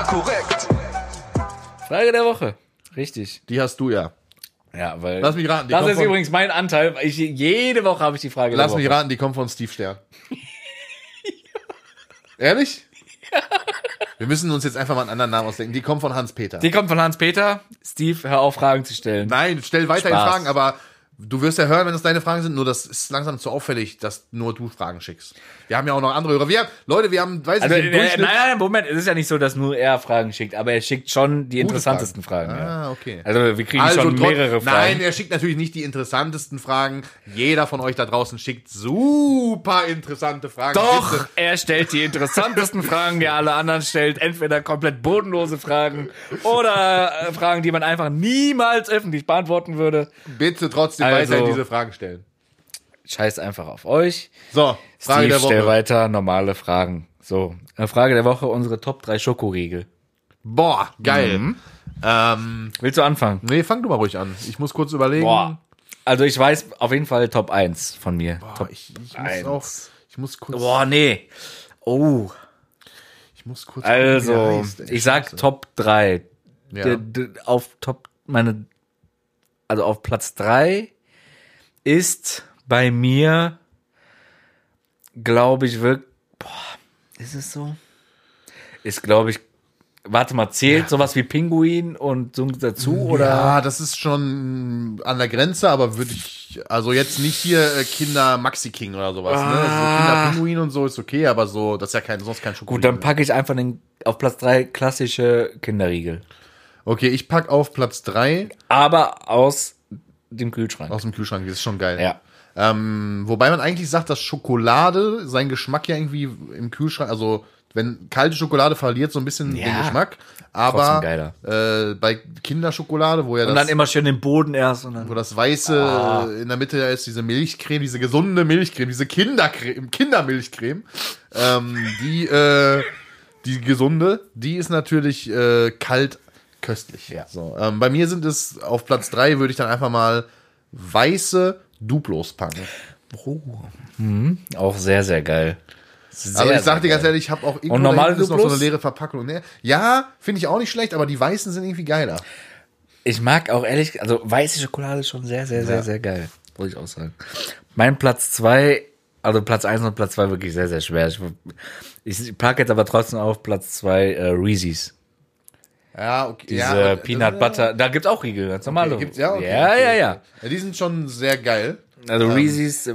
[SPEAKER 2] Frage der Woche. Richtig.
[SPEAKER 1] Die hast du ja.
[SPEAKER 2] Ja, weil.
[SPEAKER 1] Lass mich raten, die
[SPEAKER 2] Das
[SPEAKER 1] kommt
[SPEAKER 2] ist
[SPEAKER 1] von-
[SPEAKER 2] übrigens mein Anteil. weil Ich, jede Woche habe ich die Frage
[SPEAKER 1] Lass
[SPEAKER 2] der Woche.
[SPEAKER 1] mich raten, die kommt von Steve Stern. Ehrlich? Wir müssen uns jetzt einfach mal einen anderen Namen ausdenken. Die kommt von Hans-Peter.
[SPEAKER 2] Die kommt von Hans-Peter. Steve, hör auf, Fragen zu stellen.
[SPEAKER 1] Nein, stell weiterhin
[SPEAKER 2] Spaß.
[SPEAKER 1] Fragen, aber du wirst ja hören, wenn es deine Fragen sind. Nur das ist langsam zu auffällig, dass nur du Fragen schickst. Wir haben ja auch noch andere Hörer. Wir haben, Leute, wir haben, weiß ich
[SPEAKER 2] Also,
[SPEAKER 1] nicht,
[SPEAKER 2] äh,
[SPEAKER 1] im
[SPEAKER 2] nein,
[SPEAKER 1] Durchschnitt-
[SPEAKER 2] nein, Moment, es ist ja nicht so, dass nur er Fragen schickt, aber er schickt schon die interessantesten Fragen. ja.
[SPEAKER 1] Ah, okay.
[SPEAKER 2] Also wir kriegen schon
[SPEAKER 1] trotz-
[SPEAKER 2] mehrere Fragen.
[SPEAKER 1] Nein, er schickt natürlich nicht die interessantesten Fragen. Jeder von euch da draußen schickt super interessante Fragen.
[SPEAKER 2] Doch,
[SPEAKER 1] Bitte.
[SPEAKER 2] er stellt die interessantesten Fragen, die alle anderen stellt. Entweder komplett bodenlose Fragen oder äh, Fragen, die man einfach niemals öffentlich beantworten würde.
[SPEAKER 1] Bitte trotzdem
[SPEAKER 2] Also-
[SPEAKER 1] weiterhin diese Fragen stellen.
[SPEAKER 2] Scheiß einfach auf euch.
[SPEAKER 1] So, Frage
[SPEAKER 2] Steve,
[SPEAKER 1] der
[SPEAKER 2] stell
[SPEAKER 1] Woche.
[SPEAKER 2] weiter normale Fragen. So, äh, Frage der Woche, unsere Top 3 Schokoriegel.
[SPEAKER 1] Boah, geil. Ähm,
[SPEAKER 2] Willst du anfangen?
[SPEAKER 1] nee, fang du mal ruhig an. Ich muss kurz überlegen.
[SPEAKER 2] Boah. Also ich weiß auf jeden Fall Top 1 von mir.
[SPEAKER 1] Boah,
[SPEAKER 2] Top
[SPEAKER 1] ich, ich muss
[SPEAKER 2] eins.
[SPEAKER 1] auch. Ich muss kurz.
[SPEAKER 2] Boah, nee. Oh.
[SPEAKER 1] Ich muss kurz.
[SPEAKER 2] Also,
[SPEAKER 1] gucken, wie der heißt, ey.
[SPEAKER 2] ich sag
[SPEAKER 1] Scheiße.
[SPEAKER 2] Top 3.
[SPEAKER 1] Ja.
[SPEAKER 2] D- d- Auf Top, meine, also auf Platz 3 ist bei mir, glaube ich, wirklich, boah, ist es so? Ist, glaube ich, warte mal, zählt sowas wie Pinguin und so dazu, oder?
[SPEAKER 1] ja, das ist schon an der Grenze, aber würde ich, also jetzt nicht hier äh, Kinder Maxi King oder sowas, ne? So Kinder Pinguin und so ist okay, aber so, das ist ja kein, sonst kein Schokolade.
[SPEAKER 2] Gut, dann packe ich einfach den, auf Platz 3 klassische Kinderriegel.
[SPEAKER 1] Okay, ich pack auf Platz drei
[SPEAKER 2] Aber aus dem Kühlschrank.
[SPEAKER 1] aus dem Kühlschrank, das ist schon geil.
[SPEAKER 2] Ja.
[SPEAKER 1] Ähm, wobei man eigentlich sagt, dass Schokolade seinen Geschmack ja irgendwie im Kühlschrank, also wenn kalte Schokolade verliert so ein bisschen den
[SPEAKER 2] Ja.
[SPEAKER 1] Geschmack,
[SPEAKER 2] Trotzdem
[SPEAKER 1] aber
[SPEAKER 2] geiler.
[SPEAKER 1] äh, bei Kinderschokolade, wo ja
[SPEAKER 2] Und
[SPEAKER 1] das,
[SPEAKER 2] dann Ah. immer schön den Boden erst und dann.
[SPEAKER 1] wo das weiße äh, in der Mitte ist, diese Milchcreme, diese gesunde Milchcreme, diese Kindercreme, Kindermilchcreme, ähm, die äh, die gesunde, die ist natürlich äh, kalt köstlich.
[SPEAKER 2] Ja.
[SPEAKER 1] So, ähm, bei mir sind es auf Platz drei würde ich dann einfach mal weiße Duplos packen.
[SPEAKER 2] Mhm. Auch sehr, sehr geil.
[SPEAKER 1] Also ich sag
[SPEAKER 2] sagte
[SPEAKER 1] dir ganz ehrlich, ich habe auch irgendwo
[SPEAKER 2] Und normale
[SPEAKER 1] da hinten ist noch so eine
[SPEAKER 2] Duplos?
[SPEAKER 1] leere Verpackung. Ne? Ja, finde ich auch nicht schlecht, aber die weißen sind irgendwie geiler.
[SPEAKER 2] Ich mag auch ehrlich, also weiße Schokolade ist schon sehr, sehr, sehr, sehr geil. Muss ich auch sagen. Mein Platz zwei, also Platz eins und Platz zwei wirklich sehr, sehr schwer. Ich, ich packe jetzt aber trotzdem auf Platz zwei äh, Reese's.
[SPEAKER 1] Ja, okay.
[SPEAKER 2] Diese
[SPEAKER 1] ja, äh, aber-
[SPEAKER 2] Peanut Butter. Da gibt's auch Riegel, ganz normale.
[SPEAKER 1] Gibt's, ja, okay,
[SPEAKER 2] ja,
[SPEAKER 1] okay,
[SPEAKER 2] ja,
[SPEAKER 1] okay.
[SPEAKER 2] ja.
[SPEAKER 1] ja. Die sind schon sehr geil.
[SPEAKER 2] Also Reese's, äh,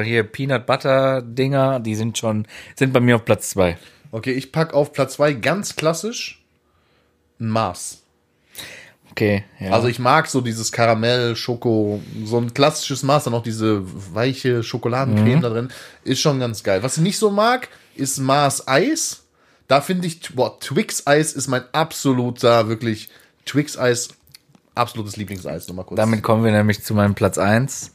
[SPEAKER 2] äh, hier Peanut Butter Dinger, die sind schon, sind bei mir auf Platz zwei.
[SPEAKER 1] Okay, ich pack auf Platz zwei ganz klassisch ein Mars.
[SPEAKER 2] Okay, ja.
[SPEAKER 1] Also ich mag so dieses Karamell, Schoko, so ein klassisches Mars, dann auch diese weiche Schokoladencreme
[SPEAKER 2] Mhm.
[SPEAKER 1] da drin, ist schon ganz geil. Was ich nicht so mag, ist Mars Eis. Da finde ich, boah, Twix Eis ist mein absoluter, wirklich, Twix Eis, absolutes Lieblingseis, nochmal kurz.
[SPEAKER 2] Damit kommen wir nämlich zu meinem Platz eins.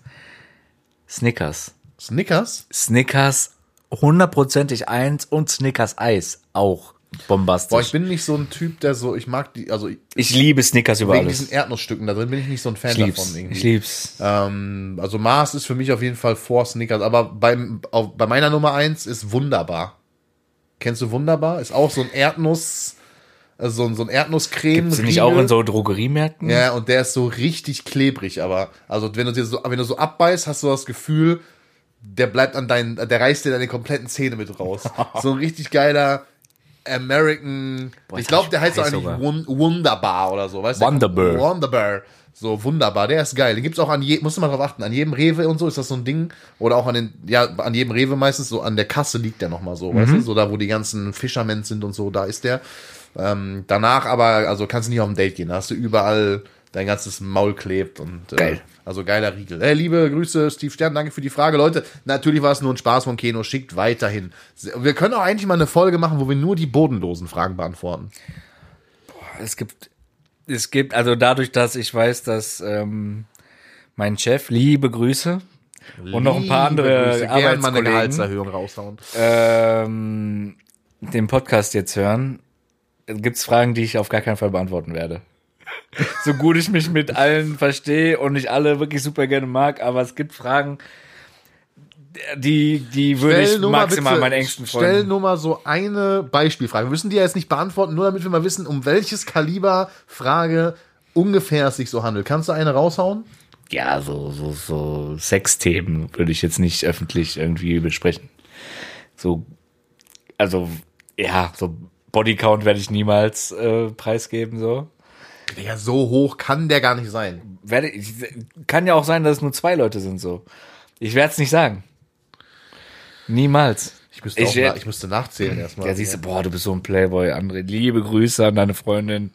[SPEAKER 2] Snickers.
[SPEAKER 1] Snickers?
[SPEAKER 2] Snickers hundertprozentig eins und Snickers Eis auch bombastisch.
[SPEAKER 1] Boah, ich
[SPEAKER 2] ich,
[SPEAKER 1] bin nicht so ein Typ, der so, ich mag die, also ich-
[SPEAKER 2] liebe Snickers über
[SPEAKER 1] wegen
[SPEAKER 2] alles.
[SPEAKER 1] diesen Erdnussstücken da drin bin ich nicht so ein Fan
[SPEAKER 2] Ich
[SPEAKER 1] davon
[SPEAKER 2] lieb's.
[SPEAKER 1] irgendwie.
[SPEAKER 2] Ich lieb's.
[SPEAKER 1] Ähm, also Mars ist für mich auf jeden Fall vor Snickers, aber beim, auf, bei meiner Nummer eins ist Wunderbar. Kennst du Wunderbar? Ist auch so ein Erdnuss, äh, so ein, so ein Erdnusscreme.
[SPEAKER 2] Sind nicht auch in so Drogeriemärkten?
[SPEAKER 1] Ja, und der ist so richtig klebrig, aber also wenn du dir so, wenn du so abbeißt, hast du das Gefühl, der bleibt an deinen, der reißt dir deine kompletten Zähne mit raus. so ein richtig geiler American.
[SPEAKER 2] Boah,
[SPEAKER 1] ich
[SPEAKER 2] jetzt
[SPEAKER 1] glaube,
[SPEAKER 2] hab
[SPEAKER 1] der
[SPEAKER 2] ich
[SPEAKER 1] heißt
[SPEAKER 2] Heiß
[SPEAKER 1] eigentlich
[SPEAKER 2] sogar.
[SPEAKER 1] Wun Wunderbar oder so, weißt du?
[SPEAKER 2] Wunderbar.
[SPEAKER 1] Wunderbar. So wunderbar, der ist geil. Den gibt's auch an jedem, musst du mal drauf achten, an jedem Rewe und so ist das so ein Ding. Oder auch an den, ja, an jedem Rewe meistens, so an der Kasse liegt der nochmal so,
[SPEAKER 2] Mhm.
[SPEAKER 1] weißt du? So da, wo die ganzen Fishermen sind und so, da ist der. Ähm, danach aber, also kannst du nicht auf ein Date gehen. Da hast du überall dein ganzes Maul klebt und äh,
[SPEAKER 2] Geil.
[SPEAKER 1] Also geiler Riegel. Hey, liebe Grüße, Steve Stern, danke für die Frage. Leute, natürlich war es nur ein Spaß von Keno. Schickt weiterhin. Wir können auch eigentlich mal eine Folge machen, wo wir nur die bodenlosen Fragen beantworten.
[SPEAKER 2] Es gibt, es gibt, also dadurch, dass ich weiß, dass ähm, mein Chef, liebe Grüße, und noch ein paar
[SPEAKER 1] Liebe Grüße,
[SPEAKER 2] andere
[SPEAKER 1] gerne mal eine
[SPEAKER 2] Arbeitskollegen,
[SPEAKER 1] Gehaltserhöhung raushauen.
[SPEAKER 2] ähm, den Podcast jetzt hören, gibt's Fragen, die ich auf gar keinen Fall beantworten werde. So gut ich mich mit allen verstehe und ich alle wirklich super gerne mag, aber es gibt Fragen, die, die würde ich
[SPEAKER 1] nur mal
[SPEAKER 2] maximal
[SPEAKER 1] bitte-
[SPEAKER 2] meinen engsten
[SPEAKER 1] Stell
[SPEAKER 2] Freunden.
[SPEAKER 1] nur mal so eine Beispielfrage. Wir müssen die ja jetzt nicht beantworten, nur damit wir mal wissen, um welches Kaliber Frage ungefähr es sich so handelt. Kannst du eine raushauen?
[SPEAKER 2] Ja, so, so, so Sexthemen würde ich jetzt nicht öffentlich irgendwie besprechen. So, also, ja, so Bodycount werde ich niemals äh, preisgeben, so.
[SPEAKER 1] Ja, so hoch kann der gar nicht sein.
[SPEAKER 2] werde ich, kann ja auch sein, dass es nur zwei Leute sind so. Ich werde es nicht sagen. Niemals.
[SPEAKER 1] Ich müsste, auch
[SPEAKER 2] werd-
[SPEAKER 1] na, ich müsste nachzählen erstmal.
[SPEAKER 2] ja, siehst du, boah, du bist so ein Playboy, André. Liebe Grüße an deine Freundin.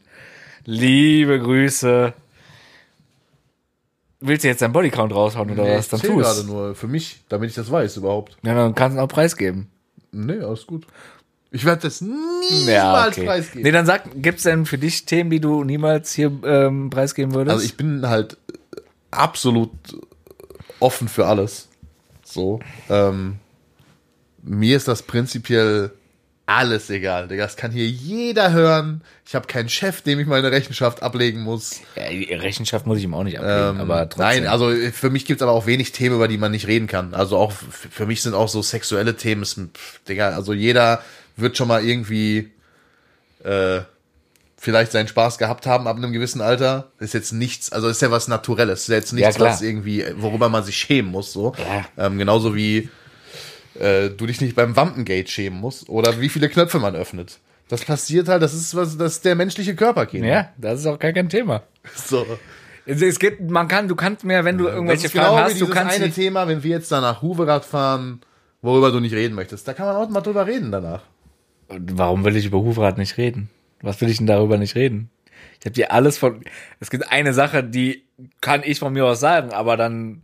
[SPEAKER 2] Liebe Grüße. Willst du jetzt deinen Bodycount raushauen oder
[SPEAKER 1] Nee,
[SPEAKER 2] was?
[SPEAKER 1] ich
[SPEAKER 2] Dann
[SPEAKER 1] zähl gerade
[SPEAKER 2] tust.
[SPEAKER 1] nur für mich, damit ich das weiß überhaupt.
[SPEAKER 2] Ja, dann kannst du ihn auch preisgeben.
[SPEAKER 1] Nee, alles gut. Ich werde das niemals
[SPEAKER 2] Ja, okay.
[SPEAKER 1] preisgeben.
[SPEAKER 2] Nee, dann sag, gibt's denn für dich Themen, die du niemals hier ähm, preisgeben würdest?
[SPEAKER 1] Also ich bin halt absolut offen für alles. So. Ähm, mir ist das prinzipiell alles egal, Digga. Das kann hier jeder hören. Ich habe keinen Chef, dem ich meine Rechenschaft ablegen muss.
[SPEAKER 2] Ja, die Rechenschaft muss ich ihm auch nicht ablegen, aber trotzdem.
[SPEAKER 1] Nein, also für mich gibt's aber auch wenig Themen, über die man nicht reden kann. Also auch f- für mich sind auch so sexuelle Themen, ist, pff, Digga, also jeder wird schon mal irgendwie äh, vielleicht seinen Spaß gehabt haben ab einem gewissen Alter. Ist jetzt nichts, also ist ja was Naturelles, ist ja jetzt nichts,
[SPEAKER 2] klar.
[SPEAKER 1] was irgendwie, äh, worüber man sich schämen muss. So.
[SPEAKER 2] Ja.
[SPEAKER 1] Ähm, genauso wie äh, du dich nicht beim Wampengate schämen musst oder wie viele Knöpfe man öffnet. Das passiert halt, das ist was, das ist der menschliche Körper, Kinder.
[SPEAKER 2] ja, das ist auch gar kein Thema.
[SPEAKER 1] So.
[SPEAKER 2] Es, es gibt, man kann, du kannst mir, wenn du
[SPEAKER 1] Das
[SPEAKER 2] irgendwelche
[SPEAKER 1] ist
[SPEAKER 2] Fragen
[SPEAKER 1] genau wie
[SPEAKER 2] hast, du
[SPEAKER 1] dieses
[SPEAKER 2] kannst
[SPEAKER 1] eine
[SPEAKER 2] die-
[SPEAKER 1] Thema, wenn wir jetzt dann nach Huverad fahren, worüber du nicht reden möchtest. Da kann man auch mal drüber reden danach.
[SPEAKER 2] Warum will ich über Hufrat nicht reden? Was will ich denn darüber nicht reden? Ich habe dir alles von. Es gibt eine Sache, die kann ich von mir aus sagen, aber dann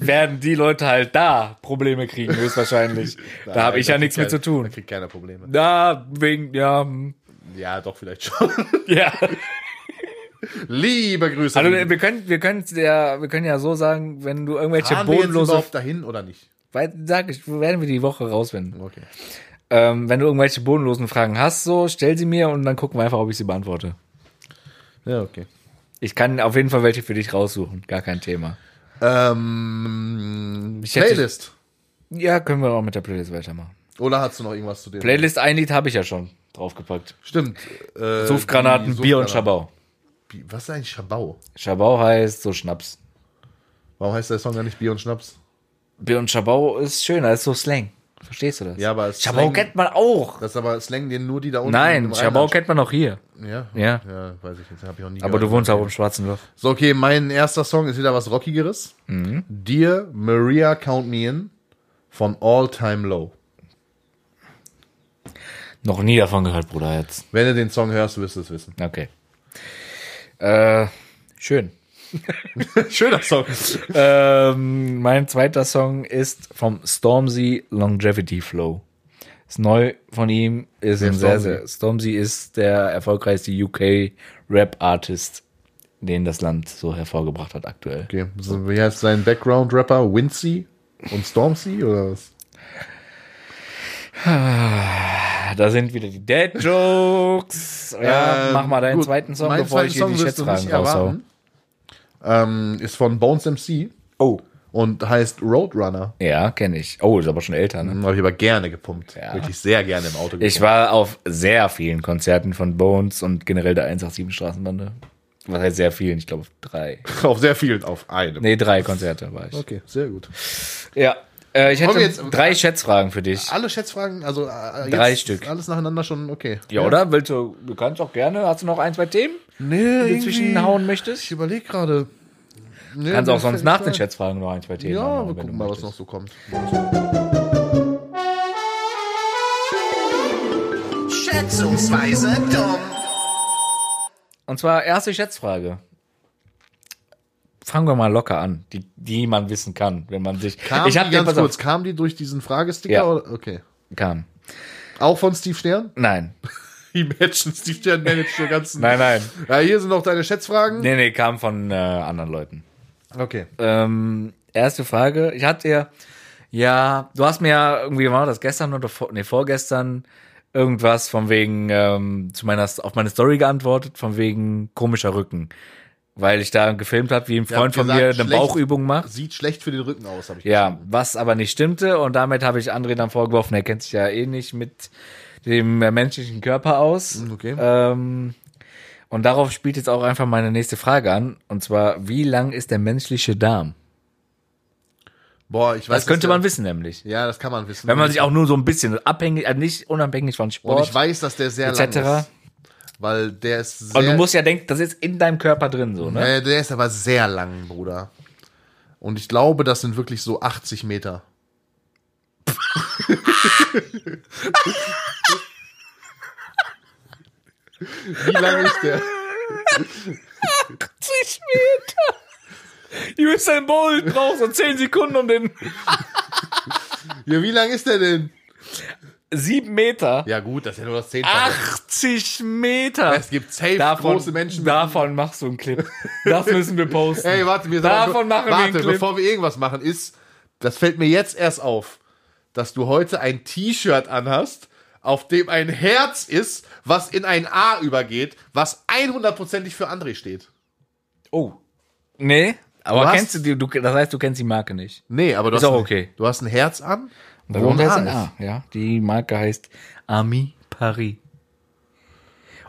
[SPEAKER 2] werden die Leute halt da Probleme kriegen, höchstwahrscheinlich. da habe ich ja nichts mit zu
[SPEAKER 1] Ah, Da
[SPEAKER 2] tun.
[SPEAKER 1] kriegt keiner Probleme.
[SPEAKER 2] Da wegen, ja, hm,
[SPEAKER 1] Ja, doch, vielleicht schon.
[SPEAKER 2] ja.
[SPEAKER 1] Liebe Grüße.
[SPEAKER 2] Also
[SPEAKER 1] liebe-
[SPEAKER 2] wir können, wir können ja, wir können ja so sagen, wenn du irgendwelche
[SPEAKER 1] Fahren wir jetzt
[SPEAKER 2] bodenlose,
[SPEAKER 1] überhaupt dahin oder nicht?
[SPEAKER 2] Wei- sag ich, werden wir die Woche rausfinden.
[SPEAKER 1] Okay.
[SPEAKER 2] Ähm, wenn du irgendwelche bodenlosen Fragen hast, so stell sie mir und dann gucken wir einfach, ob ich sie beantworte.
[SPEAKER 1] Ja, okay.
[SPEAKER 2] Ich kann auf jeden Fall welche für dich raussuchen, gar kein Thema.
[SPEAKER 1] Ähm,
[SPEAKER 2] hätte-
[SPEAKER 1] Playlist.
[SPEAKER 2] Ja, können wir auch mit der Playlist weitermachen.
[SPEAKER 1] Oder hast du noch irgendwas zu dem?
[SPEAKER 2] Playlist ein Lied habe ich ja schon draufgepackt.
[SPEAKER 1] Stimmt. Äh,
[SPEAKER 2] Suffgranaten,
[SPEAKER 1] die
[SPEAKER 2] Bier
[SPEAKER 1] Suffgranaten.
[SPEAKER 2] und Schabau.
[SPEAKER 1] Bi- Was ist eigentlich Schabau?
[SPEAKER 2] Schabau heißt so Schnaps.
[SPEAKER 1] Warum heißt der Song ja nicht Bier und Schnaps?
[SPEAKER 2] Bier und Schabau ist schöner, ist so Slang. Verstehst du das?
[SPEAKER 1] Ja, aber es
[SPEAKER 2] Schabau
[SPEAKER 1] Slang-
[SPEAKER 2] kennt man auch.
[SPEAKER 1] Das ist aber Slang den nur die da unten.
[SPEAKER 2] Nein,
[SPEAKER 1] im
[SPEAKER 2] Schabau
[SPEAKER 1] Rheinland-
[SPEAKER 2] kennt man auch hier.
[SPEAKER 1] Ja,
[SPEAKER 2] Ja.
[SPEAKER 1] ja, weiß ich jetzt, habe ich auch nie
[SPEAKER 2] Aber du
[SPEAKER 1] gehört.
[SPEAKER 2] wohnst auch im Schwarzen Loch.
[SPEAKER 1] So, okay, mein erster Song ist wieder was Rockigeres.
[SPEAKER 2] Mhm.
[SPEAKER 1] Dear Maria Count Me In von All Time Low.
[SPEAKER 2] Noch nie davon gehört, Bruder, jetzt.
[SPEAKER 1] Wenn du den Song hörst, wirst du es wissen.
[SPEAKER 2] Okay. Äh, schön.
[SPEAKER 1] Schöner Song.
[SPEAKER 2] Ähm, mein zweiter Song ist vom Stormzy Longevity Flow. Ist neu von ihm, ist ein sehr,
[SPEAKER 1] Stormzy?
[SPEAKER 2] sehr. Stormzy ist der erfolgreichste UK-Rap-Artist, den das Land so hervorgebracht hat aktuell.
[SPEAKER 1] Okay, so, wie heißt sein Background-Rapper? Wincy und Stormzy oder was?
[SPEAKER 2] Ah, Da sind wieder die Dad-Jokes. Ja,
[SPEAKER 1] Ähm,
[SPEAKER 2] mach mal deinen
[SPEAKER 1] gut,
[SPEAKER 2] zweiten Song,
[SPEAKER 1] meinen
[SPEAKER 2] bevor
[SPEAKER 1] zweiten
[SPEAKER 2] ich dir
[SPEAKER 1] Song
[SPEAKER 2] die
[SPEAKER 1] wirst du
[SPEAKER 2] Schätzfragen
[SPEAKER 1] nicht
[SPEAKER 2] raushau.
[SPEAKER 1] erwarten. Ähm, ist von Bones MC
[SPEAKER 2] Oh.
[SPEAKER 1] und heißt Roadrunner.
[SPEAKER 2] Ja, kenne ich. Oh, ist aber schon älter, ne?
[SPEAKER 1] Hm, Habe ich aber gerne gepumpt.
[SPEAKER 2] Ja.
[SPEAKER 1] Wirklich sehr gerne im Auto
[SPEAKER 2] Ich war auf sehr vielen Konzerten von Bones und generell der 187 Straßenbande. Was heißt sehr vielen? Ich glaube auf drei.
[SPEAKER 1] auf sehr vielen, auf einem.
[SPEAKER 2] Nee, drei Konzerte war ich.
[SPEAKER 1] Okay, sehr gut.
[SPEAKER 2] Ja. Äh, ich hätte
[SPEAKER 1] Kommen wir jetzt-
[SPEAKER 2] drei Schätzfragen für dich.
[SPEAKER 1] Alle Schätzfragen, also äh,
[SPEAKER 2] Drei
[SPEAKER 1] jetzt
[SPEAKER 2] Stück.
[SPEAKER 1] Alles nacheinander schon okay.
[SPEAKER 2] Ja, oder? Willst du, du kannst auch gerne. Hast du noch ein, zwei Themen,
[SPEAKER 1] Nee,
[SPEAKER 2] die du zwischenhauen möchtest?
[SPEAKER 1] Ich überlege gerade. Nee,
[SPEAKER 2] Kannst
[SPEAKER 1] mir
[SPEAKER 2] auch sonst
[SPEAKER 1] fällt
[SPEAKER 2] nach
[SPEAKER 1] nicht
[SPEAKER 2] den
[SPEAKER 1] ein.
[SPEAKER 2] Schätzfragen noch ein, zwei Themen.
[SPEAKER 1] Ja,
[SPEAKER 2] anhauen,
[SPEAKER 1] wir
[SPEAKER 2] wenn du
[SPEAKER 1] gucken mal, was
[SPEAKER 2] möchtest.
[SPEAKER 1] noch so kommt.
[SPEAKER 3] Schätzungsweise dumm.
[SPEAKER 2] Und zwar erste Schätzfrage. Fangen wir mal locker an, die, die man wissen kann, wenn man sich.
[SPEAKER 1] Kam
[SPEAKER 2] ich hab
[SPEAKER 1] die
[SPEAKER 2] dir-
[SPEAKER 1] ganz
[SPEAKER 2] pass auf,
[SPEAKER 1] kurz, kam die durch diesen Fragesticker?
[SPEAKER 2] Ja.
[SPEAKER 1] Oder? Okay.
[SPEAKER 2] Kam.
[SPEAKER 1] Auch von Steve Stern?
[SPEAKER 2] Nein.
[SPEAKER 1] Imagine, Steve Stern managt den ganzen...
[SPEAKER 2] Nein, nein.
[SPEAKER 1] Ja, hier sind noch deine Schätzfragen.
[SPEAKER 2] Nee, nee, kam von äh, anderen Leuten.
[SPEAKER 1] Okay.
[SPEAKER 2] Ähm, erste Frage. Ich hatte ja, ja, du hast mir ja irgendwie, war das gestern oder vor, nee, vorgestern irgendwas von wegen, ähm, zu meiner, auf meine Story geantwortet, von wegen komischer Rücken. Weil ich da gefilmt habe, wie ein
[SPEAKER 1] Ja,
[SPEAKER 2] Freund von
[SPEAKER 1] gesagt,
[SPEAKER 2] mir eine
[SPEAKER 1] schlecht.
[SPEAKER 2] Bauchübung macht.
[SPEAKER 1] Sieht schlecht für den Rücken aus, habe ich
[SPEAKER 2] Ja, was aber nicht stimmte. Und damit habe ich André dann vorgeworfen, er kennt sich ja eh nicht mit dem äh, menschlichen Körper aus.
[SPEAKER 1] Hm, Okay.
[SPEAKER 2] Ähm, und darauf spielt jetzt auch einfach meine nächste Frage an. Und zwar, wie lang ist der menschliche Darm?
[SPEAKER 1] Boah, ich weiß...
[SPEAKER 2] Das könnte
[SPEAKER 1] dass der-
[SPEAKER 2] man wissen, nämlich.
[SPEAKER 1] Ja, das kann man wissen.
[SPEAKER 2] Wenn man sich auch nur so ein bisschen abhängig, also nicht unabhängig von
[SPEAKER 1] Und
[SPEAKER 2] Sport,
[SPEAKER 1] ich weiß, dass der sehr lang
[SPEAKER 2] etc.
[SPEAKER 1] ist. Weil der ist sehr...
[SPEAKER 2] Und du musst ja denken, das ist in deinem Körper drin, so, ne?
[SPEAKER 1] Äh, der ist aber sehr lang, Bruder. Und ich glaube, das sind wirklich so 80 Meter. Wie lang ist der?
[SPEAKER 2] 80 Meter! Usain Bolt braucht so 10 Sekunden um den
[SPEAKER 1] Ja, wie lang ist der denn?
[SPEAKER 2] 7 Meter.
[SPEAKER 1] Ja, gut, das ist ja nur das 10
[SPEAKER 2] 80 Meter!
[SPEAKER 1] Es gibt safe
[SPEAKER 2] Davon,
[SPEAKER 1] große Menschen. mit-
[SPEAKER 2] davon machst du einen Clip. Das müssen wir posten.
[SPEAKER 1] Ey, warte, wir
[SPEAKER 2] Hm. Davon machen wir
[SPEAKER 1] warte,
[SPEAKER 2] einen Clip.
[SPEAKER 1] bevor wir irgendwas machen, ist, das fällt mir jetzt erst auf, dass du heute ein T-Shirt anhast, auf dem ein Herz ist, was in ein A übergeht, was 100%ig für André steht.
[SPEAKER 2] Oh. Nee, aber
[SPEAKER 1] Du hast-
[SPEAKER 2] kennst du, die- du, das heißt, du kennst die Marke nicht.
[SPEAKER 1] Nee, aber du
[SPEAKER 2] Ist
[SPEAKER 1] hast,
[SPEAKER 2] auch
[SPEAKER 1] ein-
[SPEAKER 2] okay.
[SPEAKER 1] du hast ein Herz an, wo
[SPEAKER 2] Darunter
[SPEAKER 1] ein
[SPEAKER 2] ist
[SPEAKER 1] A
[SPEAKER 2] ein
[SPEAKER 1] ist.
[SPEAKER 2] A, ja. Die Marke heißt Ami Paris.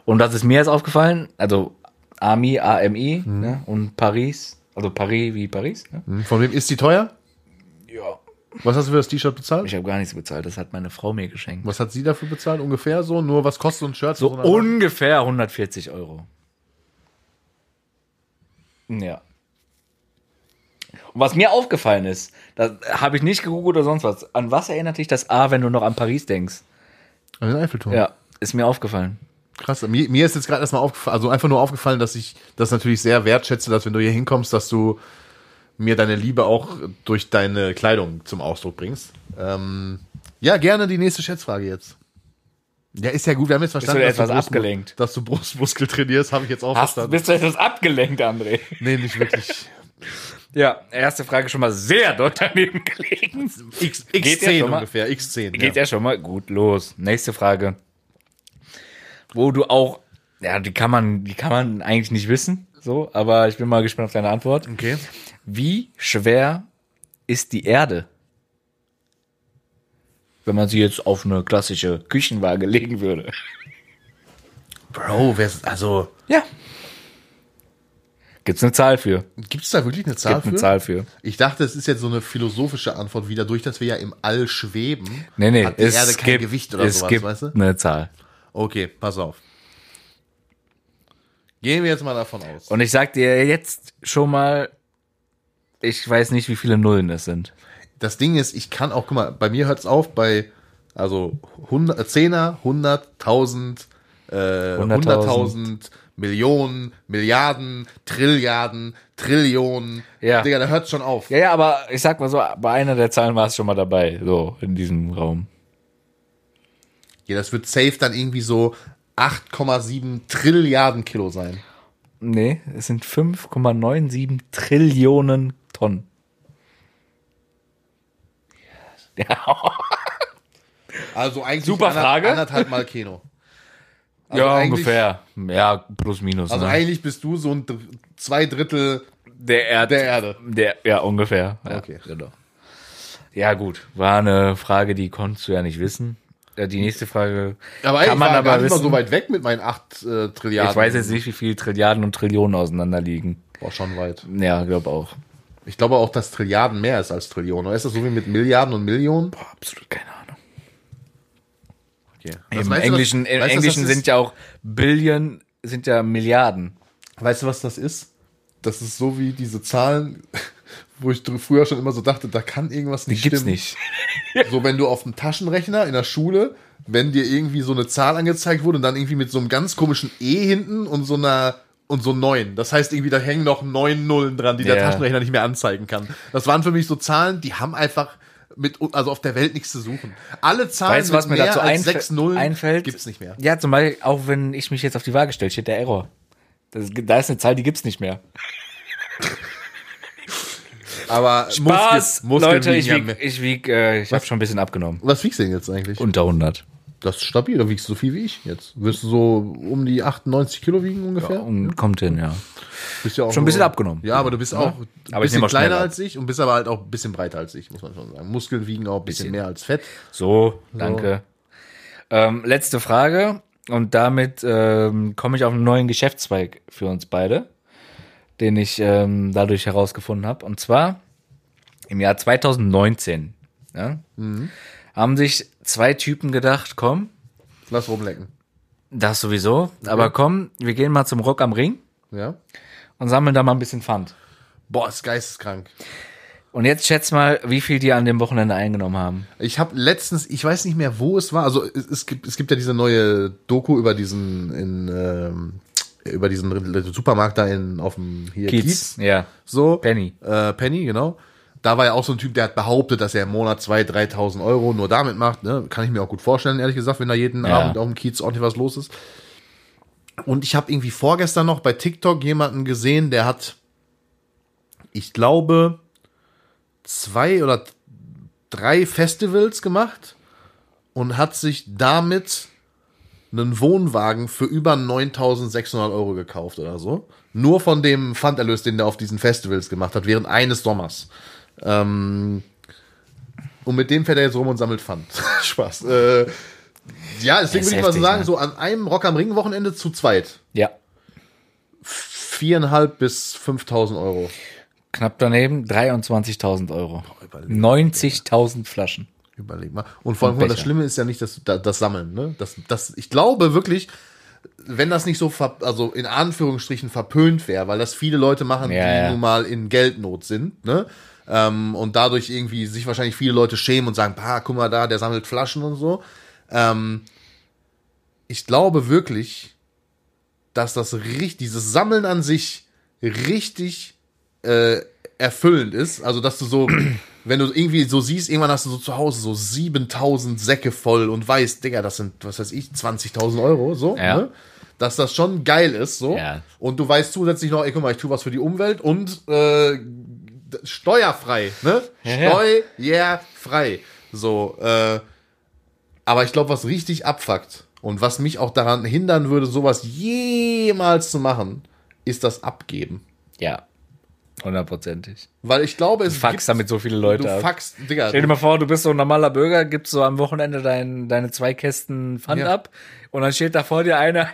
[SPEAKER 2] Und was ist mir jetzt aufgefallen, also Ami, A-M-I, ne? und Paris, also Paris wie Paris. Ne?
[SPEAKER 1] Hm, Von wem ist die teuer?
[SPEAKER 2] Ja.
[SPEAKER 1] Was hast du für das T-Shirt bezahlt?
[SPEAKER 2] Ich habe gar nichts bezahlt, das hat meine Frau mir geschenkt.
[SPEAKER 1] Was hat sie dafür bezahlt? Ungefähr so? Nur was kostet so ein Shirt?
[SPEAKER 2] So
[SPEAKER 1] Von einer-
[SPEAKER 2] ungefähr 140 Euro. Ja. Und was mir aufgefallen ist, das habe ich nicht gegoogelt oder sonst was. An was erinnert dich das A, wenn du noch an Paris denkst?
[SPEAKER 1] An Ah, den Eiffelturm.
[SPEAKER 2] Ja, ist mir aufgefallen.
[SPEAKER 1] Krass. Mir, mir ist jetzt gerade erstmal aufgefallen, also einfach nur aufgefallen, dass ich das natürlich sehr wertschätze, dass wenn du hier hinkommst, dass du mir deine Liebe auch durch deine Kleidung zum Ausdruck bringst. Ähm, ja, gerne die nächste Schätzfrage jetzt. Ja, ist ja gut, wir haben jetzt verstanden,
[SPEAKER 2] du
[SPEAKER 1] dass,
[SPEAKER 2] etwas
[SPEAKER 1] Brustmu-
[SPEAKER 2] abgelenkt?
[SPEAKER 1] dass du Brustmuskel trainierst, habe ich jetzt auch
[SPEAKER 2] Hast,
[SPEAKER 1] verstanden.
[SPEAKER 2] bist du etwas abgelenkt, André?
[SPEAKER 1] Nee, nicht wirklich.
[SPEAKER 2] Ja, erste Frage schon mal sehr dort daneben gelegen.
[SPEAKER 1] X,
[SPEAKER 2] Geht ja
[SPEAKER 1] X10
[SPEAKER 2] schon mal.
[SPEAKER 1] ungefähr, X10.
[SPEAKER 2] Geht ja schon mal gut los. Nächste Frage. Wo du auch, ja, die kann man, die kann man eigentlich nicht wissen, so, aber ich bin mal gespannt auf deine Antwort.
[SPEAKER 1] Okay.
[SPEAKER 2] Wie schwer ist die Erde? Wenn man sie jetzt auf eine klassische Küchenwaage legen würde.
[SPEAKER 1] Bro, wer ist, also,
[SPEAKER 2] Ja. Gibt's eine Zahl für?
[SPEAKER 1] gibt es da wirklich eine Zahl
[SPEAKER 2] Gibt
[SPEAKER 1] für?
[SPEAKER 2] eine Zahl für.
[SPEAKER 1] Ich dachte, es ist jetzt so eine philosophische Antwort wieder, durch dass wir ja im All schweben.
[SPEAKER 2] Nee, nee,
[SPEAKER 1] hat die Erde kein
[SPEAKER 2] gibt-
[SPEAKER 1] Gewicht oder
[SPEAKER 2] es
[SPEAKER 1] sowas,
[SPEAKER 2] gibt
[SPEAKER 1] weißt du?
[SPEAKER 2] eine Zahl.
[SPEAKER 1] Okay, pass auf. Gehen wir jetzt mal davon aus.
[SPEAKER 2] Und ich sag dir jetzt schon mal, ich weiß nicht, wie viele Nullen es sind.
[SPEAKER 1] das Ding ist, ich kann auch, guck mal, bei mir hört es auf bei, also 100, 10er, 100, 1000, äh,
[SPEAKER 2] 100.000.
[SPEAKER 1] 100.000, Millionen, Milliarden, Trilliarden, Trillionen.
[SPEAKER 2] Ja.
[SPEAKER 1] Digga, da hört es schon auf.
[SPEAKER 2] Ja, ja, aber ich sag mal so, bei einer der Zahlen war es schon mal dabei, so in diesem Raum.
[SPEAKER 1] Ja, das wird safe dann irgendwie so 8,7 Trilliarden Kilo sein.
[SPEAKER 2] Nee, es sind 5,97 Trillionen Tonnen. Ja,
[SPEAKER 1] Also eigentlich
[SPEAKER 2] Super
[SPEAKER 1] ander-
[SPEAKER 2] Frage.
[SPEAKER 1] anderthalb Mal Keno.
[SPEAKER 2] ja
[SPEAKER 1] Also eigentlich-
[SPEAKER 2] ungefähr. Ja, plus minus.
[SPEAKER 1] Also
[SPEAKER 2] ne?
[SPEAKER 1] eigentlich bist du so ein Dr zwei Drittel
[SPEAKER 2] Der Erd.
[SPEAKER 1] der Erde.
[SPEAKER 2] Der, ja, ungefähr. Ja,
[SPEAKER 1] Okay.
[SPEAKER 2] Genau. Ja, gut. War eine Frage, die konntest du ja nicht wissen. Ja, Die nächste Frage
[SPEAKER 1] Aber
[SPEAKER 2] kann
[SPEAKER 1] ich
[SPEAKER 2] man
[SPEAKER 1] war gar
[SPEAKER 2] aber
[SPEAKER 1] nicht mal
[SPEAKER 2] wissen.
[SPEAKER 1] so weit weg mit meinen 8 äh, Trilliarden.
[SPEAKER 2] ich weiß jetzt nicht, wie viel Trilliarden und Trillionen auseinanderliegen.
[SPEAKER 1] War schon weit.
[SPEAKER 2] Ja, glaube auch.
[SPEAKER 1] Ich glaube auch, dass Trilliarden mehr ist als Trillionen. Oder ist das so wie mit Milliarden und Millionen?
[SPEAKER 2] Boah, absolut keine Ahnung.
[SPEAKER 1] Okay.
[SPEAKER 2] Im Englischen, im Englischen sind ja auch Billion, sind ja Milliarden.
[SPEAKER 1] Weißt du, was das ist? Das ist so wie diese Zahlen, wo ich dr- früher schon immer so dachte, da kann irgendwas nicht
[SPEAKER 2] Gibt's
[SPEAKER 1] stimmen.
[SPEAKER 2] nicht.
[SPEAKER 1] So, wenn du auf dem Taschenrechner in der Schule, wenn dir irgendwie so eine Zahl angezeigt wurde und dann irgendwie mit so einem ganz komischen E hinten und so einer und so neun. Das heißt irgendwie, da hängen noch neun Nullen dran, die der
[SPEAKER 2] Ja.
[SPEAKER 1] Taschenrechner nicht mehr anzeigen kann. Das waren für mich so Zahlen, die haben einfach mit, also auf der Welt nichts zu suchen. Alle Zahlen
[SPEAKER 2] Weißt du, was mir
[SPEAKER 1] mit mehr
[SPEAKER 2] dazu
[SPEAKER 1] als
[SPEAKER 2] einfä-
[SPEAKER 1] sechs Nullen
[SPEAKER 2] einfällt?
[SPEAKER 1] gibt's nicht mehr.
[SPEAKER 2] Ja, zum Beispiel, auch wenn ich mich jetzt auf die Waage stelle, steht der Error. Das, da ist eine Zahl, die gibt's nicht mehr.
[SPEAKER 1] Aber
[SPEAKER 2] Spaß,
[SPEAKER 1] Muskel- Muskeln
[SPEAKER 2] Leute,
[SPEAKER 1] wiegen
[SPEAKER 2] ich
[SPEAKER 1] ja
[SPEAKER 2] wieg,
[SPEAKER 1] mehr.
[SPEAKER 2] ich wieg, äh, ich habe schon ein bisschen abgenommen.
[SPEAKER 1] Was wiegst du denn jetzt eigentlich?
[SPEAKER 2] Unter 100.
[SPEAKER 1] Das ist stabil, da wiegst du so viel wie ich jetzt. Wirst du so um die 98 Kilo wiegen ungefähr?
[SPEAKER 2] Und kommt hin, ja.
[SPEAKER 1] Bist ja auch
[SPEAKER 2] Schon ein bisschen abgenommen. Ne?
[SPEAKER 1] Ja, aber du bist auch ein
[SPEAKER 2] Aber ich
[SPEAKER 1] bisschen
[SPEAKER 2] nehme auch schneller
[SPEAKER 1] kleiner
[SPEAKER 2] ab.
[SPEAKER 1] als ich und bist aber halt auch ein bisschen breiter als ich, muss man schon sagen. Muskeln wiegen auch ein bisschen,
[SPEAKER 2] Bisschen.
[SPEAKER 1] mehr als Fett.
[SPEAKER 2] So, danke. Ähm, letzte Frage. Und damit ähm, komme ich auf einen neuen Geschäftszweig für uns beide, den ich ähm, dadurch herausgefunden habe. Und zwar im Jahr 2019 ja, haben sich zwei Typen gedacht, komm,
[SPEAKER 1] Lass rumlecken.
[SPEAKER 2] das sowieso, aber komm, wir gehen mal zum Rock am Ring
[SPEAKER 1] Ja?
[SPEAKER 2] und sammeln da mal ein bisschen Pfand.
[SPEAKER 1] Boah, ist geisteskrank.
[SPEAKER 2] Und jetzt schätz mal, wie viel die an dem Wochenende eingenommen haben.
[SPEAKER 1] Ich habe letztens, ich weiß nicht mehr, wo es war. Also es, es gibt, es gibt ja diese neue Doku über diesen in, ähm, über diesen Supermarkt da in auf dem hier Kiez.
[SPEAKER 2] Ja.
[SPEAKER 1] So.
[SPEAKER 2] Penny.
[SPEAKER 1] Äh, Penny, genau. Da war ja auch so ein Typ, der hat behauptet, dass er im Monat 2.000, 3.000 Euro nur damit macht. Ne? Kann ich mir auch gut vorstellen, ehrlich gesagt, wenn da jeden
[SPEAKER 2] Ja.
[SPEAKER 1] Abend auf dem Kiez ordentlich was los ist. Und ich habe irgendwie vorgestern noch bei TikTok jemanden gesehen, der hat, ich glaube, zwei oder drei Festivals gemacht und hat sich damit einen Wohnwagen für über 9.600 Euro gekauft oder so. Nur von dem Pfanderlös, den der auf diesen Festivals gemacht hat, während eines Sommers. Ähm, und mit dem fährt er jetzt rum und sammelt Pfand. Spaß. Äh, ja, deswegen
[SPEAKER 2] Ist
[SPEAKER 1] würde ich mal so
[SPEAKER 2] heftig,
[SPEAKER 1] sagen,
[SPEAKER 2] ne?
[SPEAKER 1] so an einem Rock am Ring Wochenende zu zweit.
[SPEAKER 2] Ja.
[SPEAKER 1] Viereinhalb bis 5.000 Euro.
[SPEAKER 2] Knapp daneben 23.000 Euro.
[SPEAKER 1] Oh,
[SPEAKER 2] 90.000 Flaschen.
[SPEAKER 1] Überleg mal. Und vor allem,
[SPEAKER 2] Und
[SPEAKER 1] das
[SPEAKER 2] Becher.
[SPEAKER 1] Schlimme ist ja nicht das, da- das Sammeln. Ne? Das, das, ich glaube wirklich, wenn das nicht so, ver, also in Anführungsstrichen verpönt wäre, weil das viele Leute machen,
[SPEAKER 2] Ja,
[SPEAKER 1] die
[SPEAKER 2] ja.
[SPEAKER 1] nun mal in Geldnot sind, ne? ähm, und dadurch irgendwie sich wahrscheinlich viele Leute schämen und sagen, bah, guck mal da, der sammelt Flaschen und so. Ähm, ich glaube wirklich, dass das richtig, dieses Sammeln an sich richtig äh, erfüllend ist. Also, dass du so, wenn du irgendwie so siehst, irgendwann hast du so zu Hause so 7000 Säcke voll und weißt, Digga, das sind, was weiß ich, 20.000 Euro, so,
[SPEAKER 2] Ja.
[SPEAKER 1] ne? Dass das schon geil ist, so.
[SPEAKER 2] Ja.
[SPEAKER 1] Und du weißt zusätzlich noch, ey, guck mal, ich tue was für die Umwelt und äh, d- steuerfrei, ne?
[SPEAKER 2] Ja,
[SPEAKER 1] Steuerfrei. So, äh, aber ich glaube, was richtig abfuckt und was mich auch daran hindern würde, sowas jemals zu machen, ist das Abgeben.
[SPEAKER 2] Ja. Hundertprozentig.
[SPEAKER 1] Weil ich glaube, es
[SPEAKER 2] Fax
[SPEAKER 1] gibt-
[SPEAKER 2] damit so viele Leute
[SPEAKER 1] Du
[SPEAKER 2] ab.
[SPEAKER 1] faxst, Digga.
[SPEAKER 2] Stell dir mal vor, du bist so ein normaler Bürger, gibst so am Wochenende dein, deine zwei Kästen Pfand
[SPEAKER 1] Ja.
[SPEAKER 2] ab und dann steht da vor dir einer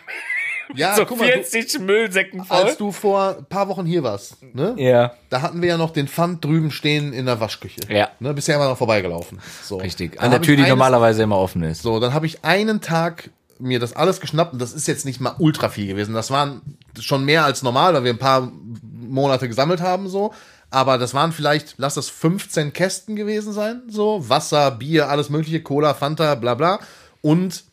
[SPEAKER 1] ja,
[SPEAKER 2] so
[SPEAKER 1] guck mal, du,
[SPEAKER 2] 40 Müllsäcken voll.
[SPEAKER 1] als du vor ein paar Wochen hier warst, ne?
[SPEAKER 2] ja.
[SPEAKER 1] Da hatten wir ja noch den Pfand drüben stehen in der Waschküche.
[SPEAKER 2] Ja.
[SPEAKER 1] Ne, bist ja immer noch vorbeigelaufen. So.
[SPEAKER 2] Richtig.
[SPEAKER 1] Dann
[SPEAKER 2] An der
[SPEAKER 1] hab
[SPEAKER 2] Tür,
[SPEAKER 1] ich
[SPEAKER 2] die
[SPEAKER 1] eines-
[SPEAKER 2] normalerweise immer offen ist.
[SPEAKER 1] So, dann habe ich einen Tag mir das alles geschnappt und das ist jetzt nicht mal ultra viel gewesen. Das waren schon mehr als normal, weil wir ein paar Monate gesammelt haben so. Aber das waren vielleicht, lass das 15 Kästen gewesen sein, so Wasser, Bier, alles mögliche, Cola, Fanta, bla bla. Und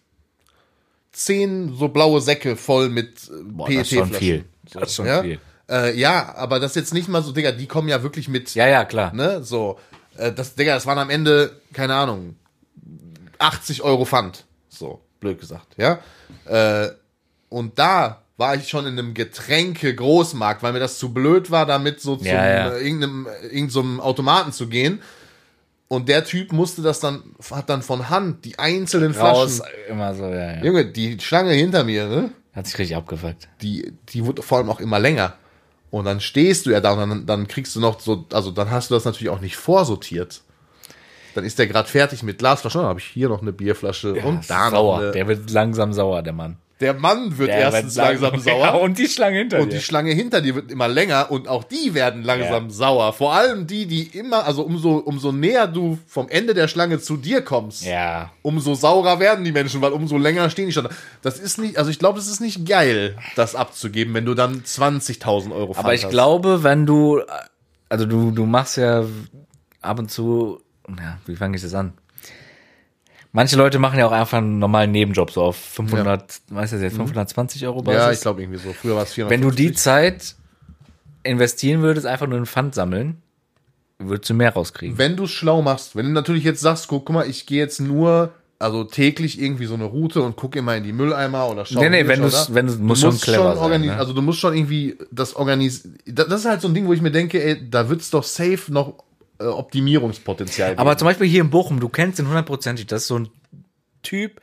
[SPEAKER 1] 10 so blaue Säcke voll mit äh,
[SPEAKER 2] Boah,
[SPEAKER 1] PET-Flaschen.
[SPEAKER 2] das ist schon viel. Das ist schon
[SPEAKER 1] ja?
[SPEAKER 2] viel.
[SPEAKER 1] Äh, ja, aber das ist jetzt nicht mal so, Digga, die kommen ja wirklich mit
[SPEAKER 2] Ja, ja, klar.
[SPEAKER 1] Ne, so. Äh, das, Digga, das waren am Ende, keine Ahnung, 80 Euro Pfand. So, blöd gesagt, ja. Äh, und da war ich schon in einem Getränke-Großmarkt, weil mir das zu blöd war, damit so zum
[SPEAKER 2] Ja, ja.
[SPEAKER 1] Äh, irgendeinem, irgendeinem Automaten zu gehen. Und der Typ musste das dann, hat dann von Hand die einzelnen
[SPEAKER 2] Raus,
[SPEAKER 1] Flaschen.
[SPEAKER 2] immer so, ja, ja.
[SPEAKER 1] Junge, die Schlange hinter mir, ne?
[SPEAKER 2] Hat sich richtig abgefuckt.
[SPEAKER 1] die, die wird vor allem auch immer länger. Und dann stehst du ja da und dann, dann kriegst du noch so, also dann hast du das natürlich auch nicht vorsortiert. Dann ist der gerade fertig mit Glasflaschen, dann habe ich hier noch eine Bierflasche und da noch
[SPEAKER 2] sauer.
[SPEAKER 1] eine. Der,
[SPEAKER 2] Der wird langsam sauer, der Mann.
[SPEAKER 1] Mann wird
[SPEAKER 2] Der
[SPEAKER 1] erstens
[SPEAKER 2] wird
[SPEAKER 1] langsam
[SPEAKER 2] Ja,
[SPEAKER 1] sauer
[SPEAKER 2] und die Schlange hinter
[SPEAKER 1] und
[SPEAKER 2] dir.
[SPEAKER 1] die Schlange hinter dir wird immer länger und auch die werden langsam sauer. Vor allem die, die immer, also umso, umso näher du vom Ende der Schlange zu dir kommst,
[SPEAKER 2] ja.
[SPEAKER 1] umso saurer werden die Menschen, weil umso länger stehen die schon. da. Das ist nicht, also ich glaube, das ist nicht geil, das abzugeben, wenn du dann 20.000 Euro
[SPEAKER 2] Aber ich glaube, wenn du, also du, du machst ja ab und zu, ja, wie fange ich das an? Manche Leute machen ja auch einfach einen normalen Nebenjob, so auf 500, weißt du jetzt, 520 Euro Basis.
[SPEAKER 1] Mhm. Ja, ich glaube irgendwie so. Früher war es 400.
[SPEAKER 2] Wenn du die Zeit investieren würdest, einfach nur in Pfand sammeln, würdest du mehr rauskriegen.
[SPEAKER 1] wenn du es schlau machst, wenn du natürlich jetzt sagst, guck, guck mal, ich gehe jetzt nur, also täglich irgendwie so eine Route und guck immer in die Mülleimer oder schau.
[SPEAKER 2] Nee, nee,
[SPEAKER 1] hier,
[SPEAKER 2] wenn
[SPEAKER 1] schau
[SPEAKER 2] du's-
[SPEAKER 1] da.
[SPEAKER 2] wenn du's- muss schon clever sein,
[SPEAKER 1] organis-
[SPEAKER 2] ne?
[SPEAKER 1] Also du musst schon irgendwie das organisieren. Das ist halt so ein Ding, wo ich mir denke, ey, da wird's doch safe noch äh, Optimierungspotenzial.
[SPEAKER 2] Aber
[SPEAKER 1] geben.
[SPEAKER 2] zum Beispiel hier in Bochum, du kennst ihn hundertprozentig, das ist so ein Typ,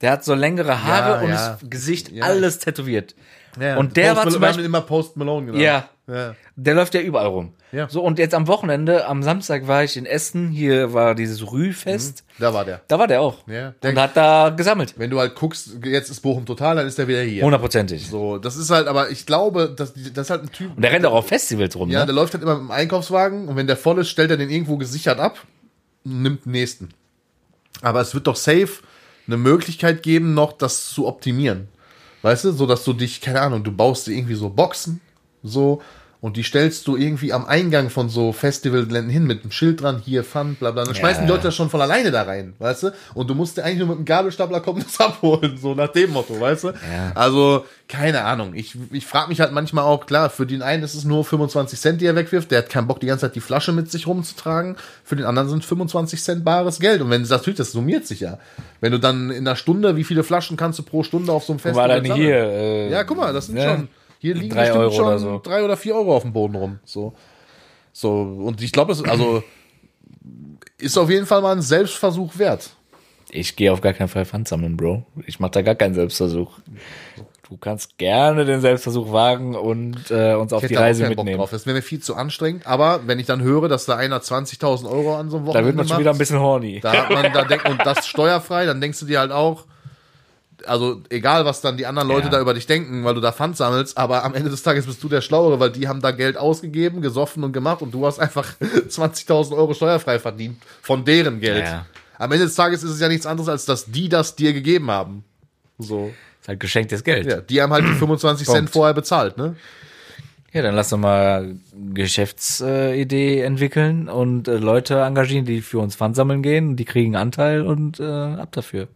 [SPEAKER 2] der hat so längere Haare
[SPEAKER 1] Ja,
[SPEAKER 2] und
[SPEAKER 1] ja.
[SPEAKER 2] das Gesicht
[SPEAKER 1] Ja.
[SPEAKER 2] alles tätowiert.
[SPEAKER 1] Ja,
[SPEAKER 2] und der
[SPEAKER 1] Post
[SPEAKER 2] war
[SPEAKER 1] Malone-
[SPEAKER 2] zum
[SPEAKER 1] wir
[SPEAKER 2] Beispiel-
[SPEAKER 1] haben ihn immer Post Malone genannt.
[SPEAKER 2] Ja.
[SPEAKER 1] ja.
[SPEAKER 2] Der läuft ja überall rum.
[SPEAKER 1] Ja.
[SPEAKER 2] So, und jetzt am Wochenende, am Samstag war ich in Essen, hier war dieses Rühfest.
[SPEAKER 1] Da war der.
[SPEAKER 2] Da war der auch.
[SPEAKER 1] Mhm. Ja.
[SPEAKER 2] Und hat da gesammelt.
[SPEAKER 1] Wenn du halt guckst, jetzt ist Bochum total, dann ist er wieder hier.
[SPEAKER 2] Hundertprozentig.
[SPEAKER 1] So, das ist halt, aber ich glaube, das, das ist halt ein Typ.
[SPEAKER 2] Und der rennt auch auf Festivals rum,
[SPEAKER 1] Ja,
[SPEAKER 2] ne?
[SPEAKER 1] der läuft halt immer mit dem Einkaufswagen und wenn der voll ist, stellt er den irgendwo gesichert ab, nimmt den nächsten. Aber es wird doch safe eine Möglichkeit geben, noch das zu optimieren. Weißt du, so dass du dich, keine Ahnung, du baust dir irgendwie so Boxen, so, und die stellst du irgendwie am Eingang von so Festivalländen hin mit einem Schild dran, hier Fun, bla bla. Dann schmeißen die Leute das schon von alleine da rein, weißt du? Und du musst dir eigentlich nur mit einem Gabelstapler kommen, das abholen, so nach dem Motto, weißt du? Also, keine Ahnung. Ich, ich frage mich halt manchmal auch, klar, für den einen ist es nur 25 Cent, die er wegwirft, der hat keinen Bock, die ganze Zeit die Flasche mit sich rumzutragen. Für den anderen sind 25 Cent bares Geld. Und wenn du das tust, das summiert sich ja. Wenn du dann in einer Stunde, wie viele Flaschen kannst du pro Stunde auf so einem Festival
[SPEAKER 2] war dann
[SPEAKER 1] sammeln?
[SPEAKER 2] hier. Äh,
[SPEAKER 1] Ja, guck mal, das sind
[SPEAKER 2] ne?
[SPEAKER 1] schon. Hier liegen
[SPEAKER 2] Drei
[SPEAKER 1] bestimmt
[SPEAKER 2] Euro
[SPEAKER 1] schon
[SPEAKER 2] oder so.
[SPEAKER 1] drei oder vier Euro auf dem Boden rum. So. So, und ich glaube, das also ist auf jeden Fall mal ein Selbstversuch wert.
[SPEAKER 2] Ich gehe auf gar keinen Fall Pfand sammeln, Bro. Ich mache da gar keinen Selbstversuch. Du kannst gerne den Selbstversuch wagen und äh, uns auf
[SPEAKER 1] Ich hätte
[SPEAKER 2] die
[SPEAKER 1] da auch
[SPEAKER 2] Reise
[SPEAKER 1] keinen Bock
[SPEAKER 2] mitnehmen.
[SPEAKER 1] drauf. Das wäre mir viel zu anstrengend. Aber wenn ich dann höre, dass da einer 20.000 Euro an so einem Wochenende
[SPEAKER 2] Da wird man schon
[SPEAKER 1] macht,
[SPEAKER 2] wieder ein bisschen horny.
[SPEAKER 1] Da hat man, da denkt, und das steuerfrei, dann denkst du dir halt auch, also egal, was dann die anderen Leute
[SPEAKER 2] Ja.
[SPEAKER 1] da über dich denken, weil du da Pfand sammelst, aber am Ende des Tages bist du der Schlauere, weil die haben da Geld ausgegeben, gesoffen und gemacht und du hast einfach 20.000 Euro steuerfrei verdient von deren Geld.
[SPEAKER 2] Ja.
[SPEAKER 1] Am Ende des Tages ist es ja nichts anderes, als dass die das dir gegeben haben. So.
[SPEAKER 2] ist halt geschenktes Geld.
[SPEAKER 1] Ja, die haben halt die 25 Cent
[SPEAKER 2] Punkt.
[SPEAKER 1] vorher bezahlt, ne?
[SPEAKER 2] Ja, dann lass doch mal Geschäftsidee entwickeln und äh, Leute engagieren, die für uns Pfand sammeln gehen. Die kriegen Anteil und äh, ab dafür.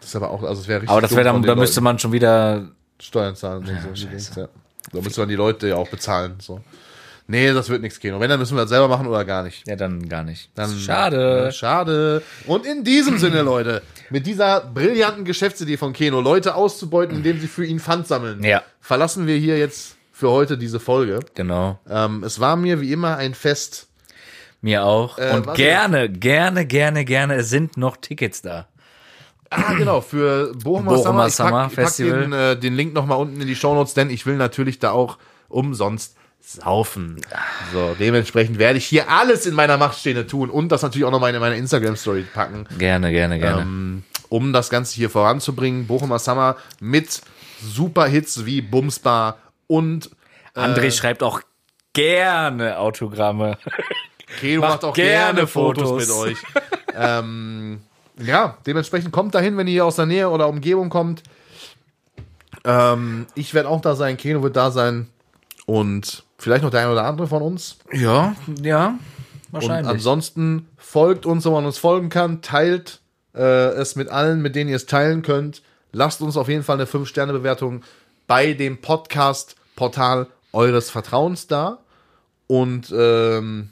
[SPEAKER 1] Das ist aber auch, also es wäre richtig.
[SPEAKER 2] Aber das wäre dann, da müsste
[SPEAKER 1] man
[SPEAKER 2] man schon wieder.
[SPEAKER 1] Steuern zahlen. und so, ja. Da müsste man die Leute ja auch bezahlen. So. Nee, das wird nichts gehen. Und wenn, dann müssen wir das selber machen oder gar nicht.
[SPEAKER 2] Ja, dann gar nicht.
[SPEAKER 1] Dann,
[SPEAKER 2] Schade.
[SPEAKER 1] äh, schade. Und in diesem Sinne, Leute, mit dieser brillanten Geschäftsidee von Keno, Leute auszubeuten, indem sie für ihn Pfand sammeln,
[SPEAKER 2] Ja.
[SPEAKER 1] verlassen wir hier jetzt für heute diese Folge.
[SPEAKER 2] Genau.
[SPEAKER 1] Ähm, es war mir wie immer ein Fest.
[SPEAKER 2] Mir auch.
[SPEAKER 1] Äh,
[SPEAKER 2] und
[SPEAKER 1] warte.
[SPEAKER 2] gerne, gerne, gerne, gerne. Es sind noch Tickets da.
[SPEAKER 1] Ah, genau, für Bochumer, Summer.
[SPEAKER 2] Bochumer
[SPEAKER 1] Ich pack, ich pack
[SPEAKER 2] Festival.
[SPEAKER 1] den, äh, den Link nochmal unten in die Shownotes, denn ich will natürlich da auch umsonst saufen. So, dementsprechend werde ich hier alles in meiner Macht Stehende tun und das natürlich auch nochmal in meine Instagram-Story packen.
[SPEAKER 2] Gerne, gerne, gerne.
[SPEAKER 1] ähm, um das Ganze hier voranzubringen. Bochumer Summer mit Superhits wie Bumsbar und
[SPEAKER 2] André schreibt auch gerne Autogramme.
[SPEAKER 1] Keno macht auch gerne,
[SPEAKER 2] gerne
[SPEAKER 1] Fotos
[SPEAKER 2] Fotos.
[SPEAKER 1] mit euch. ähm, ja, dementsprechend kommt dahin, wenn ihr aus der Nähe oder Umgebung kommt. Ähm, ich werde auch da sein, Keno wird da sein und vielleicht noch der eine oder andere von uns.
[SPEAKER 2] Ja, ja.
[SPEAKER 1] Und ansonsten folgt uns, wenn man uns folgen kann, teilt äh, es mit allen, mit denen ihr es teilen könnt. Lasst uns auf jeden Fall eine 5-Sterne-Bewertung bei dem Podcast-Portal eures Vertrauens da. Und ähm,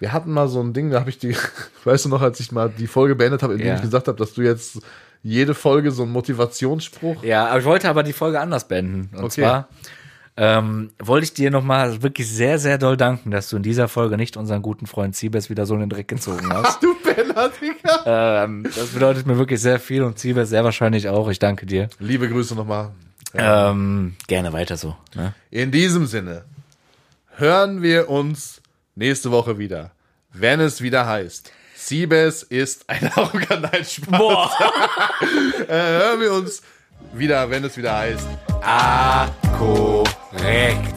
[SPEAKER 1] wir hatten mal so ein Ding, da habe ich die, weißt du noch, als ich mal die Folge beendet habe, in der
[SPEAKER 2] Ja.
[SPEAKER 1] ich gesagt habe, dass du jetzt jede Folge so einen Motivationsspruch.
[SPEAKER 2] Ja, aber ich wollte aber die Folge anders beenden. Und
[SPEAKER 1] Okay.
[SPEAKER 2] zwar ähm, wollte ich dir nochmal wirklich sehr, sehr doll danken, dass du in dieser Folge nicht unseren guten Freund Siebes wieder so in den Dreck gezogen hast.
[SPEAKER 1] Du Penner, Digga.
[SPEAKER 2] ähm, das bedeutet mir wirklich sehr viel und Siebes sehr wahrscheinlich auch. Ich danke dir.
[SPEAKER 1] Liebe Grüße nochmal.
[SPEAKER 2] Ähm, gerne weiter so. Ne?
[SPEAKER 1] In diesem Sinne hören wir uns nächste Woche wieder, wenn es wieder heißt. Siebes ist ein arroganter Spaß.
[SPEAKER 2] Boah.
[SPEAKER 1] Äh, hören wir uns wieder, wenn es wieder heißt.
[SPEAKER 2] Korrekt.